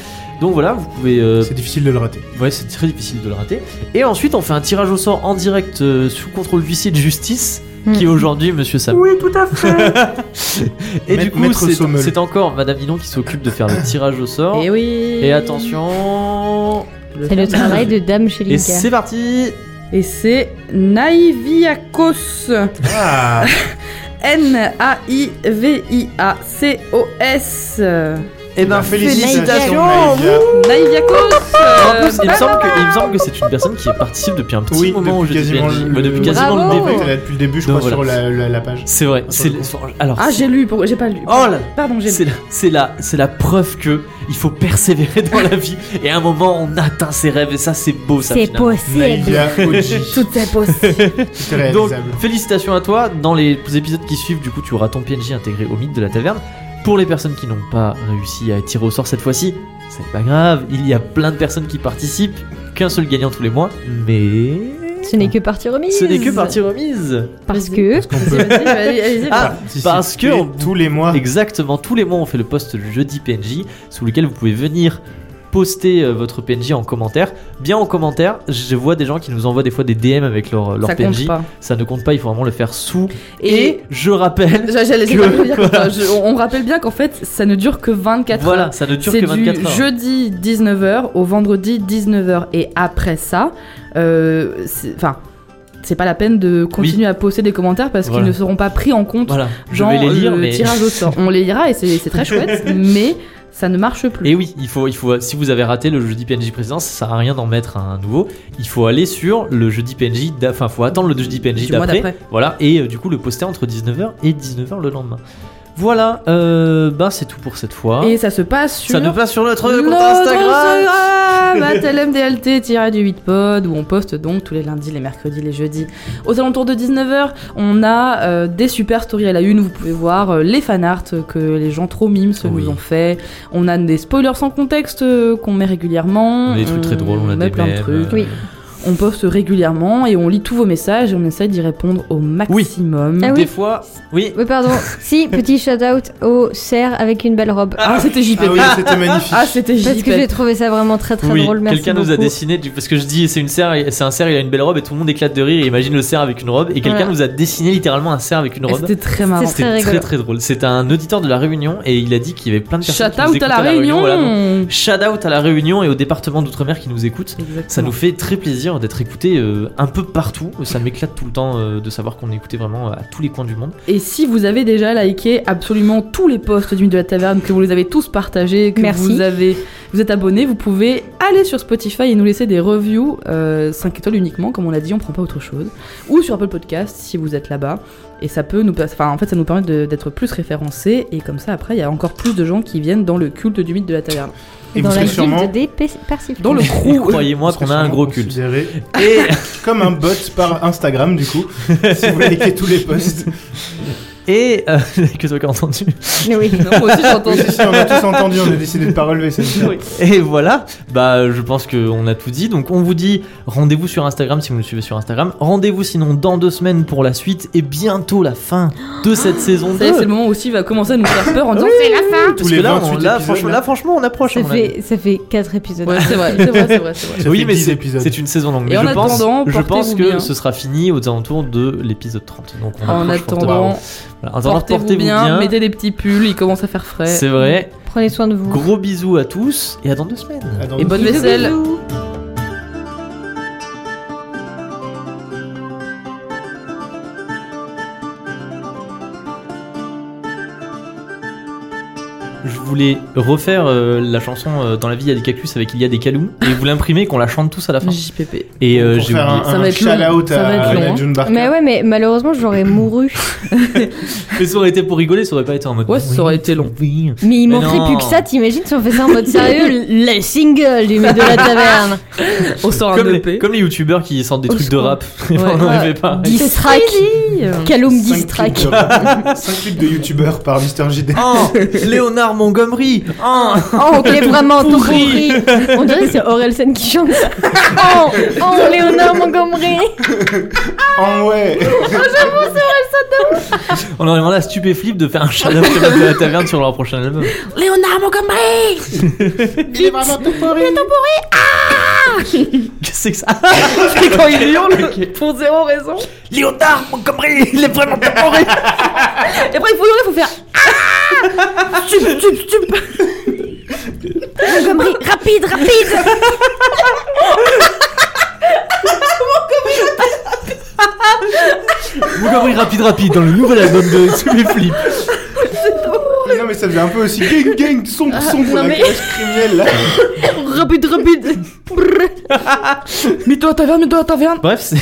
Speaker 1: Donc voilà, vous pouvez. euh,
Speaker 4: C'est difficile de le rater.
Speaker 1: ouais, c'est très difficile de le rater. Et ensuite, on fait un tirage au sort en direct euh, sous contrôle d'huissier de justice,
Speaker 3: Mm.
Speaker 1: qui est aujourd'hui Monsieur Sam. Oui, <laughs> tout à fait. et
Speaker 4: Ma-
Speaker 1: du coup,
Speaker 4: Maître
Speaker 1: c'est
Speaker 4: Sommel.
Speaker 1: c'est encore Madame Ninon qui s'occupe de faire le tirage au sort.
Speaker 2: Eh
Speaker 6: Et oui.
Speaker 1: Et attention.
Speaker 3: C'est le travail de Dame chez
Speaker 1: Et
Speaker 3: Linker.
Speaker 1: c'est parti.
Speaker 2: Et c'est Naiviakos.
Speaker 4: Ah
Speaker 2: N-A-I-V-I-A-C-O-S.
Speaker 1: Et ben félicitations.
Speaker 4: Naïvia.
Speaker 2: Naiviakos. Euh,
Speaker 1: En plus, Euh, il me, semble que, il me semble que c'est une personne qui participe depuis un petit
Speaker 4: Oui,
Speaker 1: moment au jeu
Speaker 4: depuis
Speaker 1: du
Speaker 4: quasiment
Speaker 1: PNJ.
Speaker 4: le-
Speaker 1: Ouais, depuis
Speaker 4: le-
Speaker 1: quasiment le
Speaker 2: Bravo.
Speaker 1: début.
Speaker 4: Elle est là depuis le début, je
Speaker 1: Donc
Speaker 4: crois, sur la, la- la page.
Speaker 1: C'est vrai. C'est le- alors,
Speaker 2: Ah, j'ai lu, pour- j'ai pas lu.
Speaker 1: Oh là-
Speaker 2: Pardon, j'ai
Speaker 1: c'est
Speaker 2: lu.
Speaker 1: la, c'est la, c'est la preuve que il faut persévérer dans la vie. Et à un moment, on atteint ses rêves et ça, c'est beau, ça.
Speaker 3: C'est
Speaker 1: finalement.
Speaker 3: possible.
Speaker 4: Naïvia Oji.
Speaker 1: <laughs>
Speaker 6: Tout est possible.
Speaker 4: C'est
Speaker 1: Donc,
Speaker 4: réalisable.
Speaker 1: félicitations à toi. Dans les épisodes qui suivent, du coup, tu auras ton PNJ intégré au mythe de la taverne. Pour les personnes qui n'ont pas réussi à tirer au sort cette fois-ci, c'est pas grave. Il y a plein de personnes qui participent. Qu'un seul gagnant tous les mois. Mais.
Speaker 3: Ce n'est que partie remise.
Speaker 1: Ce n'est que partie remise.
Speaker 3: Parce que.
Speaker 4: Parce qu'on peut-
Speaker 1: <laughs> Ah,
Speaker 4: Si, si,
Speaker 1: parce que
Speaker 4: tous les-
Speaker 1: on-
Speaker 4: tous les mois,
Speaker 1: Exactement, tous les mois on fait le post du jeudi PNJ sous lequel vous pouvez venir poster euh, votre PNJ en commentaire. Bien en commentaire, je vois des gens qui nous envoient des fois des DM avec leur, leur
Speaker 2: Ça
Speaker 1: PNJ.
Speaker 2: compte pas.
Speaker 1: Ça ne compte pas, il faut vraiment le faire sous. Et,
Speaker 2: Et.
Speaker 1: je rappelle,
Speaker 2: J'a- j'allais- c'est
Speaker 1: que-
Speaker 2: pas le dire comme ça. Je- on on rappelle bien qu'en fait, ça ne dure que 24 heures.
Speaker 1: voilà, ça ne dure
Speaker 2: C'est
Speaker 1: que
Speaker 2: du
Speaker 1: 24 heures.
Speaker 2: jeudi 19h au vendredi 19h. Et après ça, euh, c'est- enfin, c'est pas la peine de continuer à poster des commentaires parce
Speaker 1: Voilà.
Speaker 2: qu'ils ne seront pas pris en compte
Speaker 1: Voilà, je
Speaker 2: dans
Speaker 1: vais les lire,
Speaker 2: le
Speaker 1: mais.
Speaker 2: euh, tirage au sort. On les lira et c'est
Speaker 1: <laughs>
Speaker 2: c'est très chouette, mais ça ne marche plus.
Speaker 1: Et oui, il faut, il faut, si vous avez raté le jeudi PNJ précédent, ça sert à rien d'en mettre un nouveau. Il faut aller sur le jeudi PNJ, d'a- enfin, faut attendre le jeudi PNJ
Speaker 2: Du mois
Speaker 1: d'après.
Speaker 2: d'après.
Speaker 1: Voilà, et euh, du coup, le poster entre 19h et 19h le lendemain. Voilà, euh, bah, c'est tout pour cette fois.
Speaker 2: Et ça se passe sur
Speaker 1: ça nous passe sur notre compte
Speaker 2: notre
Speaker 1: <laughs> Instagram.
Speaker 2: Instagram, at LMDLT-du8pod, où on poste donc tous les lundis, les mercredis, les jeudis. Aux alentours de 19h, on a euh, des super stories à la une, vous pouvez voir euh, les fanarts que les gens trop mimes se
Speaker 1: Oui.
Speaker 2: nous ont fait. On a des spoilers sans contexte euh, qu'on met régulièrement.
Speaker 1: On a des trucs très drôles, on a des
Speaker 2: met plein de
Speaker 1: mèmes,
Speaker 2: trucs.
Speaker 1: euh,
Speaker 3: Oui.
Speaker 2: On poste régulièrement et on lit tous vos messages et on essaie d'y répondre au maximum.
Speaker 3: Ah
Speaker 1: Des
Speaker 3: oui.
Speaker 1: fois, oui.
Speaker 3: Oui, pardon. si, petit shout-out au cerf avec une belle robe.
Speaker 2: Ah, c'était JP.
Speaker 4: Ah oui, c'était magnifique.
Speaker 2: Ah, c'était
Speaker 3: Parce
Speaker 2: JP.
Speaker 3: que j'ai trouvé ça vraiment très très
Speaker 1: Oui,
Speaker 3: drôle. Merci
Speaker 1: quelqu'un nous a
Speaker 3: beaucoup.
Speaker 1: dessiné, du- parce que je dis c'est une serre, et- c'est un cerf, il a une belle robe et tout le monde éclate de rire. et Imagine le cerf avec une robe et quelqu'un
Speaker 3: Voilà.
Speaker 1: nous a dessiné littéralement un cerf avec une
Speaker 2: Et
Speaker 1: robe.
Speaker 2: Eh, C'était très marrant.
Speaker 3: C'était
Speaker 1: C'était
Speaker 3: très
Speaker 1: très
Speaker 3: rigolo.
Speaker 1: très drôle. C'était un auditeur de la Réunion et il a dit qu'il y avait plein de personnes
Speaker 2: Shout
Speaker 1: qui nous
Speaker 2: out
Speaker 1: écoutaient
Speaker 2: à la réunion.
Speaker 1: voilà, donc, Shout out à la Réunion et au département d'outre-mer qui nous écoutent. Ça nous fait très plaisir d'être écoutés euh, un peu partout. Ça m'éclate tout le temps euh, de savoir qu'on est écouté vraiment euh, à tous les coins du monde.
Speaker 2: Et si vous avez déjà liké absolument tous les posts du Mythe de la Taverne, que vous les avez tous partagés, que
Speaker 3: Merci.
Speaker 2: vous avez, vous êtes abonné, vous pouvez aller sur Spotify et nous laisser des reviews 5 étoiles uniquement, comme on l'a dit, on prend pas autre chose, ou sur Apple Podcast si vous êtes là-bas. Et ça peut nous, pas- enfin en fait ça nous permet de- d'être plus référencés et comme ça après il y a encore plus de gens qui viennent dans le culte du mythe de la taverne.
Speaker 4: Et
Speaker 3: Dans
Speaker 4: vous
Speaker 3: la
Speaker 4: serez sûrement.
Speaker 3: guilde des pers- persifleurs.
Speaker 2: Dans Oh, le
Speaker 1: Et
Speaker 2: crew.
Speaker 1: Croyez-moi
Speaker 4: vous serez
Speaker 1: qu'on a un
Speaker 4: sûrement
Speaker 1: gros culte.
Speaker 4: considéré
Speaker 1: Et,
Speaker 2: <laughs>
Speaker 4: Comme un bot par Instagram, du coup. si vous likez tous les posts.
Speaker 1: Et euh, <laughs> que ce soit entendu.
Speaker 3: Oui.
Speaker 2: Non, moi aussi j'ai <laughs> entendu.
Speaker 4: Si, si, on a tous entendu, on a décidé de pas relever cette
Speaker 2: Oui.
Speaker 1: Et voilà, bah je pense qu'on a tout dit. Donc on vous dit rendez-vous sur Instagram si vous nous suivez sur Instagram. Rendez-vous sinon dans deux semaines pour la suite et bientôt la fin de cette saison
Speaker 2: Ah, Ça y
Speaker 1: 2.
Speaker 2: est, C'est le moment où Steve va commencer à nous faire peur en disant.
Speaker 7: Donc c'est la fin.
Speaker 1: Parce
Speaker 4: Tous les
Speaker 1: que là, on-
Speaker 4: 28
Speaker 1: là,
Speaker 4: épisodes,
Speaker 1: franchement,
Speaker 4: là.
Speaker 1: là, franchement, on approche.
Speaker 3: Ça
Speaker 1: on a-
Speaker 3: fait, ça fait 4 épisodes.
Speaker 2: Ouais, c'est vrai, c'est vrai, c'est vrai. c'est
Speaker 1: <laughs>
Speaker 2: vrai.
Speaker 4: Ça
Speaker 1: Oui,
Speaker 4: fait
Speaker 1: mais
Speaker 4: 10
Speaker 1: c'est
Speaker 4: épisodes.
Speaker 1: c'est une saison longue. Mais
Speaker 2: Et en
Speaker 1: je pense,
Speaker 2: attendant,
Speaker 1: je pense
Speaker 2: portez-vous
Speaker 1: que
Speaker 2: bien.
Speaker 1: ce sera fini aux alentours de l'épisode 30. Donc on
Speaker 2: En
Speaker 1: approche fortement.
Speaker 2: attendant,
Speaker 1: Voilà. En attendant,
Speaker 2: portez-vous bien, mettez des petits pulls, il commence à faire frais.
Speaker 1: C'est vrai.
Speaker 3: Prenez soin de vous.
Speaker 1: Gros bisous à tous et à dans deux semaines.
Speaker 4: Attends,
Speaker 2: Et bonne vaisselle.
Speaker 3: Bisous.
Speaker 1: Je voulais refaire euh, la chanson euh, Dans la vie, il y a des cactus avec il y a des caloums et vous l'imprimez qu'on la chante tous à la fin.
Speaker 2: JPP.
Speaker 1: Et euh,
Speaker 4: pour
Speaker 1: j'ai
Speaker 4: faire
Speaker 1: oublié.
Speaker 4: un,
Speaker 2: Ça va être long.
Speaker 4: shout-out
Speaker 2: Ça va être
Speaker 4: à
Speaker 2: long,
Speaker 4: Anna
Speaker 2: hein.
Speaker 4: June Barker.
Speaker 3: Mais ouais, mais malheureusement, j'aurais mouru.
Speaker 1: Mais ça aurait été pour rigoler, ça aurait pas été en mode.
Speaker 2: Ouais, ça aurait été long.
Speaker 1: Oui.
Speaker 3: Mais il
Speaker 1: Mais
Speaker 3: manquerait
Speaker 1: non.
Speaker 3: plus que ça, t'imagines si on faisait en mode sérieux les singles du milieu de la taverne.
Speaker 2: On sort
Speaker 1: Comme
Speaker 2: un E
Speaker 1: les,
Speaker 2: EP.
Speaker 1: comme les youtubeurs qui sortent des
Speaker 3: Au
Speaker 1: trucs de
Speaker 3: secours.
Speaker 1: rap. <laughs> Et on n'en avait pas.
Speaker 3: 10 tracks.
Speaker 2: euh.
Speaker 3: Calum
Speaker 4: 5
Speaker 3: 10 tracks.
Speaker 4: clips de youtubeurs par Mister JD.
Speaker 1: Oh, Léonard Montgomery. Oh.
Speaker 3: Oh, on est vraiment tout
Speaker 1: Pourri.
Speaker 3: pourri. On dirait que c'est Orelsen qui chante. Oh, oh Léonard Montgomery.
Speaker 2: <laughs>
Speaker 4: Ah ouais
Speaker 1: On aurait demandé à Stupéflip de faire un shout-out comme de la taverne sur leur prochain album.
Speaker 7: Léonard
Speaker 1: <laughs>
Speaker 7: Montgomery
Speaker 4: Il est vraiment tout pourri
Speaker 1: <laughs> Qu'est-ce que c'est que ça <laughs>
Speaker 2: Et quand il hurle, pour zéro raison.
Speaker 1: Léonard Montgomery, il est vraiment pas pourri.
Speaker 2: Et après, il faut hurler, il faut faire. Ah
Speaker 7: Montgomery, rapide, rapide
Speaker 1: Montgomery rapide rapide dans le nouvel album de Stupéflip.
Speaker 4: Non mais ça faisait un peu aussi gang gang son
Speaker 2: Ah,
Speaker 4: son pour
Speaker 3: non,
Speaker 4: la
Speaker 3: mais-
Speaker 4: classe criminelle là.
Speaker 3: Rapide, rapide.
Speaker 2: Mets-toi à taverne, mets-toi à taverne.
Speaker 1: Bref, c'est.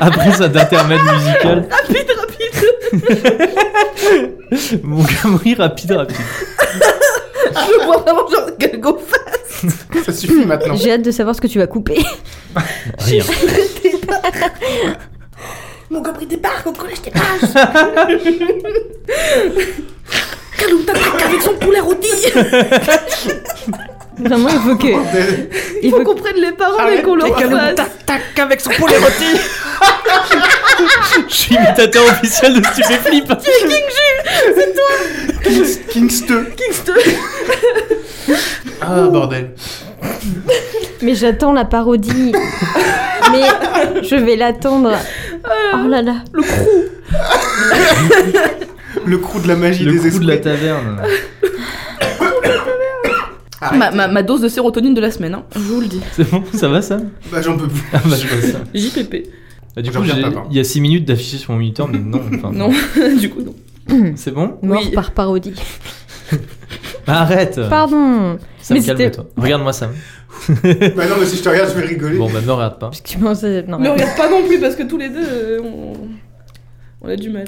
Speaker 1: Après ça d'intermède musical. Rapide rapide. Montgomery rapide rapide.
Speaker 2: Je vois vraiment genre quel go
Speaker 4: Ça suffit maintenant.
Speaker 3: J'ai hâte de savoir ce que tu vas couper.
Speaker 1: Rien.
Speaker 7: Montgomery débarque au collège des pages Kaloum t'attaque avec son poulet rôti
Speaker 3: Vraiment, il faut que. Il faut
Speaker 2: qu'on prenne les
Speaker 1: Ah
Speaker 2: paroles
Speaker 4: Arrête,
Speaker 2: et qu'on le refasse.
Speaker 1: Tac avec son
Speaker 2: <laughs>
Speaker 1: poulet rôti. Je suis imitateur officiel de Stupéflip.
Speaker 4: Kingste. Ah bordel.
Speaker 3: Mais j'attends la parodie. Mais je vais l'attendre. Oh là là.
Speaker 4: Le crew de la magie
Speaker 1: Le
Speaker 4: des
Speaker 1: coup de
Speaker 4: esprits.
Speaker 1: la taverne.
Speaker 2: Ma, ma, ma dose de sérotonine de la semaine, hein, je vous le dis.
Speaker 1: C'est bon, ça va ça
Speaker 4: Bah j'en peux plus.
Speaker 1: Ah bah je vois ça.
Speaker 2: JPP.
Speaker 1: Bah, du
Speaker 4: Je
Speaker 1: coup,
Speaker 4: regarde
Speaker 1: j'ai-
Speaker 4: pas, pardon.
Speaker 1: il y a 6 minutes d'affiché sur mon moniteur, mais non. enfin,
Speaker 2: Non, <laughs> du coup, non.
Speaker 1: C'est bon Bah,
Speaker 3: Mort
Speaker 2: Oui.
Speaker 3: par parodie.
Speaker 1: Arrête
Speaker 3: Pardon.
Speaker 1: Ça me
Speaker 3: mais
Speaker 1: calme,
Speaker 3: c'était-
Speaker 1: toi. Regarde-moi ça.
Speaker 4: Bah non mais si je te regarde je vais rigoler.
Speaker 1: Bon, bah, me regarde pas.
Speaker 3: Parce que tu penses. Non.
Speaker 2: Ne regarde pas non plus parce que tous les deux, euh, on, on a du mal.